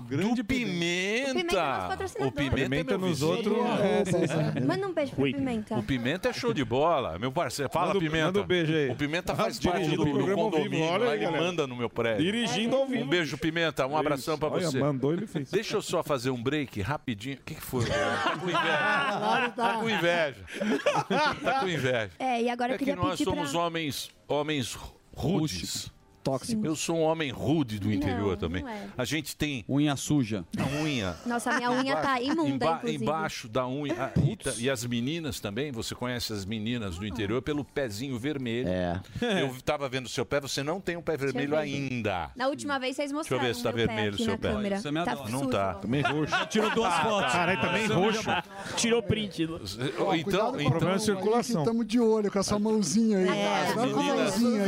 Speaker 4: Grande
Speaker 21: O Pimenta é nosso
Speaker 4: Pimenta.
Speaker 21: patrocinador.
Speaker 9: Pimenta
Speaker 4: é meu
Speaker 9: nos
Speaker 4: vizinho.
Speaker 9: outros, é, é,
Speaker 21: Manda um beijo pro
Speaker 4: Ui.
Speaker 21: Pimenta.
Speaker 4: O Pimenta é show de bola, meu parceiro. Fala,
Speaker 9: Manda um-
Speaker 4: Pimenta.
Speaker 9: manda um beijo aí.
Speaker 4: O Pimenta
Speaker 9: Ah,
Speaker 4: faz parte do,
Speaker 9: dirigindo o
Speaker 4: do
Speaker 9: programa ao vivo,
Speaker 4: condomínio.
Speaker 9: olha
Speaker 4: lá
Speaker 9: aí,
Speaker 4: ele
Speaker 9: galera.
Speaker 4: manda no meu prédio.
Speaker 9: Dirigindo ao vivo.
Speaker 4: Um beijo, Pimenta. Um abração pra
Speaker 9: Olha,
Speaker 4: você.
Speaker 9: mandou,
Speaker 4: ele fez. Deixa eu só fazer um break rapidinho. O que, que foi? Tá com
Speaker 21: Agora
Speaker 4: inveja.
Speaker 21: tá.
Speaker 4: Tá com inveja. Tá com inveja.
Speaker 21: É, e agora
Speaker 4: É
Speaker 21: eu queria
Speaker 4: que nós
Speaker 21: pedir pra...
Speaker 4: somos homens, homens rudes. Tóxicos. Eu sou um homem rude do interior
Speaker 21: Não,
Speaker 4: também.
Speaker 21: não é.
Speaker 4: A gente tem.
Speaker 5: Unha suja.
Speaker 4: A unha.
Speaker 21: Nossa, minha unha tá imunda,
Speaker 4: Emba-
Speaker 21: inclusive.
Speaker 4: Embaixo da unha.
Speaker 21: <laughs>
Speaker 4: Ah, e, ta- e as meninas também, você conhece as meninas do interior pelo pezinho vermelho. É. Eu tava vendo o seu pé, você não tem um pé
Speaker 21: eu
Speaker 4: vermelho
Speaker 21: ver.
Speaker 4: ainda.
Speaker 21: Na última vez vocês
Speaker 4: Deixa eu
Speaker 21: mostraram
Speaker 4: ver se tá
Speaker 21: o meu pé
Speaker 4: vermelho o
Speaker 21: aqui
Speaker 4: seu
Speaker 21: na
Speaker 4: pé.
Speaker 21: câmera.
Speaker 4: Isso é minha
Speaker 21: tá
Speaker 4: dose.
Speaker 21: sujo,
Speaker 4: Não tá.
Speaker 21: ó.
Speaker 4: Também roxo. Tirou duas fotos.
Speaker 21: Caralho,
Speaker 4: também é roxo.
Speaker 28: Tirou print.
Speaker 4: Ó, então, então,
Speaker 6: Estamos de olho com essa mãozinha aí.
Speaker 4: É, As
Speaker 6: Tá com a
Speaker 4: meninas-
Speaker 6: mãozinha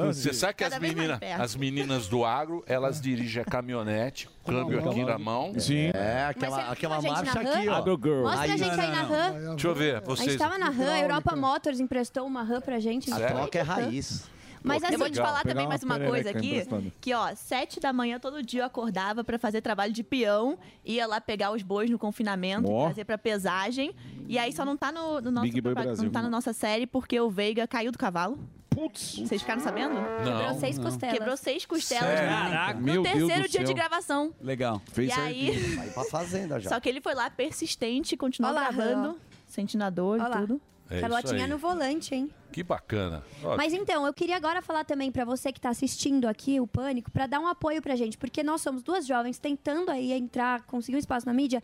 Speaker 6: aí.
Speaker 4: as- Você sabe que as, menina,
Speaker 6: perto.
Speaker 4: as meninas do agro, elas dirigem a caminhonete, câmbio aqui na mão.
Speaker 10: Sim. É, aquela- Mas você
Speaker 21: aquela viu a gente marcha na aqui, RAM? ó. Mostra a gente aí na RAM.
Speaker 4: Deixa eu ver,
Speaker 21: A
Speaker 4: vocês...
Speaker 21: gente tava na RAM, a Europa Motors emprestou uma RAM pra gente. então,
Speaker 4: A
Speaker 21: gente
Speaker 4: troca
Speaker 21: foi
Speaker 4: é
Speaker 21: de RAM.
Speaker 4: raiz.
Speaker 21: Mas
Speaker 4: Pô,
Speaker 21: assim,
Speaker 23: Eu vou te
Speaker 4: Legal,
Speaker 23: falar
Speaker 4: pegar
Speaker 23: também
Speaker 4: uma
Speaker 23: mais uma coisa
Speaker 4: perereca
Speaker 23: aqui,
Speaker 4: emprestada.
Speaker 23: que ó, sete da manhã todo dia eu acordava pra fazer trabalho de peão, ia lá pegar os bois no confinamento,
Speaker 4: Ó.
Speaker 23: trazer pra pesagem, e aí só não tá no, no nosso
Speaker 4: Big Boy
Speaker 23: não
Speaker 4: Brasil.
Speaker 23: tá na nossa série porque o Veiga caiu do cavalo.
Speaker 4: Putz.
Speaker 23: Vocês ficaram sabendo?
Speaker 4: Não. Quebrou
Speaker 23: seis costelas. Quebrou seis costelas.
Speaker 10: Sério?
Speaker 23: Caraca. No
Speaker 10: Meu Deus
Speaker 23: terceiro
Speaker 10: do
Speaker 23: dia de
Speaker 10: céu.
Speaker 23: gravação.
Speaker 5: Legal.
Speaker 23: Fez E aí- certinho.
Speaker 10: Vai pra
Speaker 4: Tá
Speaker 10: fazenda já.
Speaker 23: Só que ele foi lá persistente, continuou
Speaker 21: Olha lá,
Speaker 23: gravando, sentindo a dor e tudo.
Speaker 4: É isso
Speaker 21: Carlotinha
Speaker 4: aí.
Speaker 21: no volante, hein?
Speaker 4: Que bacana. Ó,
Speaker 21: Mas então, eu queria agora falar também pra você que tá assistindo aqui o Pânico, pra dar um apoio pra gente, porque nós somos duas jovens tentando aí entrar, conseguir um espaço na mídia.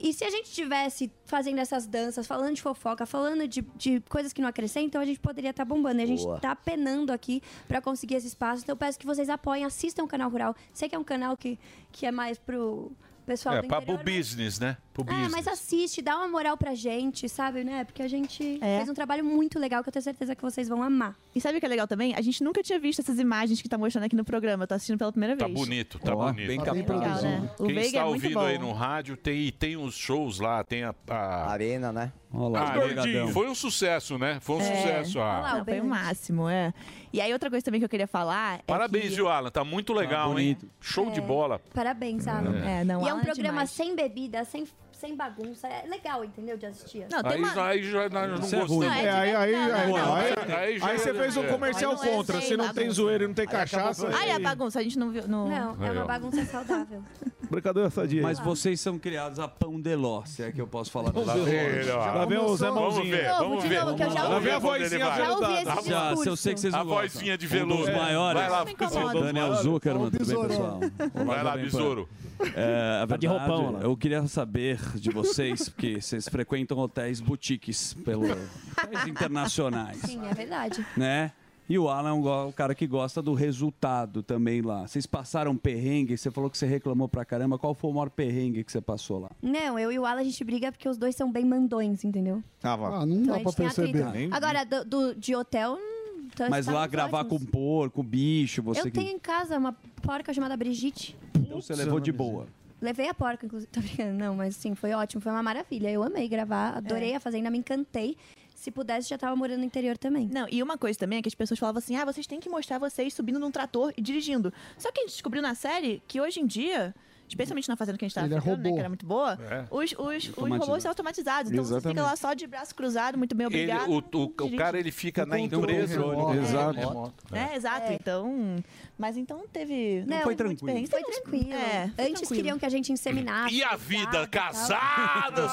Speaker 21: E se a gente tivesse fazendo essas danças, falando de fofoca, falando de, de coisas que não acrescentam, a gente poderia estar bombando. E a gente
Speaker 2: Boa.
Speaker 21: tá penando aqui pra conseguir esse espaço. Então eu peço que vocês apoiem, assistam o canal Rural. Sei que é um canal que, que é mais pro pessoal
Speaker 4: é,
Speaker 21: do
Speaker 4: para
Speaker 21: interior.
Speaker 4: pro business, né? Pro
Speaker 21: É,
Speaker 4: business.
Speaker 21: mas assiste, dá uma moral pra gente, sabe, né? Porque a gente fez um trabalho muito legal que eu tenho certeza que vocês vão amar.
Speaker 23: E sabe o que é legal também? A gente nunca tinha visto essas imagens que tá mostrando aqui no programa. Eu tô assistindo pela primeira
Speaker 4: Tá
Speaker 23: é vez.
Speaker 4: bonito, tá
Speaker 5: Ó,
Speaker 4: bonito.
Speaker 5: bem Tá bem capaz. legal, né?
Speaker 23: O
Speaker 4: Quem
Speaker 23: Veiga
Speaker 4: está
Speaker 23: é muito
Speaker 4: ouvindo
Speaker 23: bom.
Speaker 4: aí no rádio, tem, e tem os shows lá, tem a... Arena, né?
Speaker 5: lá,
Speaker 4: ah, gordinho,
Speaker 5: Obrigadão.
Speaker 4: foi um sucesso, né? Foi um
Speaker 23: É.
Speaker 4: sucesso. ah.
Speaker 23: Não, foi o
Speaker 21: um
Speaker 23: máximo, é. E aí, outra coisa também que eu queria
Speaker 9: É
Speaker 23: falar.
Speaker 4: Parabéns, viu, Alan? Tá muito legal, hein? Show de
Speaker 21: É.
Speaker 4: bola.
Speaker 21: Parabéns, Alan.
Speaker 4: É.
Speaker 23: É, não,
Speaker 21: e é um
Speaker 23: Alan é
Speaker 21: programa sem bebida, sem, sem bagunça. É legal, entendeu? De assistir.
Speaker 4: aí, aí já nós não
Speaker 9: Isso é ruim.
Speaker 4: gostamos.
Speaker 9: É, aí- aí- aí- aí- aí você fez um
Speaker 4: é.
Speaker 9: comercial
Speaker 23: Aí não é
Speaker 9: contra.
Speaker 23: sem
Speaker 9: Se não tem
Speaker 23: bagunça.
Speaker 9: zoeira e não tem
Speaker 23: Aí acabou
Speaker 9: cachaça.
Speaker 23: por- Ai, a
Speaker 9: aí-
Speaker 23: bagunça, a gente não viu. Não,
Speaker 21: Não, é
Speaker 9: Aí,
Speaker 21: uma
Speaker 9: ó.
Speaker 21: bagunça saudável.
Speaker 9: Brincadeira é sadia.
Speaker 5: Mas vocês são criados a pão de ló, se é que eu posso falar
Speaker 9: Pão de ló. Já Lá vem o Zé começou. Mãozinha.
Speaker 5: Mãozinho.
Speaker 9: Vamos ver, vamos ver. Lá vem a vozinha aveludada.
Speaker 5: Já, se eu sei que vocês não
Speaker 4: A
Speaker 5: gostam.
Speaker 4: vozinha de veludo.
Speaker 5: Os maiores.
Speaker 4: Vai lá,
Speaker 5: O Daniel Zuckerman, tudo bem, pessoal?
Speaker 4: Vai lá,
Speaker 5: Bem,
Speaker 4: besouro.
Speaker 5: Pan. É, a
Speaker 4: Tá de
Speaker 5: verdade,
Speaker 4: roupão lá.
Speaker 5: Eu queria saber de vocês, porque vocês frequentam hotéis boutiques pelo, hotéis internacionais,
Speaker 21: Sim, é verdade.
Speaker 5: né? E o Alan é um go- o cara que gosta do resultado também lá. Vocês passaram perrengue, você falou que você reclamou pra caramba. Qual foi o maior perrengue que você passou lá?
Speaker 21: Não, eu e o Ala a gente briga porque os dois são bem mandões, entendeu?
Speaker 5: Ah,
Speaker 21: Então a gente tem atrito. Agora, do, do- de hotel. hum, então
Speaker 5: Mas lá
Speaker 21: estávamos
Speaker 5: gravar
Speaker 21: ótimos.
Speaker 5: com porco, bicho, você
Speaker 21: Eu
Speaker 5: que...
Speaker 21: tenho em casa uma porca chamada Brigitte.
Speaker 5: Então você levou de boa.
Speaker 21: Levei a porca, inclusive. <laughs> Tô brincando, não, mas sim, foi ótimo, foi uma maravilha. Eu amei <laughs> gravar, É.
Speaker 23: É.
Speaker 21: adorei a fazenda, me encantei. Se pudesse, já tava morando no interior também.
Speaker 23: Não, e uma coisa também é que as pessoas falavam assim: ah, vocês têm que mostrar vocês subindo num trator e dirigindo. Só que a gente descobriu na série que hoje em dia. Especialmente na fazenda que a gente tava
Speaker 24: Ele é
Speaker 23: ficando, né,
Speaker 24: robô.
Speaker 23: que era muito boa,
Speaker 4: É.
Speaker 23: os, os, os
Speaker 4: Automatizado.
Speaker 23: robôs são automatizados. Então você fica
Speaker 4: Exatamente.
Speaker 23: lá só de braço cruzado, muito bem
Speaker 4: Ele,
Speaker 23: obrigado.
Speaker 4: o, o, o cara ele fica na
Speaker 23: Tem um
Speaker 4: empresa.
Speaker 23: controle.
Speaker 4: É,
Speaker 23: Exato.
Speaker 4: é remoto.
Speaker 23: né?
Speaker 21: É.
Speaker 23: Exato. Então. Mas então teve.
Speaker 21: Não,
Speaker 23: teve
Speaker 21: foi
Speaker 23: muito
Speaker 21: tranquilo.
Speaker 23: perrengue,
Speaker 21: Foi
Speaker 23: teve uns-
Speaker 21: tranquilo.
Speaker 23: É, foi
Speaker 21: Antes
Speaker 23: tranquilo.
Speaker 21: queriam que a gente inseminasse.
Speaker 4: E a vida casada,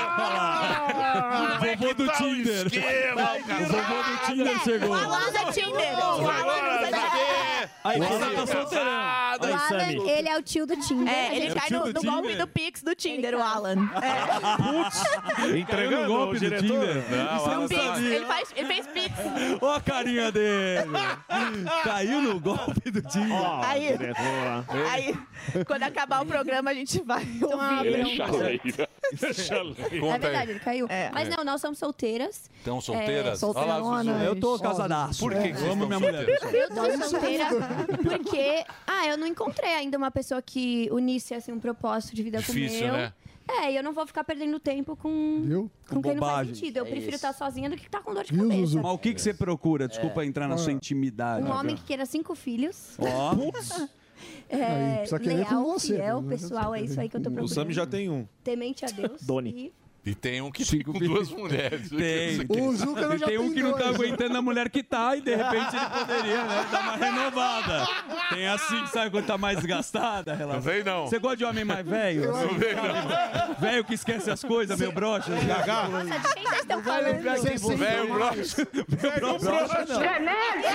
Speaker 9: <laughs>
Speaker 4: solteira? Como é que tá o esquema, cara?
Speaker 5: Tinder chegou.
Speaker 23: O Alan usa Tinder. O Alan usa Tinder.
Speaker 5: Aí,
Speaker 23: O
Speaker 5: você
Speaker 23: Alan
Speaker 5: tá
Speaker 23: é
Speaker 5: solteirão.
Speaker 21: O Alan, ele é o tio do Tinder.
Speaker 23: É,
Speaker 21: A
Speaker 23: ele
Speaker 21: gente-
Speaker 23: cai no, no golpe do Pix do Tinder, o <laughs> Alan. É.
Speaker 5: Entregando o golpe do Tinder. Isso
Speaker 21: é
Speaker 5: eu
Speaker 23: No
Speaker 21: um
Speaker 5: não
Speaker 23: <laughs> Pix.
Speaker 5: sabia.
Speaker 23: Ele, faz, ele fez Pix.
Speaker 5: Ó a
Speaker 4: <laughs>
Speaker 5: carinha dele. Caiu no golpe do Tinder.
Speaker 23: Aí. Aí, quando acabar o programa, a gente vai
Speaker 21: Então,
Speaker 23: ouvir.
Speaker 4: Ele é chaleira. Ele é
Speaker 21: um É
Speaker 4: chaleira.
Speaker 21: verdade, ele caiu.
Speaker 5: É,
Speaker 21: Mas não, nós somos solteiras.
Speaker 4: Estão solteiras?
Speaker 21: É, solteironas.
Speaker 4: Olha lá, Zuzu.
Speaker 5: Eu tô casadaço.
Speaker 4: Por que, que
Speaker 5: É.
Speaker 4: vocês
Speaker 5: Amo
Speaker 4: estão
Speaker 5: minha mulher.
Speaker 4: solteiras?
Speaker 21: Eu tô solteira porque... Ah, eu não encontrei ainda uma pessoa que unisse, assim, um propósito de vida com o
Speaker 4: Difícil,
Speaker 21: meu.
Speaker 4: né?
Speaker 21: É, e eu não vou ficar perdendo tempo com... Com,
Speaker 5: Com
Speaker 21: quem não faz
Speaker 5: bobagens.
Speaker 21: sentido. Eu
Speaker 5: É
Speaker 21: prefiro
Speaker 5: isso.
Speaker 21: estar sozinha do que estar com dor de
Speaker 5: Mas
Speaker 21: cabeça.
Speaker 5: o que, que você procura? Desculpa entrar na sua intimidade.
Speaker 21: Um homem que queira cinco filhos.
Speaker 5: Ó.
Speaker 21: É,
Speaker 5: Aí, precisa querer
Speaker 21: leal,
Speaker 5: com você,
Speaker 21: fiel,
Speaker 5: né?
Speaker 21: pessoal, é isso aí que eu tô procurando.
Speaker 9: O Sami já tem um.
Speaker 21: Temente a Deus.
Speaker 9: Doni.
Speaker 4: E tem um que fica com duas mulheres.
Speaker 5: Tem.
Speaker 4: Isso aqui.
Speaker 5: E tem um que não tá aguentando a mulher que tá e de repente ele poderia, né? Dar uma renovada. Tem assim, sabe quando tá mais gastada? a
Speaker 4: Não
Speaker 5: relação?
Speaker 4: vem, não.
Speaker 5: Você gosta de homem mais velho?
Speaker 4: Não
Speaker 5: Assim,
Speaker 4: vem,
Speaker 5: sabe? Velho que esquece as coisas, meu broxa. assim.
Speaker 4: Gagá.
Speaker 21: Nossa, de quem vocês estão falando?
Speaker 4: Velho broxa.
Speaker 5: Meu assim, broxa não.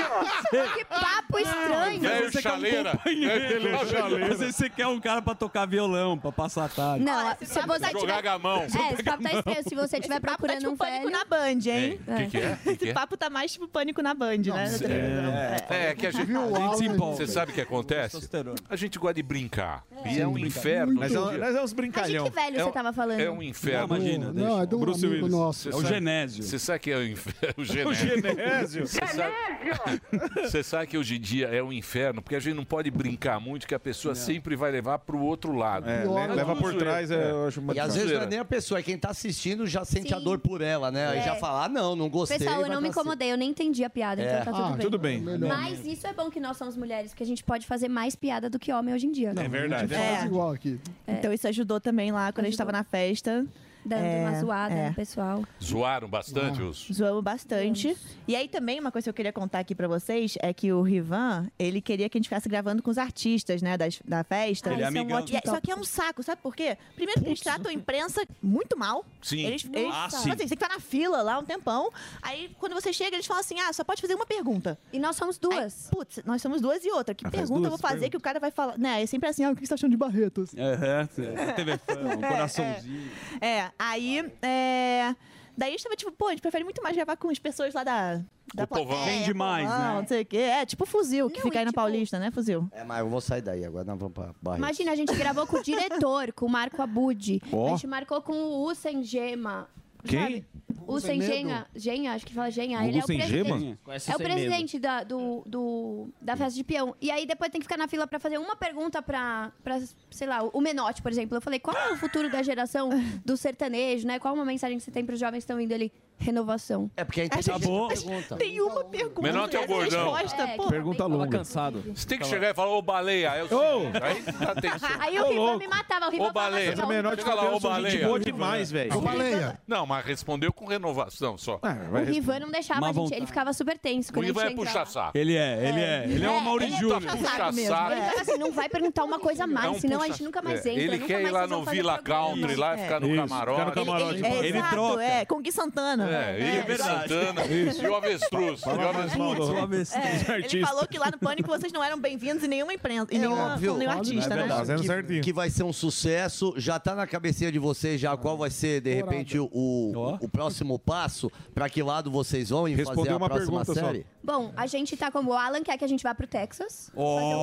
Speaker 21: Que papo estranho.
Speaker 5: Você quer um companheiro.
Speaker 4: Velho É, chaleira.
Speaker 5: Às vezes você quer um cara pra tocar violão, pra passar a tarde.
Speaker 21: Não, se você tiver...
Speaker 4: Jogar gamão.
Speaker 21: É, esse papo tá estranho. Se você estiver procurando um
Speaker 23: tipo Pânico
Speaker 21: velho...
Speaker 23: na Band, hein?
Speaker 4: O que, que é? Que que
Speaker 23: Esse
Speaker 4: é?
Speaker 23: papo tá mais tipo pânico na Band, né? Na televisão.
Speaker 4: É, é que a gente,
Speaker 23: Viu,
Speaker 4: a gente
Speaker 23: Alan?
Speaker 4: se empolga. Você sabe o que acontece? A gente gosta de brincar. E é um inferno.
Speaker 9: Mas
Speaker 4: hoje em
Speaker 9: é-
Speaker 4: dia.
Speaker 9: nós é uns
Speaker 21: brincalhão. Mas Ah, de que velho
Speaker 4: É
Speaker 21: você
Speaker 4: um-
Speaker 21: tava falando?
Speaker 4: É um inferno.
Speaker 21: Não, imagina, Não, deixa. é de um Bruce amigo Willis. nosso.
Speaker 4: Você
Speaker 21: É o
Speaker 4: sabe-
Speaker 21: Genésio.
Speaker 4: Você sabe que é o inferno? <laughs> O Genésio.
Speaker 9: Genésio.
Speaker 4: Você sabe- Você sabe que hoje em dia é um inferno, porque a gente não pode brincar muito, que a pessoa sempre vai levar pro outro lado.
Speaker 9: É, le- leva por trás, é, eu acho uma
Speaker 10: E às vezes não é nem a pessoa, é quem tá assistindo já sente a dor por ela, né? Aí
Speaker 21: É.
Speaker 10: já fala, ah, não, não gostei.
Speaker 21: Pessoal, eu
Speaker 10: vai
Speaker 21: não
Speaker 10: pra
Speaker 21: me
Speaker 10: cima.
Speaker 21: incomodei, eu nem entendi a piada,
Speaker 10: É.
Speaker 21: então tá
Speaker 10: Ah,
Speaker 21: tudo
Speaker 10: tudo
Speaker 21: bem.
Speaker 10: bem. Melhor
Speaker 21: Mas isso é bom que nós somos mulheres, porque a gente pode fazer mais piada do que homem hoje em
Speaker 6: assim,
Speaker 21: dia. né?
Speaker 23: É. Então isso ajudou também lá quando a gente tava na festa.
Speaker 21: Dando
Speaker 23: É,
Speaker 21: uma zoada
Speaker 23: é.
Speaker 21: no pessoal.
Speaker 4: Zoaram bastante os.
Speaker 23: Zoamos bastante. E aí também, uma coisa que eu queria contar aqui pra vocês é que o Rivan, ele queria que a gente ficasse gravando com os artistas, né, das- da festa. Ele é Isso um amigão. ótimo E é- Só que é um saco, sabe por quê? Primeiro que eles tratam a imprensa muito mal. Sim. Eles, Nossa. eles, Ah, assim, sim. você tem que estar na fila lá um tempão. Aí, quando você chega, eles falam assim, ah, só pode fazer uma pergunta.
Speaker 21: E nós somos duas.
Speaker 23: putz, nós somos duas e outra. Que
Speaker 5: Ah, faz
Speaker 23: pergunta eu vou
Speaker 5: duas
Speaker 23: fazer que o cara vai falar... Né, é sempre assim, ah, o que você tá achando de Barretos?
Speaker 5: É, é, TV fã, um
Speaker 23: É,
Speaker 5: coraçãozinho.
Speaker 23: É, aí. É, daí a gente tava tipo, pô, a gente prefere muito mais gravar com as pessoas lá da. da
Speaker 10: O povão.
Speaker 23: plateia,
Speaker 10: Vem demais,
Speaker 23: povão,
Speaker 10: né?
Speaker 23: Não sei o quê. É, tipo fuzil, que fica aí na Paulista, né, fuzil?
Speaker 10: É, mas eu vou sair daí agora, não vamos pra barra.
Speaker 21: Imagina, a gente
Speaker 23: <laughs>
Speaker 21: gravou com o diretor, com o Marco Abud.
Speaker 10: Ó.
Speaker 21: A gente marcou com o Usen Gema.
Speaker 9: Quem?
Speaker 21: O Sem
Speaker 9: Medo.
Speaker 21: Genha, Genha, acho que fala Genha.
Speaker 9: Gugu
Speaker 21: Ele é o
Speaker 9: Sem
Speaker 21: presidente,
Speaker 9: Gema? Conhece
Speaker 21: é o
Speaker 9: Sem Medo.
Speaker 21: presidente da, do, do- da festa de peão. E aí depois tem que ficar na fila pra fazer uma pergunta pra, pra sei lá, o Menotti, por exemplo. Eu falei, qual é o futuro da geração do sertanejo, né? Qual é uma mensagem que você tem pros jovens que estão vindo ali? renovação.
Speaker 10: É porque a gente
Speaker 21: Essa
Speaker 10: tá
Speaker 21: gente-
Speaker 10: bom.
Speaker 23: Tem uma pergunta.
Speaker 4: Menor teu
Speaker 23: essa
Speaker 4: é gordão.
Speaker 23: resposta,
Speaker 21: É,
Speaker 23: pô.
Speaker 10: Pergunta
Speaker 4: longa.
Speaker 8: cansado.
Speaker 4: Você tem que chegar e falar, ô baleia. Eu Aí tá tenso.
Speaker 21: Aí o Rivan me matava, um o Rivan
Speaker 4: Ô baleia. é
Speaker 21: falava,
Speaker 9: é menor de
Speaker 4: Chega lá,
Speaker 9: cabelo
Speaker 4: ô
Speaker 9: são gente
Speaker 4: baleia.
Speaker 9: boa demais, velho. Ah, Ô, baleia.
Speaker 4: Não, mas respondeu com renovação só. é
Speaker 21: o Rivan não deixava
Speaker 4: Má
Speaker 21: a gente,
Speaker 4: vontade.
Speaker 21: ele ficava super tenso.
Speaker 4: O
Speaker 21: quando a
Speaker 4: Ivan é
Speaker 21: gente ia
Speaker 4: puxar
Speaker 21: entrar.
Speaker 4: saco.
Speaker 5: Ele é, ele é. Ele é o Mauri
Speaker 21: ele
Speaker 5: Júnior.
Speaker 21: puxa saco mesmo. Ele fala assim, não vai perguntar uma coisa a mais,
Speaker 4: É um
Speaker 21: senão a
Speaker 4: puxa-
Speaker 21: gente nunca mais entra.
Speaker 4: Ele
Speaker 21: nunca
Speaker 4: quer ir
Speaker 21: mais
Speaker 4: lá
Speaker 21: vocês
Speaker 4: no
Speaker 21: vão fazer
Speaker 4: Villa
Speaker 21: um programa.
Speaker 4: Country, lá ficar no
Speaker 5: Isso,
Speaker 4: camarote.
Speaker 5: ficar no camarote.
Speaker 23: É,
Speaker 5: Ele
Speaker 23: exato,
Speaker 5: troca.
Speaker 23: é. Com o Gui Santana.
Speaker 4: É, e
Speaker 23: É.
Speaker 4: o
Speaker 23: <laughs>
Speaker 4: Santana e o avestruz.
Speaker 9: Fala
Speaker 4: E o
Speaker 9: mais
Speaker 4: avestruz.
Speaker 9: mal do-
Speaker 23: É, Ele falou que lá no Pânico vocês não eram bem-vindos em nenhuma imprensa,
Speaker 21: É
Speaker 23: em nenhuma,
Speaker 10: Óbvio.
Speaker 23: nenhum artista,
Speaker 9: Tá
Speaker 23: né?
Speaker 10: que, que vai ser um sucesso, já tá na cabecinha de vocês já qual vai ser, de repente, o, o, o próximo passo, pra que lado vocês vão em fazer
Speaker 9: Respondeu
Speaker 10: a
Speaker 9: uma
Speaker 10: próxima
Speaker 9: pergunta só.
Speaker 10: série?
Speaker 21: Bom, a gente tá como o Alan quer que a gente vá pro Texas.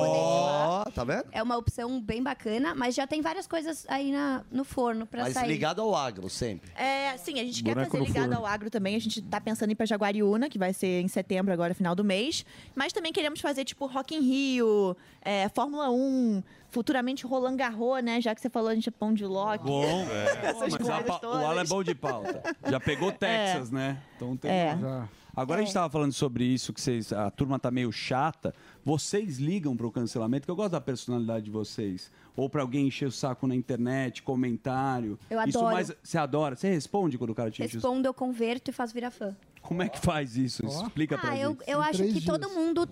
Speaker 10: Ó, tá vendo?
Speaker 21: É uma opção bem bacana, mas já tem várias coisas aí na- no forno pra
Speaker 10: Mas
Speaker 21: sair.
Speaker 10: ligado ao agro, sempre.
Speaker 23: É, sim, a gente quer
Speaker 10: Boneco
Speaker 23: fazer
Speaker 10: no
Speaker 23: ligado
Speaker 10: forno.
Speaker 23: ao agro também. A gente tá pensando em ir pra Jaguariúna, que vai ser em setembro, agora, final do mês. Mas também queremos fazer, tipo, Rock in Rio, é, Fórmula 1, futuramente Roland Garros, né? Já que você falou, a gente é pão de ló. aqui.
Speaker 5: Bom,
Speaker 9: É.
Speaker 23: Essas
Speaker 5: mas a
Speaker 23: coisas
Speaker 5: pa-
Speaker 23: todas.
Speaker 5: o Alan é bom de pauta. Já
Speaker 21: É.
Speaker 5: pegou Texas, né? Então tem.
Speaker 23: É.
Speaker 5: já. Agora a gente estava falando sobre isso, que vocês, a turma tá meio chata. Vocês ligam para o cancelamento, que eu gosto da personalidade de vocês. Ou para alguém encher o saco na internet, comentário.
Speaker 21: Eu
Speaker 5: Isso
Speaker 21: adoro.
Speaker 5: mais, você adora? Você responde quando o cara te enche o saco?
Speaker 21: Respondo, eu converto e faço virar fã.
Speaker 5: Como é que faz isso? Explica pra
Speaker 21: Ah, eu,
Speaker 5: gente.
Speaker 21: eu acho que todo mundo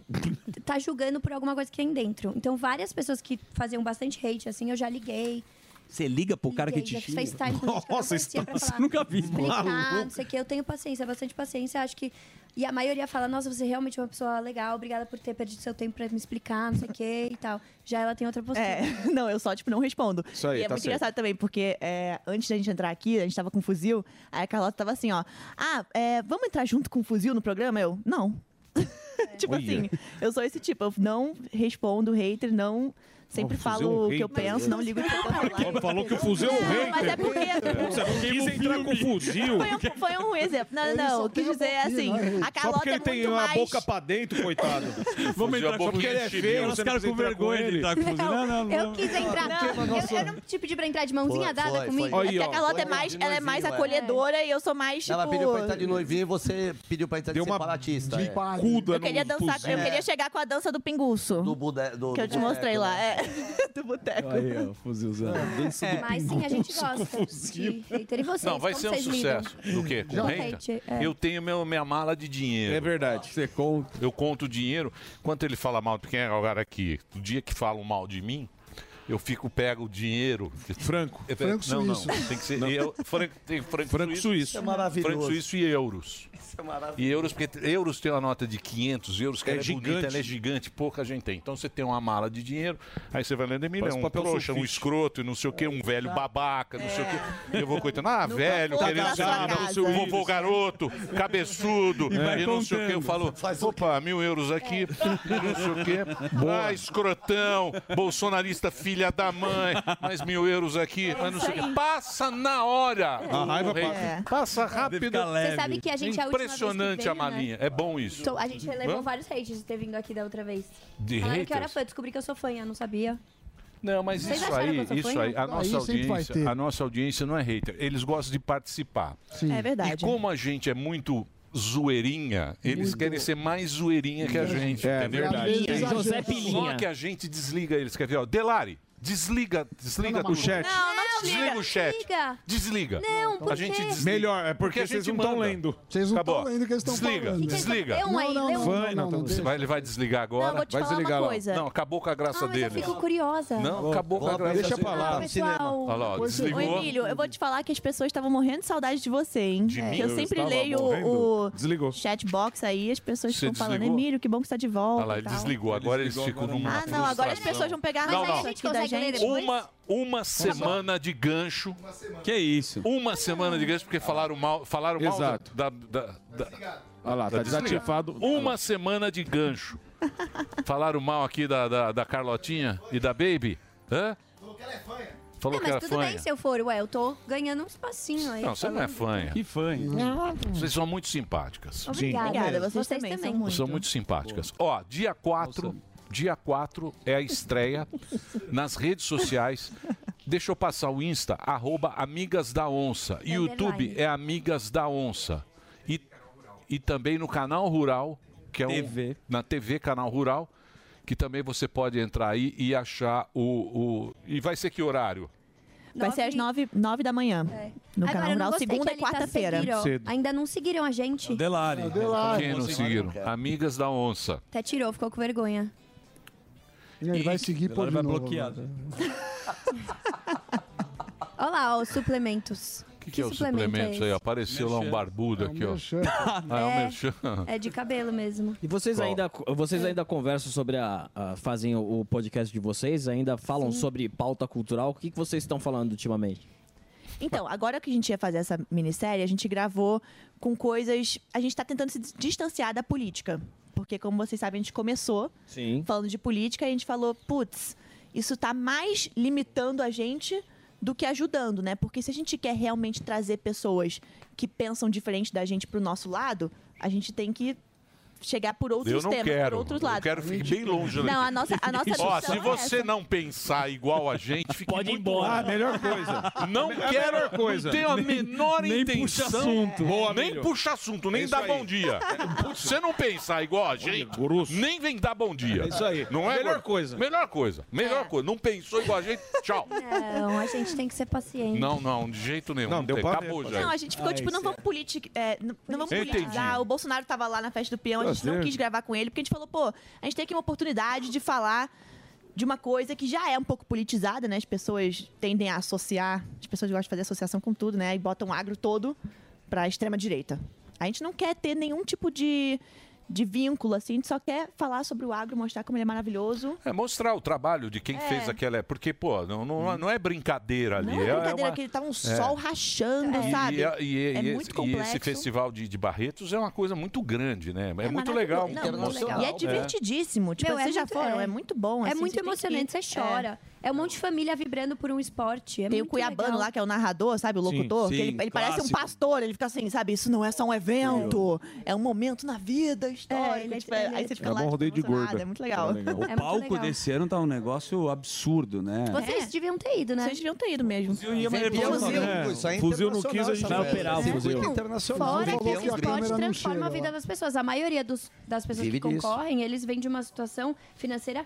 Speaker 21: tá julgando por alguma coisa que tem dentro. Então, várias pessoas que faziam bastante hate, assim, eu já liguei.
Speaker 5: Você liga pro cara que te
Speaker 21: liguei, já
Speaker 5: xinga?
Speaker 21: fiz FaceTime com gente que eu não
Speaker 5: Nossa, tá
Speaker 21: conhecia
Speaker 5: <laughs>
Speaker 21: pra
Speaker 5: você
Speaker 21: falar.
Speaker 5: nunca vi.
Speaker 21: explicar, ah, não
Speaker 5: Maluco.
Speaker 21: sei o que. Eu tenho paciência, bastante paciência. Acho que. E a maioria fala, nossa, você realmente é uma pessoa legal, obrigada por ter perdido seu tempo pra me explicar, não sei o que e tal. Já ela tem outra postura.
Speaker 23: É, <laughs> não, eu só, tipo, não respondo.
Speaker 21: Isso aí,
Speaker 23: e é
Speaker 21: tá
Speaker 23: muito
Speaker 21: certo.
Speaker 23: engraçado também, porque é, antes da gente entrar aqui, a gente tava com um fuzil, aí a Carlota tava assim, ó. Ah, é, vamos entrar junto com o fuzil no programa? Eu, não. tipo
Speaker 24: Olha.
Speaker 23: assim, eu sou esse tipo, eu não respondo hater, não. Sempre
Speaker 9: Fuzil é um
Speaker 23: falo o que eu
Speaker 9: hater.
Speaker 23: penso, não ligo
Speaker 9: então
Speaker 23: pra
Speaker 9: tá, Falou que o fuzil é um rei.
Speaker 23: mas é porque-
Speaker 9: Nossa, quis entrar com fuzil.
Speaker 23: Foi um, foi um exemplo. Não,
Speaker 9: Ele
Speaker 23: não,
Speaker 9: só
Speaker 23: eu quis
Speaker 9: tem a
Speaker 23: dizer
Speaker 9: boquinha,
Speaker 23: assim,
Speaker 9: não é ele?
Speaker 23: a
Speaker 9: Só
Speaker 23: Carlota
Speaker 9: porque ele
Speaker 23: é
Speaker 9: tem
Speaker 23: muito
Speaker 9: uma
Speaker 23: mais...
Speaker 9: boca pra dentro, coitado.
Speaker 23: <laughs>
Speaker 4: Vamos entrar
Speaker 9: só
Speaker 4: com
Speaker 9: porque ele é
Speaker 4: enchibinho.
Speaker 9: feio.
Speaker 4: Os
Speaker 9: Você
Speaker 4: caras
Speaker 9: não
Speaker 4: com vergonha de entrar com fuzil. Não, não,
Speaker 21: Eu quis entrar.
Speaker 23: Não. tipo
Speaker 21: Eu, eu não te pedi pra entrar de mãozinha
Speaker 10: Foi,
Speaker 21: dada
Speaker 10: foi,
Speaker 21: comigo.
Speaker 10: foi. Aí,
Speaker 23: Porque a
Speaker 10: ó,
Speaker 23: Carlota é
Speaker 10: foi
Speaker 23: mais,
Speaker 10: de
Speaker 23: ela é mais
Speaker 10: noivinho, é.
Speaker 23: acolhedora e eu sou mais, tipo...
Speaker 10: Ela pediu pra entrar tá de noivinho e você pediu pra entrar de
Speaker 9: Deu uma
Speaker 10: separatista. é.
Speaker 23: Eu queria dançar, eu queria chegar com a dança do pinguço.
Speaker 10: né? Do budé, do,
Speaker 23: que eu
Speaker 10: do
Speaker 23: te mostrei
Speaker 10: boneco,
Speaker 23: lá. É.
Speaker 10: né?
Speaker 23: Do boteco.
Speaker 5: Aí, ó, fuzilzão. Dança do
Speaker 21: É, Mas sim, a gente
Speaker 5: pinguço com
Speaker 21: gosta.
Speaker 5: fuzil.
Speaker 21: de hater. E vocês,
Speaker 4: Não, vai
Speaker 21: como
Speaker 4: ser um
Speaker 21: vocês lidam?
Speaker 4: sucesso. Do quê? Com
Speaker 21: Não,
Speaker 4: renda?
Speaker 21: hate, é.
Speaker 4: Eu tenho meu, minha mala de dinheiro. É
Speaker 5: verdade. Você conta.
Speaker 4: Eu conto o dinheiro. Quanto ele fala mal de quem é o cara aqui? O dia que falam mal de mim, eu fico, pego o dinheiro.
Speaker 9: Franco.
Speaker 10: Franco
Speaker 4: não,
Speaker 10: suíço.
Speaker 4: Não, tem que ser. Eu, franco, tem franco,
Speaker 9: Franco suíço. Isso é maravilhoso.
Speaker 4: Franco suíço e euros.
Speaker 10: Isso é maravilhoso.
Speaker 4: E euros, porque euros tem uma nota de 500 euros, que
Speaker 9: É
Speaker 4: ela é bonita,
Speaker 9: gigante.
Speaker 4: ela é gigante, pouca gente tem. Então você tem uma mala de dinheiro, aí você vai lendo, Emílio, é
Speaker 9: Parece
Speaker 4: um
Speaker 9: papel
Speaker 4: trouxa, um
Speaker 9: sulfite.
Speaker 4: escroto, e não sei o quê, um velho babaca, não sei o quê. E eu vou coitando, ah, velho,
Speaker 9: foi
Speaker 4: querendo
Speaker 9: pra sua
Speaker 4: saber,
Speaker 9: casa.
Speaker 4: não sei o vovô garoto, cabeçudo,
Speaker 9: E vai
Speaker 4: e não sei o quê. Eu
Speaker 9: contando.
Speaker 4: falo, opa, mil euros aqui,
Speaker 23: É.
Speaker 4: e não sei o quê. Ah, escrotão, bolsonarista filha da mãe, mais mil euros
Speaker 21: É
Speaker 4: aqui, mas não sei o quê. Passa na hora!
Speaker 9: A raiva
Speaker 4: Rei.
Speaker 9: passa.
Speaker 4: Passa rápido.
Speaker 21: leve. Você sabe que a gente, é a última vez que
Speaker 4: Impressionante
Speaker 21: veio,
Speaker 4: a malinha. É bom isso.
Speaker 21: Então, a gente levou
Speaker 4: Hã?
Speaker 21: vários haters de ter vindo aqui da outra vez.
Speaker 4: De
Speaker 21: Falaram que eu era
Speaker 4: haters?
Speaker 21: fã, descobri que eu sou fã, eu não sabia.
Speaker 4: Não, mas
Speaker 21: Vocês
Speaker 4: isso
Speaker 21: acharam que
Speaker 4: aí,
Speaker 21: eu sou
Speaker 4: isso
Speaker 21: fanha?
Speaker 4: aí, a
Speaker 21: Aí
Speaker 4: nossa
Speaker 21: sempre vai ter.
Speaker 4: audiência, a nossa audiência não é hater. Eles gostam de participar.
Speaker 23: Sim. É verdade.
Speaker 4: E como a gente é muito zoeirinha, eles querem ser mais zoeirinha que a gente,
Speaker 9: É,
Speaker 4: entendeu?
Speaker 9: verdade. Pilinha, José
Speaker 4: Só
Speaker 9: Pilinha.
Speaker 4: que a gente desliga eles, quer ver? Ó, Delari, desliga, desliga
Speaker 9: Não, não,
Speaker 4: tudo.
Speaker 9: o chat. Não,
Speaker 21: não
Speaker 4: desliga.
Speaker 21: desliga.
Speaker 4: o chat.
Speaker 21: Desliga.
Speaker 4: Desliga.
Speaker 21: Não, por
Speaker 4: Então A gente
Speaker 21: quê?
Speaker 4: desliga.
Speaker 9: Melhor, é porque
Speaker 4: a
Speaker 9: vocês
Speaker 4: gente
Speaker 9: não tão
Speaker 4: manda.
Speaker 9: lendo.
Speaker 4: Vocês
Speaker 9: não tão
Speaker 4: Acabou.
Speaker 9: lendo o que eles tão
Speaker 4: Desliga,
Speaker 9: falando.
Speaker 4: desliga.
Speaker 21: Lê um aí, lê um.
Speaker 9: Vai, Natal.
Speaker 4: Você vai- ele vai desligar agora?
Speaker 21: Não, vou te
Speaker 4: vai
Speaker 21: falar uma
Speaker 4: desligar lá.
Speaker 21: coisa.
Speaker 4: Não, acabou com a graça
Speaker 21: Ah, mas eu
Speaker 4: dele.
Speaker 21: fico curiosa.
Speaker 4: Não, acabou com a graça
Speaker 9: Deixa
Speaker 4: dele.
Speaker 9: pra lá.
Speaker 21: Pessoal,
Speaker 4: Olha lá, ó, desligou.
Speaker 23: Ô, Emílio, eu vou te falar que as pessoas estavam morrendo de saudade de você, hein?
Speaker 4: De
Speaker 23: Que
Speaker 4: mim?
Speaker 23: Eu
Speaker 4: Eu
Speaker 23: sempre
Speaker 4: estava
Speaker 23: leio
Speaker 4: morrendo?
Speaker 23: o
Speaker 4: Desligou.
Speaker 23: chatbox aí, as pessoas
Speaker 4: Você
Speaker 23: ficam falando,
Speaker 4: desligou?
Speaker 23: Emílio, que bom que você tá de volta.
Speaker 4: Olha lá,
Speaker 23: e
Speaker 4: ele
Speaker 23: tal.
Speaker 4: desligou. Agora eles ficam numa.
Speaker 23: Ah, não, agora as
Speaker 4: frustração.
Speaker 23: pessoas vão pegar
Speaker 4: não,
Speaker 23: mais
Speaker 4: não.
Speaker 23: a gente da gente.
Speaker 4: Uma, uma semana de gancho.
Speaker 5: Que isso?
Speaker 4: Uma semana de gancho, porque falaram mal, falaram mal
Speaker 9: Exato.
Speaker 4: da. da, da-
Speaker 9: Olha lá, tá
Speaker 4: desligado.
Speaker 9: desativado.
Speaker 4: Uma semana de gancho. falaram mal aqui da, da, da Carlotinha e da Baby. Hã? Falou
Speaker 21: Não,
Speaker 4: que
Speaker 21: mas
Speaker 4: era
Speaker 21: tudo
Speaker 4: fanha.
Speaker 21: bem se eu for. Ué, eu tô ganhando um espacinho aí.
Speaker 4: Não, você não é
Speaker 21: falando.
Speaker 4: fanha. Que
Speaker 5: fanha.
Speaker 4: Vocês são muito simpáticas.
Speaker 21: Obrigada.
Speaker 23: Obrigada, vocês, também, são muito.
Speaker 4: São muito simpáticas. Ó, dia 4, dia 4 é a estreia nas redes sociais. Deixa eu passar o Insta, arroba Amigas da Onça. YouTube é Amigas da Onça. e também no canal Rural, que é TV. na TV Canal Rural, que também você pode entrar aí e achar o, o- e vai ser que horário?
Speaker 23: Vai ser às nove, nove da manhã. No
Speaker 21: É. Agora,
Speaker 23: canal
Speaker 21: eu não
Speaker 23: Rural,
Speaker 21: gostei que
Speaker 23: segunda
Speaker 21: a
Speaker 23: e
Speaker 21: Anitta
Speaker 23: quarta-feira.
Speaker 21: seguiram.
Speaker 4: Cedo.
Speaker 21: Ainda não seguiram a gente.
Speaker 9: É
Speaker 4: Delari.
Speaker 21: Delari.
Speaker 4: Quem não seguiram? Amigas da Onça.
Speaker 21: Até tirou, ficou com vergonha.
Speaker 4: Ele vai seguir
Speaker 5: Delari vai bloquear.
Speaker 21: Olha lá, ó, os suplementos.
Speaker 4: O que, que é o suplemento aí? Apareceu lá um barbudo aqui, ó. Ah, é um
Speaker 21: É.
Speaker 4: merchan.
Speaker 21: É de cabelo mesmo.
Speaker 8: E vocês
Speaker 21: Qual?
Speaker 8: ainda vocês
Speaker 21: É.
Speaker 8: ainda conversam sobre a, a- fazem o, o podcast de vocês, ainda falam
Speaker 23: Sim.
Speaker 8: sobre pauta cultural. O que, que vocês estão falando ultimamente?
Speaker 23: Então, agora que a gente ia fazer essa minissérie, a gente gravou com coisas. A gente está tentando se distanciar da política. Porque, como vocês sabem, a gente começou
Speaker 8: Sim.
Speaker 23: falando de política e a gente falou, putz, isso tá mais limitando a gente do que ajudando, né? Porque se a gente quer realmente trazer pessoas que pensam diferente da gente pro nosso lado, a gente tem que chegar por outros
Speaker 4: Eu não
Speaker 23: temas,
Speaker 4: quero.
Speaker 23: por outros
Speaker 4: Eu
Speaker 23: lados.
Speaker 4: quero ficar bem longe daqui.
Speaker 23: Não, a nossa, a nossa
Speaker 4: <laughs> Ó,
Speaker 23: missão
Speaker 4: se
Speaker 23: é
Speaker 4: você não pensar igual a gente, fique Pode ir
Speaker 23: embora.
Speaker 9: Ah, melhor coisa.
Speaker 4: Não
Speaker 9: É a
Speaker 4: quero.
Speaker 9: melhor coisa.
Speaker 4: Não tenho a
Speaker 9: Nem-
Speaker 4: menor
Speaker 9: nem puxa
Speaker 4: intenção.
Speaker 9: assunto. Boa,
Speaker 4: nem
Speaker 9: Emílio.
Speaker 4: puxa assunto,
Speaker 9: É
Speaker 4: nem
Speaker 9: isso
Speaker 4: dá
Speaker 9: aí. <laughs>
Speaker 4: bom dia. Putz, você não pensar igual a gente, nem vem dar bom dia.
Speaker 9: É isso aí.
Speaker 4: Não é
Speaker 9: Melhor
Speaker 4: gordo?
Speaker 9: coisa.
Speaker 4: Melhor coisa.
Speaker 23: É.
Speaker 4: Melhor coisa. Não pensou igual a gente, tchau.
Speaker 21: Não, a gente tem que ser paciente.
Speaker 4: Não, não, de jeito nenhum.
Speaker 9: Não, deu
Speaker 4: tem.
Speaker 9: pra ver, Ah,
Speaker 4: Acabou
Speaker 9: pô.
Speaker 4: já.
Speaker 23: Não, a gente ficou tipo, não vamos, politi é, não, não vamos
Speaker 4: Entendi.
Speaker 23: politizar. O Bolsonaro tava lá na festa do peão, a
Speaker 4: Tá
Speaker 23: gente não
Speaker 4: certo.
Speaker 23: quis gravar com ele, porque a gente falou, pô, a gente tem aqui uma oportunidade de falar de uma coisa que já é um pouco politizada, né? As pessoas tendem a associar, as pessoas gostam de fazer associação com tudo, né? E botam o agro todo pra extrema-direita. A gente não quer ter nenhum tipo de, de vínculo, assim, a gente só quer falar sobre o agro, mostrar como ele é maravilhoso.
Speaker 4: É mostrar o trabalho de quem
Speaker 23: É.
Speaker 4: fez aquela. Porque, pô, não, não, não é brincadeira ali.
Speaker 23: Não é brincadeira,
Speaker 4: uma-
Speaker 23: que ele tá um
Speaker 4: é.
Speaker 23: sol rachando,
Speaker 4: E-
Speaker 23: sabe?
Speaker 4: E, e-
Speaker 23: é
Speaker 4: e
Speaker 23: muito
Speaker 4: esse, e
Speaker 23: complexo.
Speaker 4: esse festival de, de Barretos é uma coisa muito grande, né? É, muito
Speaker 23: maravilhoso.
Speaker 4: legal.
Speaker 23: Não,
Speaker 4: muito
Speaker 23: muito legal.
Speaker 4: emocional,
Speaker 23: E é
Speaker 4: né?
Speaker 23: divertidíssimo. Tipo,
Speaker 21: Meu, é
Speaker 23: vocês já
Speaker 21: muito-
Speaker 23: foram, é, muito bom.
Speaker 21: É
Speaker 23: assim,
Speaker 21: muito
Speaker 23: você tem
Speaker 21: emocionante,
Speaker 23: que-
Speaker 21: você chora. É. um monte de família vibrando por um esporte. É
Speaker 23: Tem o
Speaker 21: muito
Speaker 23: Cuiabano
Speaker 21: legal.
Speaker 23: lá, que é o narrador, sabe? O
Speaker 21: Sim,
Speaker 23: locutor. que
Speaker 21: sim,
Speaker 23: ele ele parece um
Speaker 21: clássico.
Speaker 23: pastor, ele fica assim, sabe? Isso não é só um evento, é um momento na vida histórico. tipo, é- aí você fica
Speaker 5: É
Speaker 23: lá,
Speaker 5: bom
Speaker 23: tipo,
Speaker 5: rodeio de
Speaker 23: emocionada,
Speaker 5: gorda.
Speaker 23: <laughs> É muito legal.
Speaker 5: O palco desse ano tá um negócio absurdo, né?
Speaker 23: Vocês
Speaker 21: deviam ter ido, né?
Speaker 23: Vocês deviam ter ido mesmo.
Speaker 5: Eu ia, mas ele falou, né?
Speaker 10: é
Speaker 5: Fuzil não quis, a gente vai operar o fuzil.
Speaker 21: Fora que esse esporte transforma a vida das pessoas. A maioria dos- das pessoas
Speaker 5: Vive
Speaker 21: que
Speaker 5: disso.
Speaker 21: concorrem, eles vêm de uma situação financeira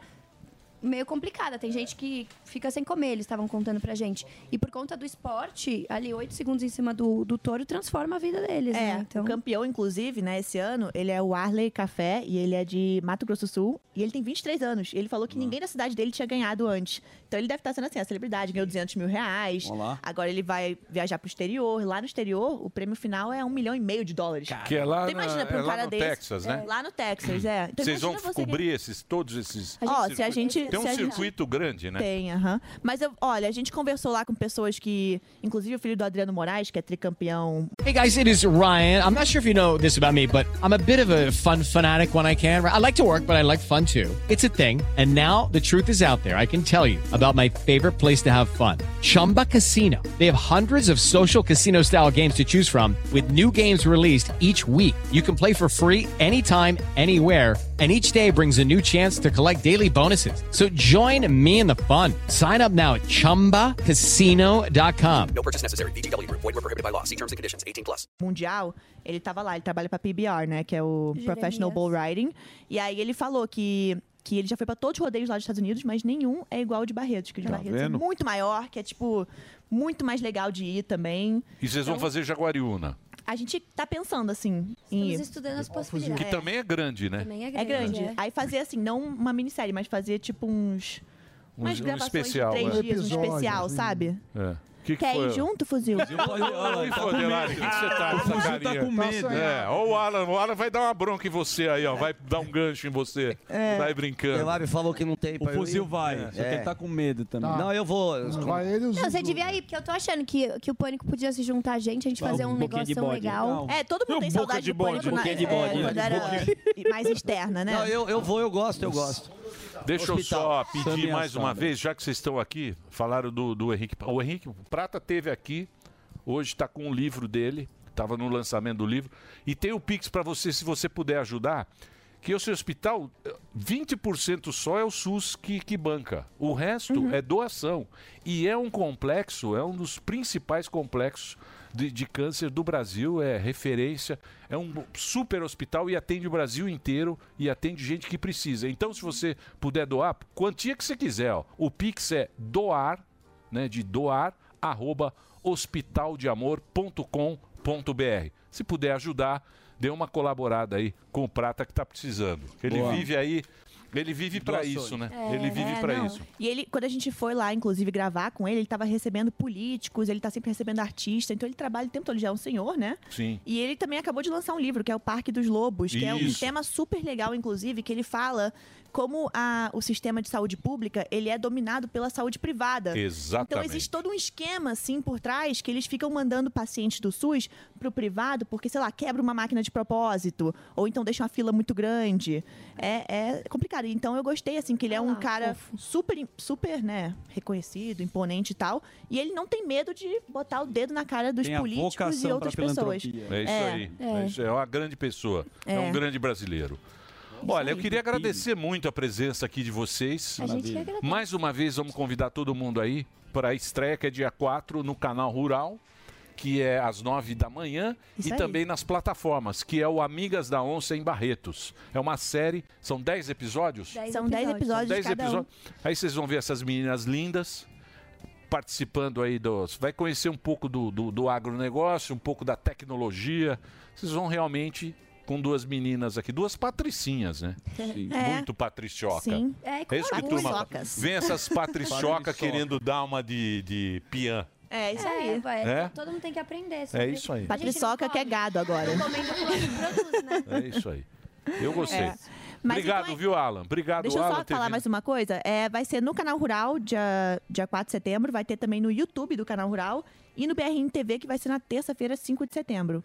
Speaker 21: meio complicada. Tem gente que fica sem comer, eles estavam contando pra gente. E por conta do esporte, ali, oito segundos em cima do, do touro, transforma a vida deles,
Speaker 23: É,
Speaker 21: né? Então,
Speaker 23: o campeão, inclusive, né, esse ano, ele é o Arley Café e ele é de Mato Grosso do Sul e ele tem 23 anos. E ele falou que ninguém da cidade dele tinha ganhado antes. Então ele deve estar sendo assim, a celebridade, ganhou 200 mil reais.
Speaker 4: Olá.
Speaker 23: Agora ele vai viajar pro exterior. Lá no exterior, o prêmio final é um milhão e meio de dólares.
Speaker 4: Que é lá
Speaker 23: então,
Speaker 4: na-
Speaker 23: imagina, pra um
Speaker 4: é lá
Speaker 23: cara
Speaker 4: no
Speaker 23: desse,
Speaker 4: Texas, né?
Speaker 23: é, Lá no Texas, é. Então,
Speaker 4: Vocês vão
Speaker 23: imagina você ganhar-
Speaker 4: cobrir esses, todos esses.
Speaker 23: A gente- Ó, se a gente-
Speaker 4: Tem um
Speaker 23: se a gente-
Speaker 4: circuito grande, né?
Speaker 23: Tem, aham. Mas eu- olha, a gente conversou lá com pessoas que. Inclusive o filho do Adriano Moraes, que é tricampeão
Speaker 25: Hey guys, it is Ryan. I'm not sure if you know this about me, but I'm a bit of a fun fanatic when I can. I like to work, but I like fun too. It's a thing. And now the truth is out there. I can tell you about my favorite place to have fun Chumba Casino. They have hundreds of social casino style games to choose from, with new games released each week. You can play for free anytime, anywhere. And each day brings a new chance to collect daily bonuses. So join me in the fun. Sign up now at chumbacasino.com.
Speaker 1: No purchase necessary. VGW Group. Void were prohibited by law. See terms and conditions. 18 plus.
Speaker 23: mundial, ele tava lá, ele trabalha pra PBR, né, que é o
Speaker 1: Jeremias.
Speaker 23: Professional Bull Riding. E aí ele falou que que ele já foi pra todos os rodeios lá dos Estados Unidos, mas nenhum é igual ao de Barretos, que o de
Speaker 4: Tá
Speaker 23: Barretos
Speaker 4: vendo?
Speaker 23: é muito maior, que é tipo muito mais legal de ir também.
Speaker 4: E vocês vão
Speaker 23: Então,
Speaker 4: fazer Jaguariúna,
Speaker 23: A gente tá pensando assim em ir.
Speaker 21: estudando as
Speaker 4: que
Speaker 23: possibilidades.
Speaker 4: também é grande, né?
Speaker 23: é
Speaker 21: grande,
Speaker 23: grande.
Speaker 21: é.
Speaker 23: Aí fazer assim, não uma minissérie, mas fazer tipo uns
Speaker 4: Um-
Speaker 23: umas
Speaker 4: um
Speaker 23: gravações
Speaker 4: especial,
Speaker 23: de três
Speaker 4: né?
Speaker 23: dias, um
Speaker 4: Episódios,
Speaker 23: especial,
Speaker 4: assim.
Speaker 23: sabe?
Speaker 4: É. Que que
Speaker 23: Quer
Speaker 4: foi?
Speaker 23: ir um junto, fuzil?
Speaker 4: Olha, Tá me fodeu, Lara, o que que você tá
Speaker 23: O
Speaker 4: com essa
Speaker 23: Fuzil tá
Speaker 4: carinha?
Speaker 23: com medo.
Speaker 4: É, ó o Alan, o Alan vai dar uma bronca em você aí, ó. Vai dar um gancho em você.
Speaker 10: É.
Speaker 4: Vai brincando.
Speaker 10: O Lab falou que não tem
Speaker 5: O fuzil vai, só que ele tá com medo também.
Speaker 10: Tá. É. Não, eu vou.
Speaker 21: Não, você devia ir, porque eu tô achando que, que o Pânico podia se juntar a gente, a gente fazer um, negócio legal.
Speaker 23: É, todo mundo tem saudade de bode.
Speaker 10: Boca de bode,
Speaker 23: é, quando
Speaker 10: né?
Speaker 23: era
Speaker 10: Boca
Speaker 23: mais externa, né?
Speaker 10: Não, eu, eu vou, eu gosto, eu gosto.
Speaker 4: Deixa eu só
Speaker 10: Hospital.
Speaker 4: pedir
Speaker 10: Samia
Speaker 4: mais uma
Speaker 10: Sombra.
Speaker 4: vez, já que vocês estão aqui, falaram do, do Henrique. Prata. O Henrique Prata teve aqui, hoje está com o livro dele, estava no lançamento do livro. E tem o Pix para você, se você puder ajudar, que esse hospital, 20% só é o SUS que, que banca. O resto é doação. E é um complexo, é um dos principais complexos de, de câncer do Brasil, é referência, é um super hospital e atende o Brasil inteiro e atende gente que precisa. Então, se você puder doar, quantia que você quiser, ó. o Pix é doar, né, de doar, arroba hospitaldeamor.com.br. Se puder ajudar, dê uma colaborada aí com o Prata que tá precisando. Ele
Speaker 7: Boa.
Speaker 4: vive aí, ele vive para
Speaker 7: Doações.
Speaker 4: isso, né?
Speaker 23: É,
Speaker 4: ele vive
Speaker 23: né?
Speaker 4: para
Speaker 23: Não.
Speaker 4: isso.
Speaker 23: E ele, quando a gente foi lá, inclusive, gravar com ele, ele tava recebendo políticos, ele tá sempre recebendo artistas, então ele trabalha o tempo todo, ele já é um senhor, né?
Speaker 4: Sim.
Speaker 23: E ele também acabou de lançar um livro, que é o Parque dos Lobos, que é um
Speaker 24: Isso.
Speaker 23: tema super legal, inclusive, que ele fala como a- o sistema de saúde pública, ele é dominado pela saúde privada. Então
Speaker 4: Exatamente.
Speaker 23: existe todo um esquema, assim, por trás, que eles ficam mandando pacientes do SUS pro privado, porque, sei lá, quebra uma máquina de propósito, ou então deixa uma fila muito grande. É, é complicado. Então eu gostei, assim, que ele é um cara super, super, né, reconhecido, imponente e tal, e ele não tem medo de botar o dedo na cara dos
Speaker 4: Tem a
Speaker 23: políticos e
Speaker 4: vocação
Speaker 23: outras
Speaker 4: pra
Speaker 23: pessoas.
Speaker 4: É isso aí. É. isso aí. É uma grande pessoa. É,
Speaker 23: É.
Speaker 4: um grande brasileiro. Olha, eu queria agradecer muito a presença aqui de vocês.
Speaker 21: A gente que agradece.
Speaker 4: Mais uma vez, vamos convidar todo mundo aí para a estreia, que é dia 4, no canal Rural, que é às 9 da manhã,
Speaker 7: Isso
Speaker 4: e
Speaker 7: aí.
Speaker 4: também nas plataformas, que é o Amigas da Onça em Barretos. É uma série, são 10 episódios?
Speaker 23: São 10 episódios de
Speaker 4: Dez
Speaker 23: cada um.
Speaker 4: episódios. Aí vocês vão ver essas meninas lindas participando aí dos. Vai conhecer um pouco do, do, do agronegócio, um pouco da tecnologia. Vocês vão realmente com duas meninas aqui, duas patricinhas, né?
Speaker 23: <laughs> Sim. É.
Speaker 4: Muito patricioca.
Speaker 23: Sim. É, e com
Speaker 4: isso que a
Speaker 23: algumas
Speaker 4: turma-
Speaker 23: socas.
Speaker 4: Vem
Speaker 23: <laughs>
Speaker 4: essas patricioca
Speaker 7: Patriçoca.
Speaker 4: querendo dar uma de, de piã.
Speaker 23: É isso aí.
Speaker 21: vai,
Speaker 4: É?
Speaker 21: Todo mundo tem que aprender.
Speaker 4: É isso aí.
Speaker 23: Patriçoca que é gado agora.
Speaker 4: É isso aí. Eu gostei.
Speaker 23: É. Mas
Speaker 4: Obrigado, viu, Alan? Obrigado,
Speaker 23: Deixa eu
Speaker 4: Alan.
Speaker 23: só
Speaker 4: ter
Speaker 23: falar
Speaker 4: vindo.
Speaker 23: mais uma coisa. É, vai ser no canal Rural, dia, dia 4 de setembro. Vai ter também no YouTube do canal Rural. E no BRN TV, que vai ser na terça-feira, 5 de setembro.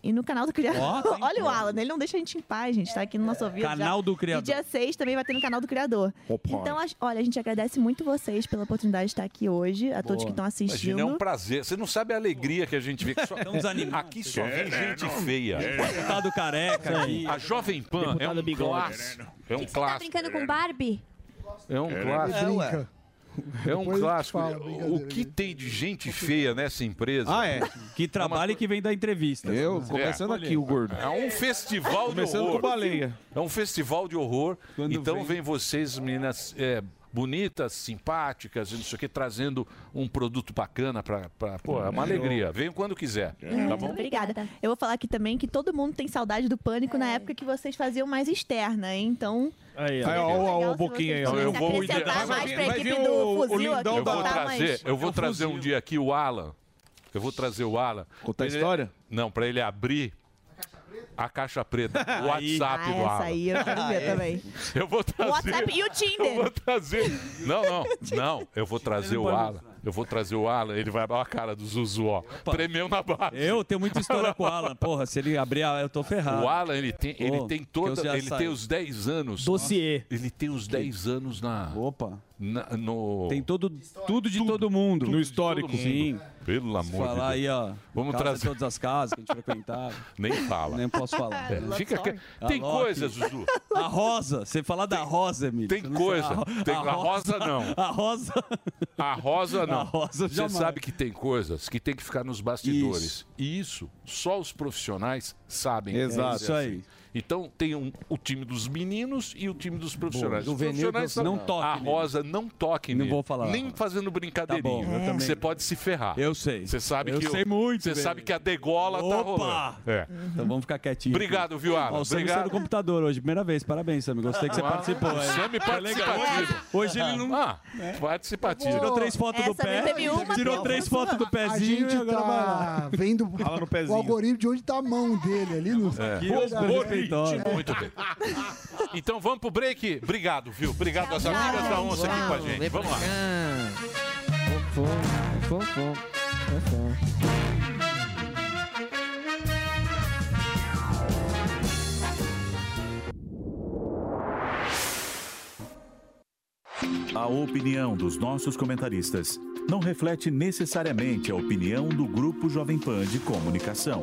Speaker 23: E no canal do Criador.
Speaker 5: Ó, tá em
Speaker 23: <laughs> Olha o Alan, ele não deixa a gente em paz, gente. Tá aqui no nosso ouvido. já.
Speaker 5: Canal do Criador.
Speaker 23: E dia 6 também vai ter no canal do Criador.
Speaker 5: Opa.
Speaker 23: Então, as- olha, a gente agradece muito vocês pela oportunidade de estar aqui hoje, a todos que estão assistindo.
Speaker 4: Imagina, é um prazer. Você não sabe a alegria que a gente vê. Que só...
Speaker 5: É
Speaker 4: <laughs> Aqui só
Speaker 5: né?
Speaker 4: vem gente feia.
Speaker 5: Deputado careca aqui.
Speaker 4: A Jovem Pan é um clássico. É um
Speaker 21: Tá
Speaker 4: clássico.
Speaker 21: brincando com Barbie?
Speaker 4: É um
Speaker 21: É,
Speaker 4: clássico.
Speaker 21: né? Brinca.
Speaker 4: É um
Speaker 21: Depois eu te
Speaker 4: clássico.
Speaker 21: falo,
Speaker 4: O que tem de gente feia nessa empresa?
Speaker 5: Ah, é. Que trabalha e que vem da entrevista.
Speaker 4: Eu,
Speaker 5: começando aqui, o gordo.
Speaker 4: É um festival de
Speaker 5: Começando
Speaker 4: horror.
Speaker 5: com baleia.
Speaker 4: É um festival de horror. então vem...
Speaker 5: vem-
Speaker 4: vocês, meninas é, bonitas, simpáticas, não sei o que, trazendo um produto bacana pra. pra- Pô, é uma alegria. Venham quando quiser.
Speaker 5: É.
Speaker 4: Tá bom?
Speaker 23: Uhum. Obrigada. Eu vou falar aqui também que todo mundo tem saudade do pânico na época que vocês faziam mais externa, hein? Então.
Speaker 4: Aí,
Speaker 23: ó.
Speaker 9: ó, ó, ó, o boquinho aí, ó.
Speaker 4: Então, Eu vou Vai
Speaker 23: acrescentar mais pra
Speaker 4: vir- vai
Speaker 23: equipe
Speaker 4: vir
Speaker 23: do
Speaker 4: o- o lindão
Speaker 23: fuzil aqui,
Speaker 4: da- Eu vou
Speaker 23: botar mais-
Speaker 4: trazer, eu vou trazer um dia aqui o Alan. Eu vou trazer o Alan. Contar a história? Não, pra ele abrir. A caixa <laughs> preta, o
Speaker 23: Aí.
Speaker 4: WhatsApp
Speaker 23: Ah,
Speaker 4: do
Speaker 23: essa
Speaker 4: Alan.
Speaker 23: aí eu quero ver
Speaker 4: <laughs>
Speaker 23: também.
Speaker 4: Eu vou
Speaker 23: O
Speaker 4: trazer.
Speaker 23: WhatsApp e o Tinder.
Speaker 4: Eu vou trazer. Não, não, não. Eu vou trazer o Alan. Eu vou trazer o Alan. Ele vai abrir a cara do Zuzu, ó. Tremeu na base.
Speaker 5: Eu tenho muita história com o Alan. Porra, se ele abrir, a- eu tô ferrado.
Speaker 4: O Alan, ele tem, ele
Speaker 5: Pô,
Speaker 4: tem
Speaker 5: que eu
Speaker 4: toda.
Speaker 5: já
Speaker 4: Ele
Speaker 5: saí.
Speaker 4: tem os 10 anos.
Speaker 5: Dossiê.
Speaker 4: Ele tem os 10 anos na. Opa. no...
Speaker 5: Tem todo, tudo de todo mundo.
Speaker 4: Tudo de todo
Speaker 5: Sim.
Speaker 4: mundo. Pelo amor de
Speaker 5: falar
Speaker 4: Deus.
Speaker 5: aí, ó.
Speaker 4: Vamos
Speaker 5: casa
Speaker 4: trazer-
Speaker 5: de todas as casas que a gente frequentava.
Speaker 4: <laughs> Nem fala.
Speaker 5: Nem posso
Speaker 23: <laughs>
Speaker 5: falar.
Speaker 4: É, fica que- Tem coisa, Zuzu.
Speaker 5: A Rosa. Você fala da Rosa, Emílio. Tem
Speaker 4: coisa. Tem- a Rosa, não.
Speaker 5: <laughs> A Rosa.
Speaker 4: A rosa não.
Speaker 5: <laughs> A rosa
Speaker 4: Você
Speaker 5: jamais.
Speaker 4: sabe que tem coisas que tem que ficar nos bastidores. E isso só os profissionais sabem.
Speaker 5: Exato.
Speaker 4: É
Speaker 5: Isso aí.
Speaker 4: Então tem um- o time dos meninos e o time dos profissionais.
Speaker 5: Boa,
Speaker 4: os
Speaker 5: juvenil,
Speaker 4: profissionais
Speaker 5: não toque
Speaker 4: A
Speaker 5: nele.
Speaker 4: rosa não toque
Speaker 5: Não
Speaker 4: nele.
Speaker 5: vou falar.
Speaker 4: Nem fazendo brincadeirinha.
Speaker 5: Tá bom, eu
Speaker 23: É,
Speaker 5: também.
Speaker 4: Você pode se ferrar.
Speaker 5: Eu sei.
Speaker 4: Você sabe
Speaker 5: Eu
Speaker 4: que
Speaker 5: sei muito
Speaker 4: Você
Speaker 5: bem.
Speaker 4: sabe que a degola tá rolando.
Speaker 5: Opa!
Speaker 4: É.
Speaker 5: Então vamos ficar quietinho.
Speaker 4: Obrigado, viu, Alan?
Speaker 5: Ó, o Sam
Speaker 4: Obrigado.
Speaker 5: está no computador hoje. Primeira vez. Parabéns, Sam. Gostei que você
Speaker 4: Ah,
Speaker 5: participou.
Speaker 4: o
Speaker 5: hein?
Speaker 4: Sam
Speaker 5: Foi
Speaker 4: participativo.
Speaker 5: legal. Hoje ele não...
Speaker 4: Ah, participativo.
Speaker 5: Tirou três fotos do
Speaker 6: Essa
Speaker 5: pé.
Speaker 6: não teve uma,
Speaker 5: Tirou
Speaker 6: não.
Speaker 5: três fotos do
Speaker 6: A
Speaker 5: pezinho
Speaker 6: gente
Speaker 5: e agora vai lá.
Speaker 6: tá vendo
Speaker 5: Fala no
Speaker 6: o
Speaker 5: pezinho. É.
Speaker 6: algoritmo de onde tá a mão dele ali no.
Speaker 5: Aqui,
Speaker 6: É. Pô,
Speaker 5: ó, os prefeitórios.
Speaker 4: Muito bem. Então vamos pro break. Obrigado, viu? Obrigado às amigas da onça aqui com a gente. Vamos lá.
Speaker 2: A opinião dos nossos comentaristas não reflete necessariamente a opinião do Grupo Jovem Pan de Comunicação.